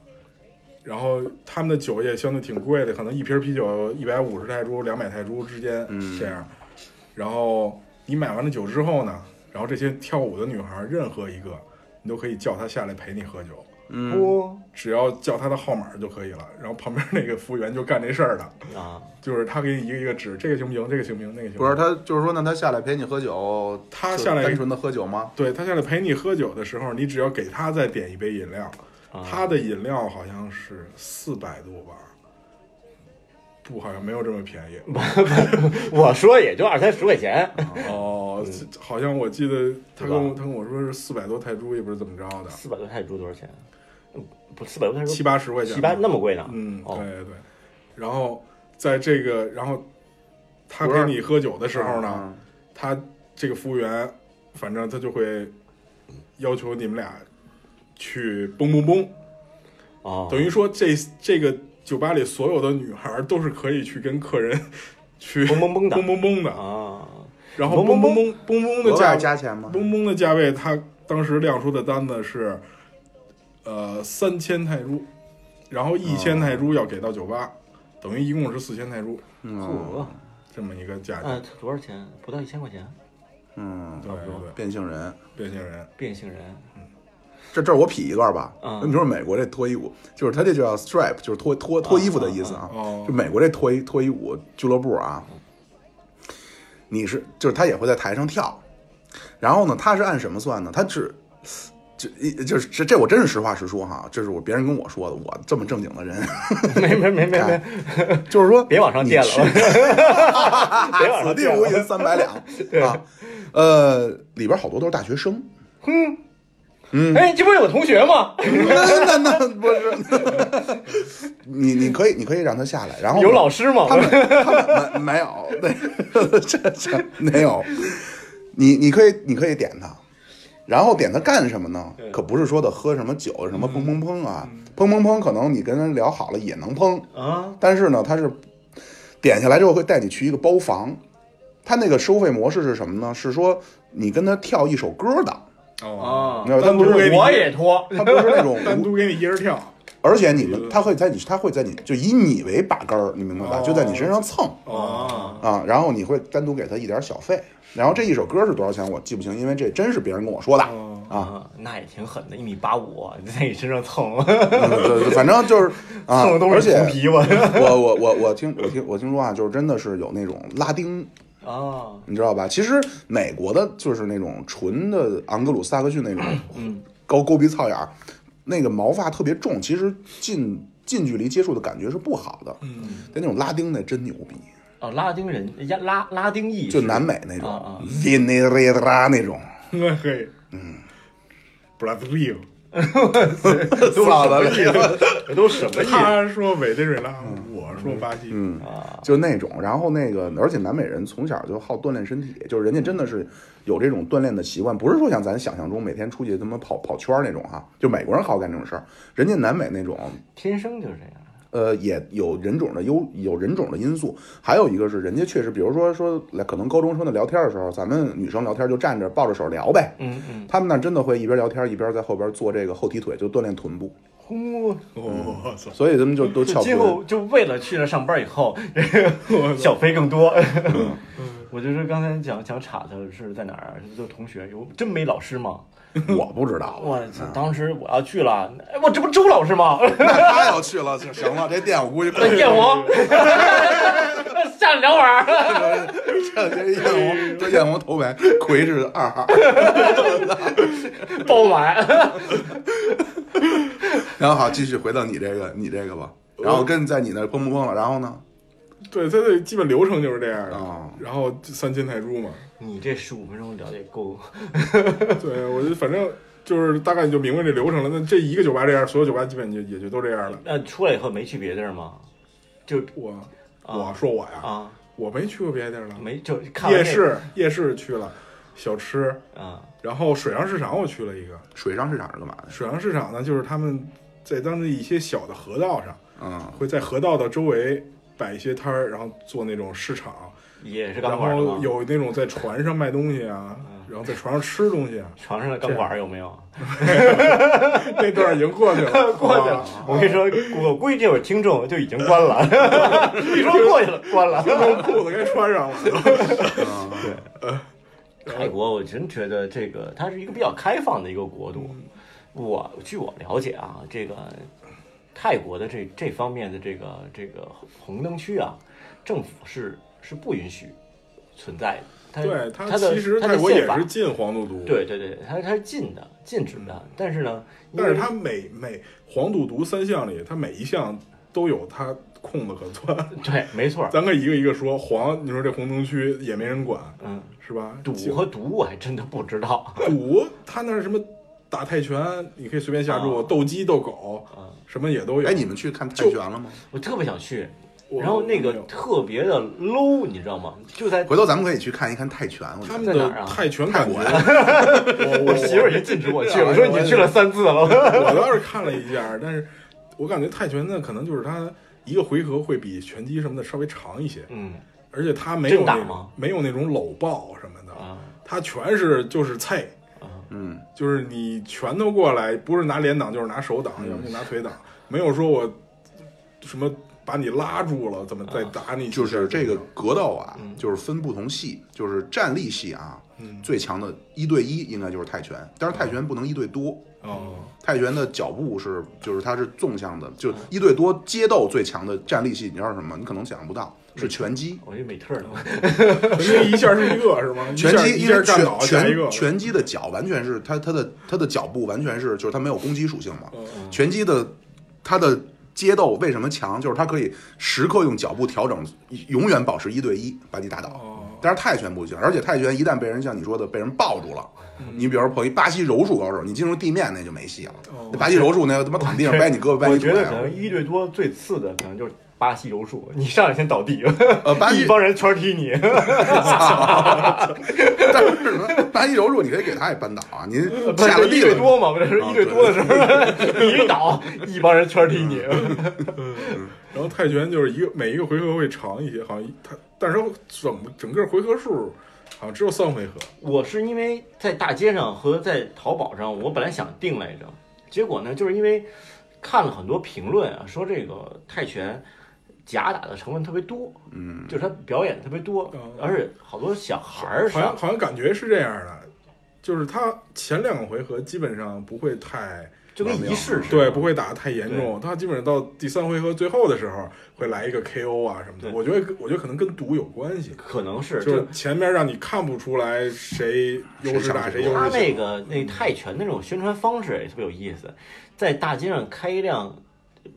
S2: 然后他们的酒也相对挺贵的，可能一瓶啤酒一百五十泰铢、两百泰铢之间
S1: 嗯
S2: 这样。然后你买完了酒之后呢，然后这些跳舞的女孩，任何一个你都可以叫她下来陪你喝酒，哦
S1: 嗯，
S3: 不
S2: 只要叫她的号码就可以了。然后旁边那个服务员就干这事儿的，
S3: 啊，
S2: 就是他给你一个一个指，这个行不行，这个行不行，那个行
S1: 不
S2: 行
S1: 是，她就是说，那她下来陪你喝酒，
S2: 她
S1: 就
S2: 下来
S1: 单纯的喝酒
S3: 嗯
S1: 吗？
S2: 对他下来陪你喝酒的时候，你只要给他再点一杯饮料，
S3: 啊
S2: 他的饮料好像是四百多吧，不，好像没有这么便宜。
S3: 我说也就二三十块钱，
S2: 哦，这好像我记得他
S3: 嗯对吧
S2: 跟我他跟我说是四百多泰铢，也不是怎么着的，
S3: 四百多泰铢多少钱？嗯不，四百多泰铢
S2: 七八十块钱吧。
S3: 七八那么贵呢？
S2: 嗯，对
S3: 哦，
S2: 对对。然后在这个，然后他
S1: 不是
S2: 陪你喝酒的时候呢，
S1: 嗯，
S2: 他这个服务员，反正他就会要求你们俩去蹦蹦蹦。
S3: 哦，
S2: 等于说这这个酒吧里所有的女孩都是可以去跟客人去
S3: 蹦蹦蹦的
S2: <laughs> 蹦蹦蹦的，
S3: 啊，
S2: 然后
S3: 蹦
S2: 蹦
S3: 蹦
S2: 蹦
S3: 蹦
S2: 蹦蹦蹦的
S1: 额外
S2: 价
S1: 加钱吗？
S2: 蹦蹦的价位，他当时亮出的单子是呃三千泰铢，然后一千泰铢要给到酒吧，等于一共是四嗯千泰铢
S1: 嗯
S2: 这么一个价钱。
S3: 呃，哦多少钱？不到一千块钱。
S1: 嗯，
S2: 对对对，
S1: 变性人。
S2: 变性人
S3: 变性 <laughs> 人
S1: 这这儿我劈一段吧。
S3: 嗯
S1: 那你说美国这脱衣舞，就是他这就叫 strip，就是脱脱脱衣服的意思
S3: 嗯
S1: 啊。
S2: 哦
S1: 就美国这脱衣脱衣舞俱乐部啊，你是就是他也会在台上跳，然后呢，他是按什么算呢？他只这一就是这这我真是实话实说哈，这是我别人跟我说的，我这么正经的人， <laughs>
S3: 没没没没
S2: <laughs>
S3: 没，
S1: 就是说
S3: 别往上垫了，
S1: <laughs>
S3: 别往
S1: 此
S3: 上
S1: 地
S3: 垫
S1: 无
S3: 了。
S1: 银三百
S3: <laughs>
S1: 两啊。呃，里边好多都是大学
S3: 嗯
S1: 生，
S2: 嗯
S3: 哎，这不是我同学吗？
S1: <laughs> 那那那不是，你你可以你可以让他下来，然后
S3: 有老师吗？
S1: 他们
S3: <laughs>
S1: 他们没没有， <laughs> 对，这这没有。你你可以你可以点他，然后点它干什么呢
S2: 对？
S1: 可不是说的喝什么酒什么砰砰砰啊，
S3: 嗯
S1: 砰砰砰，可能你跟人聊好了也能砰，
S2: 啊，
S1: 但是呢，它是点下来之后会带你去一个包房，它那个收费模式是什么呢？是说你跟他跳一首歌的，
S2: 哦
S1: 你
S3: 啊
S1: 知道它
S2: 单独
S1: 不是
S2: 给你
S4: 我也脱，
S1: 它不是那种
S2: 单独给你一人跳，
S1: 而且你们他会在你他会在你就以你为把杆儿，你明白吧？
S2: 哦
S1: 就在你身上蹭
S2: 哦，
S1: 啊，然后你会单独给他一点小费。然后这一首歌是多少钱我记不清，因为这真是别人跟我说的
S2: 哦
S1: 啊。
S3: 啊，那也挺狠的，一米八五 <laughs> 在你身上蹭，
S1: 嗯对 <laughs> 对反正就是啊
S3: <laughs> 蹭的，都
S1: 而
S3: 是
S1: 且
S3: 头皮吧？
S1: <laughs> 我我我我听我听我听说啊，就是真的是有那种拉丁
S3: 啊，
S1: 你知道吧？其实美国的就是那种纯的昂格鲁萨克逊那种，
S3: 嗯
S1: 高勾鼻操眼儿，那个毛发特别重，其实近近距离接触的感觉是不好的。
S2: 嗯，
S1: 但那种拉丁那真牛逼，
S3: 哦，拉丁人，呀拉拉丁裔
S1: 就是南美那
S3: 啊啊
S1: 种 v e n e r e r a 那种，
S2: 那 <laughs> 可以，嗯，Brazil，
S3: <laughs>
S1: 操的那个
S3: 都什么裔？
S2: 他说委内瑞拉，我说巴西，嗯，
S3: 啊
S1: 就那种。然后那个，而且南美人从小就好锻炼身体，就是人家真的是有这种锻炼的习惯，不是说像咱想象中每天出去他妈跑跑圈儿那种啊。就美国人好干这种事儿，人家南美那种
S3: 天生就是这样。
S1: 呃，也有人种的优，有人种的因素，还有一个是人家确实，比如说说来，可能高中生的聊天的时候，咱们女生聊天就站着抱着手聊呗，
S3: 嗯嗯，
S1: 他们那真的会一边聊天一边在后边做这个后踢腿，就锻炼臀部，
S3: 呼，
S2: 我操，
S1: 所以他们就都
S3: 就 <laughs>
S1: 翘
S3: 今
S1: 臀。
S3: 后就为了去了上班以
S1: <laughs>
S3: 后，小费更多。
S1: 嗯
S3: <laughs> 我就是刚才讲想查他是在哪儿，就同学有真没老师吗？
S1: 我不知道，
S3: 我操当时我要去了，哎，我这不周老师吗？ <laughs>
S1: 那他要去了就行了，这店我估计 <laughs>
S3: 夜 <laughs> 壶，下来聊会儿。
S1: 这这艳红这艳红头牌魁是二号，
S3: 爆满。 <laughs>
S1: 然后好继续回到你这个你这个吧，然后跟在你那儿蹦不蹦了，然后呢？
S2: 对，他的基本流程就是这样
S1: 哦
S3: 啊
S2: 的，然后就三千泰铢嘛，
S3: 你这十五分钟聊得也够，
S2: 对我就反正就是大概你就明白这流程了。那这一个酒吧这样，所有酒吧基本也也就都这样了。
S3: 那出来以后没去别地儿吗？就
S2: 我
S3: 啊
S2: 我说我呀，
S3: 啊，
S2: 我没去过别的地儿了，
S3: 没就看完
S2: 夜
S3: 这
S2: 市夜市去了，小吃，
S3: 啊，
S2: 然后水上市场我去了一个，
S1: 水上市场是干嘛的？
S2: 水上市场呢就是他们在当地一些小的河道上，
S1: 嗯，
S2: 会在河道的周围摆一些摊儿，然后做那种市场，
S3: 也是
S2: 然
S3: 钢管的
S2: 后
S3: 吗？嗯
S2: 有那种在船上卖东西啊，然后在船上吃东西啊，
S3: 床上的钢管有没有？
S2: 那段儿已经过去了，
S3: <laughs> 过去了
S2: 啊。
S3: 我跟你说，我估计这会儿听众就已经关
S2: <laughs>
S3: 了。一说过去了，关了。
S2: 裤子该穿上了。
S3: <laughs>
S1: 嗯
S3: 泰国，我真觉得这个它是一个比较开放的一个国度。我据我了解啊，这个泰国的这这方面的这个这个红灯区啊，政府是是不允许存在的。它
S2: 对
S3: 它的
S2: 其实
S3: 它
S2: 泰
S3: 的
S2: 国也
S3: 宪法
S2: 是禁黄赌毒，，
S3: 对对对，它它是禁的，禁止的。但是呢，因
S2: 但
S3: 为
S2: 是它每每黄赌毒三项里，它每一项都有它空子可钻。
S3: 对，没错儿，
S2: <laughs> 咱可以一个一个说，黄，你说这红灯区也没人管，
S3: 嗯，
S2: 是吧？
S3: 赌
S2: 禁
S3: 和毒我还真的不知道。
S2: 赌，他那是什么打泰拳，你可以随便下注，
S3: 啊
S2: 斗鸡、斗狗
S3: 啊，
S2: 什么也都有。
S1: 哎，你们去看泰拳了吗？
S3: 我特别想去，
S2: 我
S3: 然后那个
S2: 没有
S3: 特别的 low，你知道吗？就在
S1: 回头咱们可以去看一看泰拳，我觉得
S2: 他们
S3: 在哪
S2: 的
S3: 儿啊
S2: 泰拳
S1: 泰
S2: 感
S1: 国
S2: 觉， <laughs>
S1: 呀
S2: 我
S3: 我媳妇儿已经禁止我去了，说你去了三次了。
S2: 我倒是看了一下，但是我感觉泰拳呢，可能就是它一个回合会比拳击什么的稍微长一些，
S3: 嗯
S2: 而且它没有
S3: 正打
S2: 那种
S3: 吗
S2: 没有那种搂抱什么的，
S3: 啊
S2: 它全是就是菜，
S3: 啊，
S1: 嗯，
S2: 就是你拳头过来，不是拿脸挡就是拿手挡，
S1: 嗯
S2: 要么就拿腿挡，没有说我什么把你拉住了，怎么
S3: 啊
S2: 再打你几下，
S1: 就是这个格斗啊，就是分不同系，就是站立系啊，
S2: 嗯
S1: 最强的一对一应该就是泰拳，但是泰拳不能一对多，
S2: 哦， <laughs>
S1: 泰拳的脚步是就是它是纵向的，就一对多街斗最强的站立系，你知道是什么？你可能想象不到，是拳击。
S3: 我这美特呢，
S2: 因为一下是一个是吗？
S1: 拳击
S2: 一
S1: 因
S2: 下
S1: 为
S2: 一下站
S1: 拳
S2: 倒啊下一个
S1: 拳，拳击的脚完全是它它的它的脚步完全是就是它没有攻击属性嘛，
S2: 嗯嗯
S1: 拳击的它的街斗为什么强？就是它可以时刻用脚步调整，永远保持一对一把你打倒。
S2: 哦，
S1: 但是泰拳不行，而且泰拳一旦被人像你说的被人抱住了，
S2: 嗯
S1: 你比如说碰一巴西柔术高手，你进入地面那就没戏了
S2: 哦。
S1: 那巴西柔术那个他妈躺地上掰你胳膊掰
S3: 我
S1: 你腿
S3: 觉得
S1: 啊
S3: 可能一对多最次的可能就是巴西柔术，你上来先倒地，
S1: 呃，巴
S3: 一
S1: 西，
S3: 帮人圈踢你，
S1: 但是巴西柔术你可以给他也扳倒啊，您下了地
S3: <laughs> 一对
S1: 了，
S3: 多嘛，不是一对多的时候，你一倒，一帮人圈踢你。
S2: 然后泰拳就是一个每一个回合会长一些，好像一它，但是整整个回合数好像只有三回合。
S3: 我是因为在大街上和在淘宝上，我本来想订来着，结果呢，就是因为看了很多评论啊，说这个泰拳假打的成分特别多，
S1: 嗯，
S3: 就是他表演特别多
S2: 嗯，
S3: 而且好多小孩儿
S2: 好像
S3: 上，
S2: 好像感觉是这样的，就是他前两个回合基本上不会太
S3: 就跟仪式似的，
S2: 对，不会打得太严重，他基本上到第三回合最后的时候会来一个 KO 啊什么的。
S3: 对
S2: 我觉得我觉得可能跟赌有关系，
S3: 可能是
S2: 就是前面让你看不出来谁优势大
S1: 谁
S2: 谁
S1: 想
S2: 优
S3: 他
S2: 势
S3: 那
S2: 小。
S3: 个那泰拳那种宣传方式也特别有意思，在大街上开一辆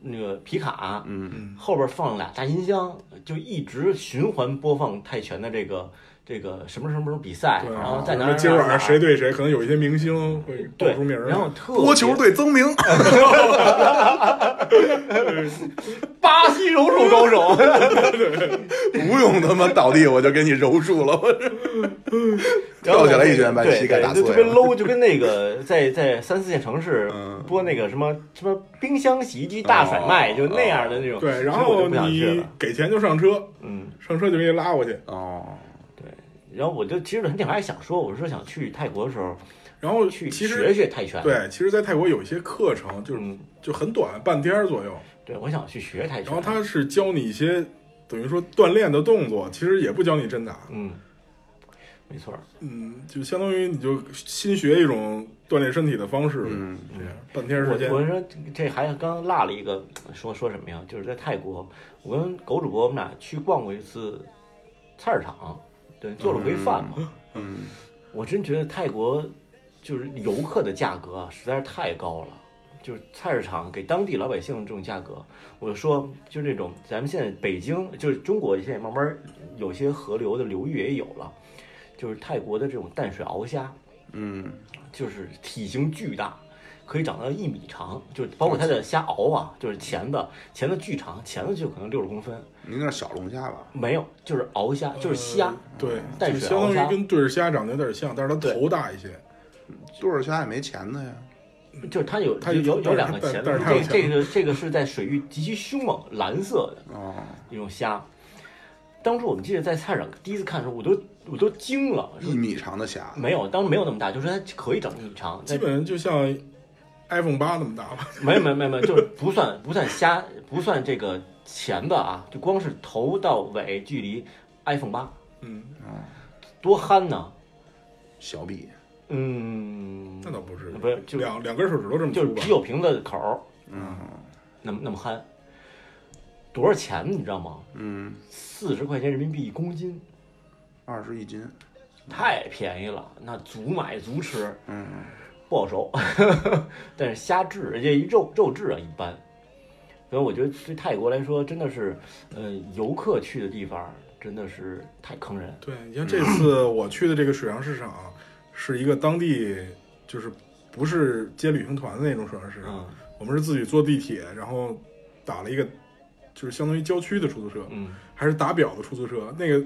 S3: 那个皮卡，
S1: 嗯，
S3: 后边放俩大音箱，就一直循环播放泰拳的这个这个什么什么什么比赛，
S2: 对，啊
S3: 然后在哪儿
S2: 那今儿晚上谁
S3: 对
S2: 对谁，可能有一些明星会报
S3: 对
S2: 出名儿来。
S3: 然后特别
S1: 播球队曾明，
S3: 巴西柔术高
S2: <laughs>
S3: 手，
S1: 不用他妈倒地，我就给你柔术了，我这
S3: 然
S1: 跳
S3: 后
S1: 起来一拳把
S3: 对
S1: 膝盖打碎
S3: 对
S1: 了
S3: 就特别 low，就跟那个在在三四线城市
S1: 嗯
S3: 播那个什么什么冰箱、洗衣机大甩卖，
S1: 哦
S3: 就那样的那种。
S2: 对，然
S3: 所以我
S2: 后
S3: 就不想去
S2: 你
S3: 了。
S2: 给钱就上车，
S3: 嗯。
S2: 上车就给你拉过去。
S1: <laughs> 哦，
S3: 然后我就其实那天还想说，我说想去泰国的时候
S2: 然后
S3: 去
S2: 其
S3: 学
S2: 实
S3: 学泰拳。，
S2: 对，其实，在泰国有一些课程就是
S3: 嗯，
S2: 就很短，半天儿左右。
S3: 对，我想去学泰拳。
S2: 然后他是教你一些等于说锻炼的动作，其实也不教你真打，
S3: 嗯，没错儿，
S2: 嗯，就相当于你就新学一种锻炼身体的方式，
S1: 嗯，
S2: 这样半天
S3: 我
S2: 时间。
S3: 我说这还刚落了一个说说什么呀？就是在泰国，我跟狗主播我们俩去逛过一次菜市场，对，做了回饭嘛。
S1: 嗯，
S3: 我真觉得泰国就是游客的价格啊实在是太高了，就是菜市场给当地老百姓这种价格，我就说就是那种咱们现在北京就是中国现在慢慢有些河流的流域也有了，就是泰国的这种淡水鳌虾，
S1: 嗯，
S3: 就是体型巨大。可以长到一米长，就是包括它的虾螯啊，就是钳子，钳子巨长，钳子就可能六十公分，
S1: 您那是小龙虾吧？
S3: 没有，就是鳌虾，就是虾
S2: 呃，对，
S3: 淡
S2: 就是
S3: 水
S2: 相当
S3: 鳌虾
S2: 于跟对着虾长得有点像，但是它
S3: 对
S2: 头大一些。
S1: 多少虾也没钳子呀，
S3: 就是它有
S2: 呃它
S3: 有
S2: 有
S3: 有有两个钳子
S2: 但是，它有
S3: 这
S2: 钳
S3: 这个这个是在水域极其凶猛，蓝色的
S1: 哦，
S3: 一种虾。当初我们记得在菜市场第一次看的时候，我都我都惊了，说
S2: 嗯
S1: 一米长的虾，
S3: 没有，当时没有那么大，就是它可以长一米长，
S2: 基本就像 iPhone 八那么大吧。
S3: 没有没有没有没有，就是不算不算虾，不算这个钳子啊，就光是头到尾距离 iPhone 八
S2: 嗯，
S3: 多憨呢，
S1: 小臂，
S3: 嗯，
S2: 那倒不是，
S3: 不是就
S2: 两两根手指头这么
S3: 就是
S2: 粗吧
S3: 啤？酒瓶子口儿
S1: 嗯
S3: 那么那么憨，多少钱你知道吗？
S1: 嗯，
S3: 四十块钱人民币一公斤。
S1: 二十一斤，
S3: 太便宜了，那足买足吃，
S1: 嗯，
S3: 不好熟。 <laughs> 但是虾质，人家肉肉质啊一般，所以我觉得对泰国来说真的是，呃，游客去的地方真的是太坑人。
S2: 对，你像这次我去的这个水上市场，是一个当地就是不是接旅行团的那种水上市场，
S3: 嗯
S2: 我们是自己坐地铁，然后打了一个就是相当于郊区的出租车，
S3: 嗯，
S2: 还是打表的出租车。那个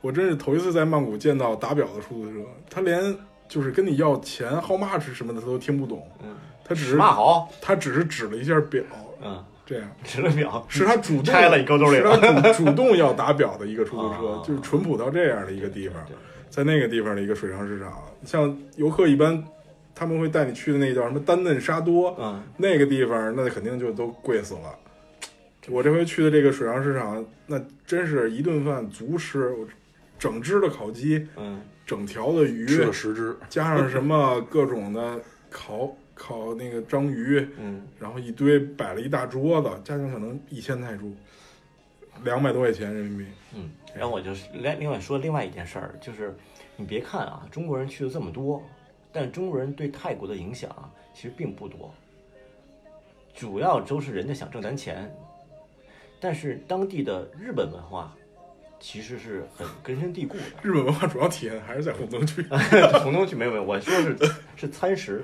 S2: 我真是头一次在曼谷见到打表的出租车，他连就是跟你要钱号码是什么的他都听不懂，
S3: 嗯
S2: 他只
S3: 史
S2: 是
S3: 马豪，
S2: 他只是指了一下表，
S3: 嗯，
S2: 这样
S3: 值了表，
S2: 是他主动
S3: 拆了你勾兜里
S2: 是
S3: 了。
S2: 他主主动要打表的一个出租车
S3: 啊，
S2: 就是淳朴到这样的一个地方。
S3: 对
S2: 在那个地方的一个水上市场，像游客一般，他们会带你去的那个叫什么丹嫩沙多，
S3: 嗯，
S2: 那个地方那肯定就都贵死了。我这回去的这个水上市场，那真是一顿饭足吃，我整只的烤鸡，
S3: 嗯，
S2: 整条的鱼，
S1: 吃了十只，
S2: 加上什么各种的烤烤那个章鱼，
S3: 嗯，
S2: 然后一堆摆了一大桌子，加起来可能一千泰铢，两百多块钱人民币。
S3: 嗯，然后我就是另另外说另外一件事儿，就是你别看啊，中国人去的这么多，但中国人对泰国的影响啊其实并不多，主要都是人家想挣咱钱，但是当地的日本文化其实是很根深蒂固的。
S2: 日本文化主要体验还是在红灯区。 <laughs>
S3: <laughs> 从东去没有没有，我说是 <laughs> 是餐食，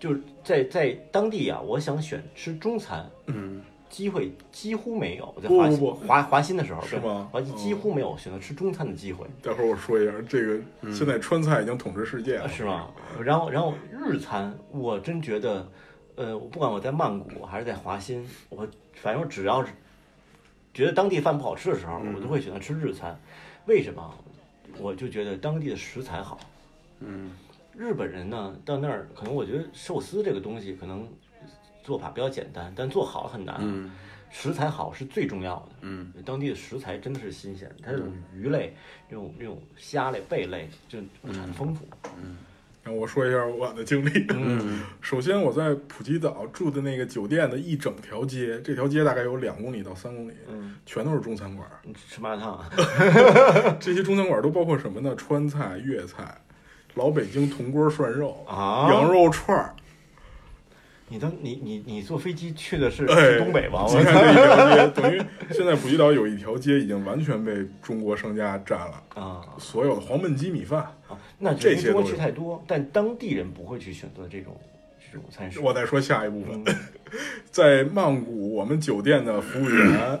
S3: 就是在在当地啊，我想选吃中餐，
S1: 嗯，
S3: 机会几乎没有。在
S2: 不
S3: 华
S2: 不
S3: 西
S2: 不
S3: 华华新的时候
S2: 是吗
S3: 对华西
S2: 嗯
S3: 几乎没有选择吃中餐的机会，
S2: 待会儿我说一下，这个现在川菜已经统治世界
S3: 嗯
S2: 了，
S3: 啊是吗？然后然后日餐，我真觉得，呃，我不管我在曼谷还是在华新，我反正我只要是觉得当地饭不好吃的时候，我都会选择吃日餐。为什么？我就觉得当地的食材好。日本人呢，到那儿可能我觉得寿司这个东西可能做法比较简单，但做好很难。
S1: 嗯
S3: 食材好是最重要的。
S1: 嗯，
S3: 当地的食材真的是新鲜，它这种鱼类、这种这种虾类、贝类就很丰富。
S2: 然后我说一下我的经历。嗯， <laughs> 首先我在普吉岛住的那个酒店的一整条街，这条街大概有两公里到三公里，
S3: 嗯，
S2: 全都是中餐馆。
S3: 你吃麻辣 <laughs> 烫啊，
S2: <laughs> 这些中餐馆都包括什么呢？川菜、粤菜、老北京铜锅涮肉、
S3: 啊
S2: 羊肉串儿。
S3: 你当你你你坐飞机去的是
S2: 哎
S3: 去东北吧？
S2: 你
S3: 我 <laughs>
S2: 看这一条街，等于现在普吉岛有一条街已经完全被中国商家占了，
S3: 啊
S2: 所有的黄焖鸡米饭。
S3: 啊，那就
S2: 这
S3: 因
S2: 些
S3: 为中国
S2: 都有
S3: 去太多，但当地人不会去选择这种这种餐食。
S2: 我再说下一部分
S3: 嗯，
S2: <laughs> 在曼谷，我们酒店的服务员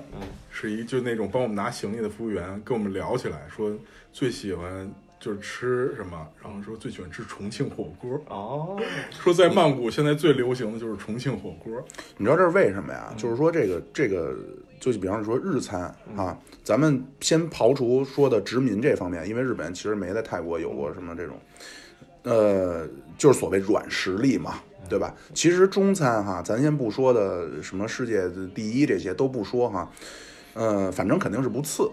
S2: 是一就那种帮我们拿行李的服务员，跟我们聊起来说最喜欢就是吃什么，然后说最喜欢吃重庆火锅，
S3: 哦，
S2: 说在曼谷现在最流行的就是重庆火锅。
S1: 你知道这是为什么呀？就是说这个这个，就比方说日餐啊，咱们先刨除说的殖民这方面，因为日本其实没在泰国有过什么这种，呃，就是所谓软实力嘛，对吧？其实中餐哈，咱先不说的什么世界第一这些都不说哈，呃，反正肯定是不次。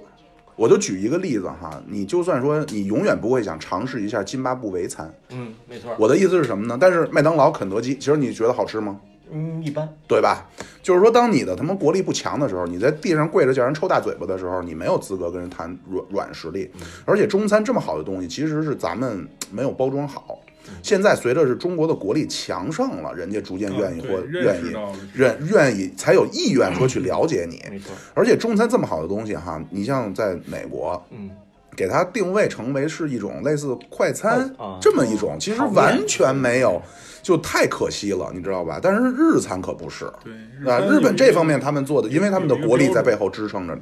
S1: 我就举一个例子哈，你就算说你永远不会想尝试一下津巴布韦餐，
S3: 嗯，没错儿，
S1: 我的意思是什么呢？但是麦当劳、肯德基，其实你觉得好吃吗？
S3: 嗯，一般
S1: 对吧？就是说，当你的他妈国力不强的时候，你在地上跪着叫人抽大嘴巴的时候，你没有资格跟人谈软软实力。
S2: 嗯
S1: 而且中餐这么好的东西，其实是咱们没有包装好。现在随着是中国的国力强盛了，人家逐渐愿意
S2: 啊
S1: 或
S2: 对
S1: 愿
S2: 认识
S1: 意
S2: 到嗯了
S1: 愿愿意才有意愿说去了解你。
S3: 没错儿，
S1: 而且中餐这么好的东西哈，你像在美国，
S3: 嗯，
S1: 给它定位成为是一种类似快餐
S2: 哦
S3: 快啊
S1: 这么一种，其实
S3: 炒面
S1: 完全没有，就太可惜了，你知道吧？但是日餐可不是，
S2: 对，
S1: 啊，
S2: 餐
S1: 日本这方
S2: 有一
S1: 面
S2: 个
S1: 他们做的，因为他们的国力在背后支撑着。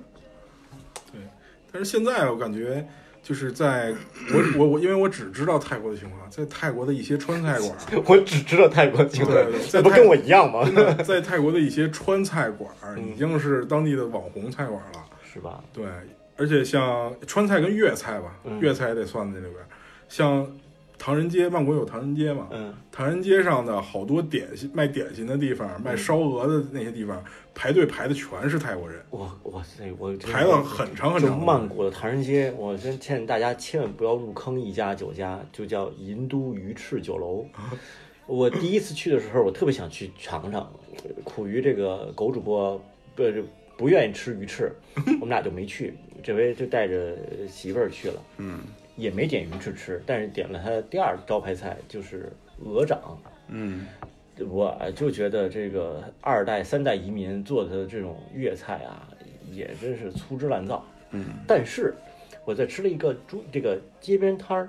S2: 但是现在我感觉就是在我我我，因为我只知道泰国的情况，在泰国的一些川菜馆，
S3: <laughs> 我只知道泰国情况
S2: 对对，
S3: 那
S2: 在
S3: 不
S2: 泰
S3: 跟我一样吗？
S2: 真的在泰国的一些川菜馆已经是当地的网红菜馆了。
S3: 是吧？
S2: 对，而且像川菜跟粤菜吧，
S3: 嗯
S2: 粤菜也得算在里边儿。像唐人街，曼谷有唐人街嘛，
S3: 嗯，
S2: 唐人街上的好多点心卖点心的地
S3: 嗯
S2: 方，卖烧鹅的那些地方，排队排的全是泰国人，
S3: 我哇塞，我真的
S2: 排了很长很
S3: 就
S2: 长的队。
S3: 曼谷的唐人街，我真劝大家千万不要入坑一家酒家，就叫银都鱼翅酒楼。我第一次去的时候，我特别想去尝尝，苦于这个狗主播不是不愿意吃鱼
S2: <laughs>
S3: 翅，我们俩就没去。这回就带着媳妇儿去了，嗯，也没点鱼翅吃，但是点了他的第二招牌菜，就是鹅掌。
S1: 嗯，
S3: 我就觉得这个二代、三代移民做的这种粤菜啊，也真是粗制滥造。嗯，但是我在吃了一个猪这个街边摊儿，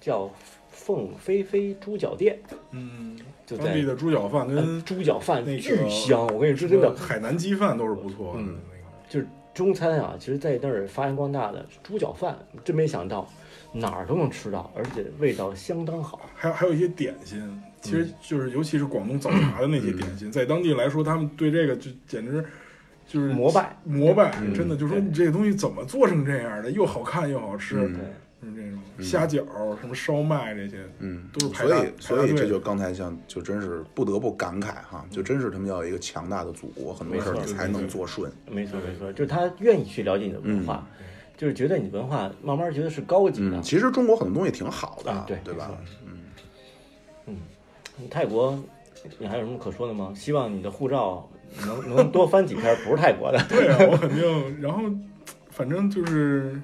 S3: 叫凤飞飞猪脚店，
S2: 嗯，
S3: 就
S2: 当地
S3: 在呃嗯
S2: 的猪脚饭跟
S3: 猪脚饭
S2: 那个
S3: 巨香，我跟你说真的，
S2: 海南鸡饭都是不错的。
S3: 嗯
S2: 那个
S3: 就是中餐啊，其实在那儿发扬光大的猪脚饭，真没想到哪儿都能吃到，而且味道相当好。
S2: 还有还有一些点心，其
S1: 嗯
S2: 实就是尤其是广东早茶的那些点心，在当地来说，他们对这个就简直就是
S3: 膜拜
S2: 膜拜，
S1: 嗯
S2: 真的就说
S3: 对
S2: 你这个东西怎么做成这样的，又好看又好吃，
S1: 嗯
S2: 就是这种虾饺、什么烧麦这些，
S1: 嗯，
S2: 都是排
S1: 所
S2: 大
S1: 以所以这就
S2: 排大队的嗯
S1: 刚才像就真是不得不感慨哈，就真是他们要有一个强大的祖国，很多事儿
S3: 没
S1: 你
S3: 错
S1: 才能做顺。
S3: 没错没错，就是他愿意去了解你的文化，就是觉得你的文化慢慢觉得是高级的。
S1: 嗯，其实中国很多东西挺好的
S3: 啊，对
S1: 对吧？
S3: 泰国，你还有什么可说的吗？希望你的护照能能多翻几篇不是泰国的。
S2: 对啊，我肯定。然后反正就是。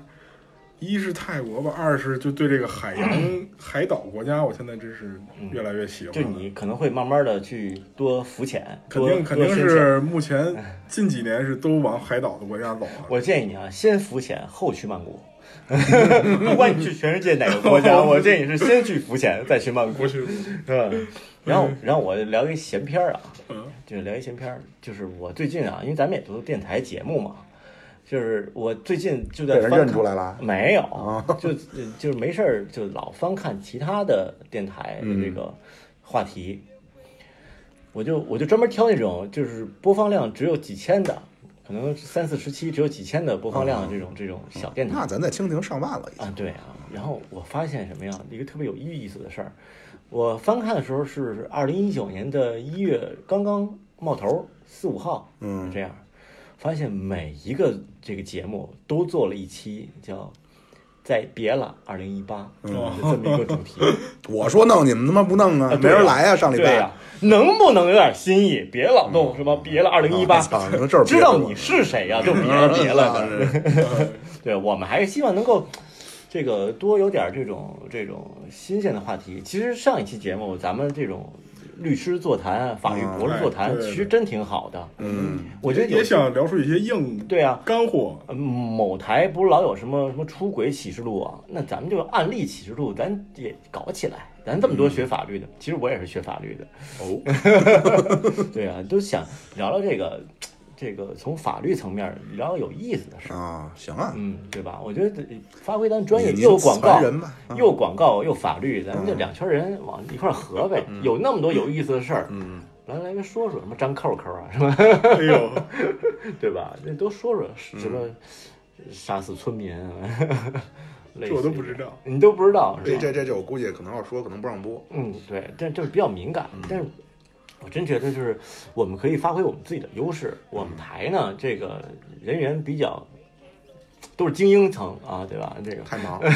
S2: 一是泰国吧，二是就对这个海洋、
S1: <clears throat>
S2: 海岛国家，我现在真是越来越喜欢
S3: 就
S2: 了。
S3: 你可能会慢慢的去多浮潜，
S2: 肯
S3: 多
S2: 定肯定。
S3: 多深哎潜
S2: 是目前近几年是都往海岛的国家走了。
S3: 我建议你啊，先浮潜后去曼谷， <laughs> 不管你去全世界哪个国
S2: <laughs>
S3: 家，我建议是先去福建，再去曼谷
S2: 不。去，
S3: 嗯，然后然后我聊一闲篇儿啊，
S2: 嗯
S3: 就是聊一闲篇儿，就是我最近啊，因为咱们也做电台节目嘛，就是我最近就在
S1: 被人
S3: 翻
S1: 认
S3: 看
S1: 出来了
S3: 没有， <laughs> 就就是没事儿就老翻看其他的电台的这个话题，我就我就专门挑那种就是播放量只有几千的，可能三四十期只有几千的播放量的这种、这种小电台
S1: 那咱在蜻蜓上万了已经。
S3: 啊，对啊。
S1: 嗯
S3: 然后我发现什么呀？一个特别有意思的事儿，我翻看的时候是二零一九年的一月刚刚冒头四五号，
S1: 嗯
S3: 这样发现每一个这个节目都做了一期叫“再别了二零一八”
S1: 嗯
S3: 这么一个主题。
S1: 我说弄你们他妈不弄啊，没
S3: 对呀
S1: 人来 <laughs> 啊，上礼
S3: 对呀、
S1: 拜。嗯
S3: 能不能有点新意？别老弄什么别了二零一八
S1: 啊操你说这儿，别
S3: 知道
S1: 了啊
S3: 你是谁呀、就别
S1: 嗯
S3: 了别了。
S2: 哎
S3: 对我们还是希望能够这个多有点这种这种新鲜的话题。其实上一期节目咱们这种律师座谈、啊法律博士座
S2: 哎
S3: 谈，
S2: 对对
S3: 其实真挺好的。
S1: 嗯，
S3: 我觉得有
S2: 也想聊出一些硬
S3: 对啊。
S2: 干
S3: <laughs>
S2: 货，
S3: 嗯某台不是老有什么什么出轨启示录啊？那咱们就案例启示录，咱也搞起来。咱这么多
S2: 嗯
S3: 学法律的，其实我也是学法律的。
S1: 哦，
S3: 对啊，都想聊聊这个，这个从法律层面聊聊有意思的事儿，
S1: 啊，行啊，
S3: 嗯，对吧？我觉得发挥咱专业，
S1: 你
S3: 又广告
S1: 传人吧
S2: 嗯
S1: 啊
S3: 又广告又法律，咱们这两圈人往一块儿合呗，
S2: 嗯
S3: 有那么多有意思的事儿，嗯，来来说说什么张扣扣啊，什
S2: <laughs>
S3: 么
S2: 哎呦，
S3: 对吧？ <laughs> 那都说说
S2: 嗯
S3: 什么杀死村民啊，
S2: <laughs>
S3: 类似
S2: 这我都不知道，
S3: 你都不知道是
S1: 这
S3: 吧？
S1: 这这这我估计可能要说，可能不让播。
S3: 嗯，对，但就是比较敏感，
S2: 嗯
S3: 但是我真觉得就是我们可以发挥我们自己的优势。
S2: 嗯
S3: 我们台呢，这个人员比较都是精英层啊，对吧？这个
S1: 太忙，了，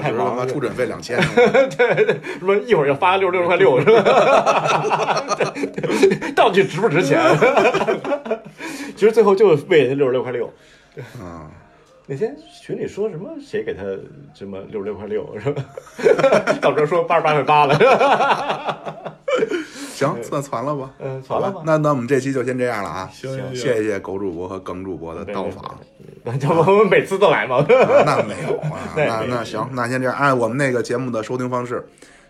S3: 太忙了
S1: 出诊费两千，
S3: 什么一会儿要发六十六块六是吧？ <laughs> 到底值不值钱？ <laughs> 其实最后就为那六十六块六。
S1: 嗯，
S3: 那天群里说什么谁给他什么六十六块六是吧？ <laughs> 到时候说八十八块八了，
S1: 行，那传了吧，
S3: 嗯
S1: 好
S3: 传了吧
S1: 那那我们这期就先这样了啊，
S2: 行行
S1: 谢谢狗主播和耿主播的到访，
S3: 那 <laughs> 就我们每次都来嘛。
S1: 啊那没有啊，
S3: 对
S1: 那
S3: 没有
S1: 那行，那先这样，按我们那个节目的收听方式。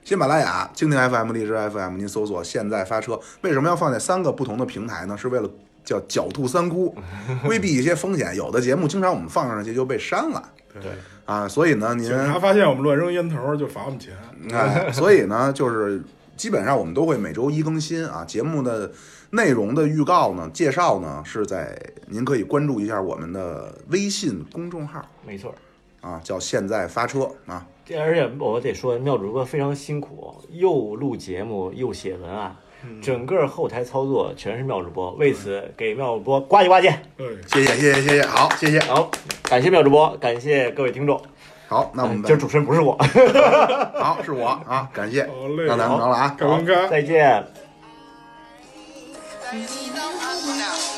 S1: 喜马拉雅、蜻蜓 FM、荔枝 FM，您搜索“现在发车”。为什么要放在三个不同的平台呢？是为了叫狡兔三窟，规避一些风险。有的节目经常我们放上去就被删了
S3: 对，
S1: 啊，所以呢，您
S2: 警察发现我们乱扔烟头就罚我们钱，
S1: 哎， <laughs> 所以呢，就是基本上我们都会每周一更新啊，节目的内容的预告呢、介绍呢是在您可以关注一下我们的微信公众号
S3: 没错儿。
S1: 啊，叫“现在发车”啊，
S3: 这而且我得说，妙主播非常辛苦，又录节目又写文案，整个后台操作全是妙主播。为此，给妙主播呱唧呱唧。
S2: 哎，
S1: 谢谢谢谢谢谢，好谢谢
S3: 好，感谢妙主播，感谢各位听众。
S1: 好，那我
S2: 哎
S1: 们
S3: 今儿主持人不是我， <laughs>
S1: 好是我啊，感谢
S2: 好嘞，，
S1: 那咱们聊了啊。
S2: 干完干。
S3: 再见。
S4: But you know I'm not.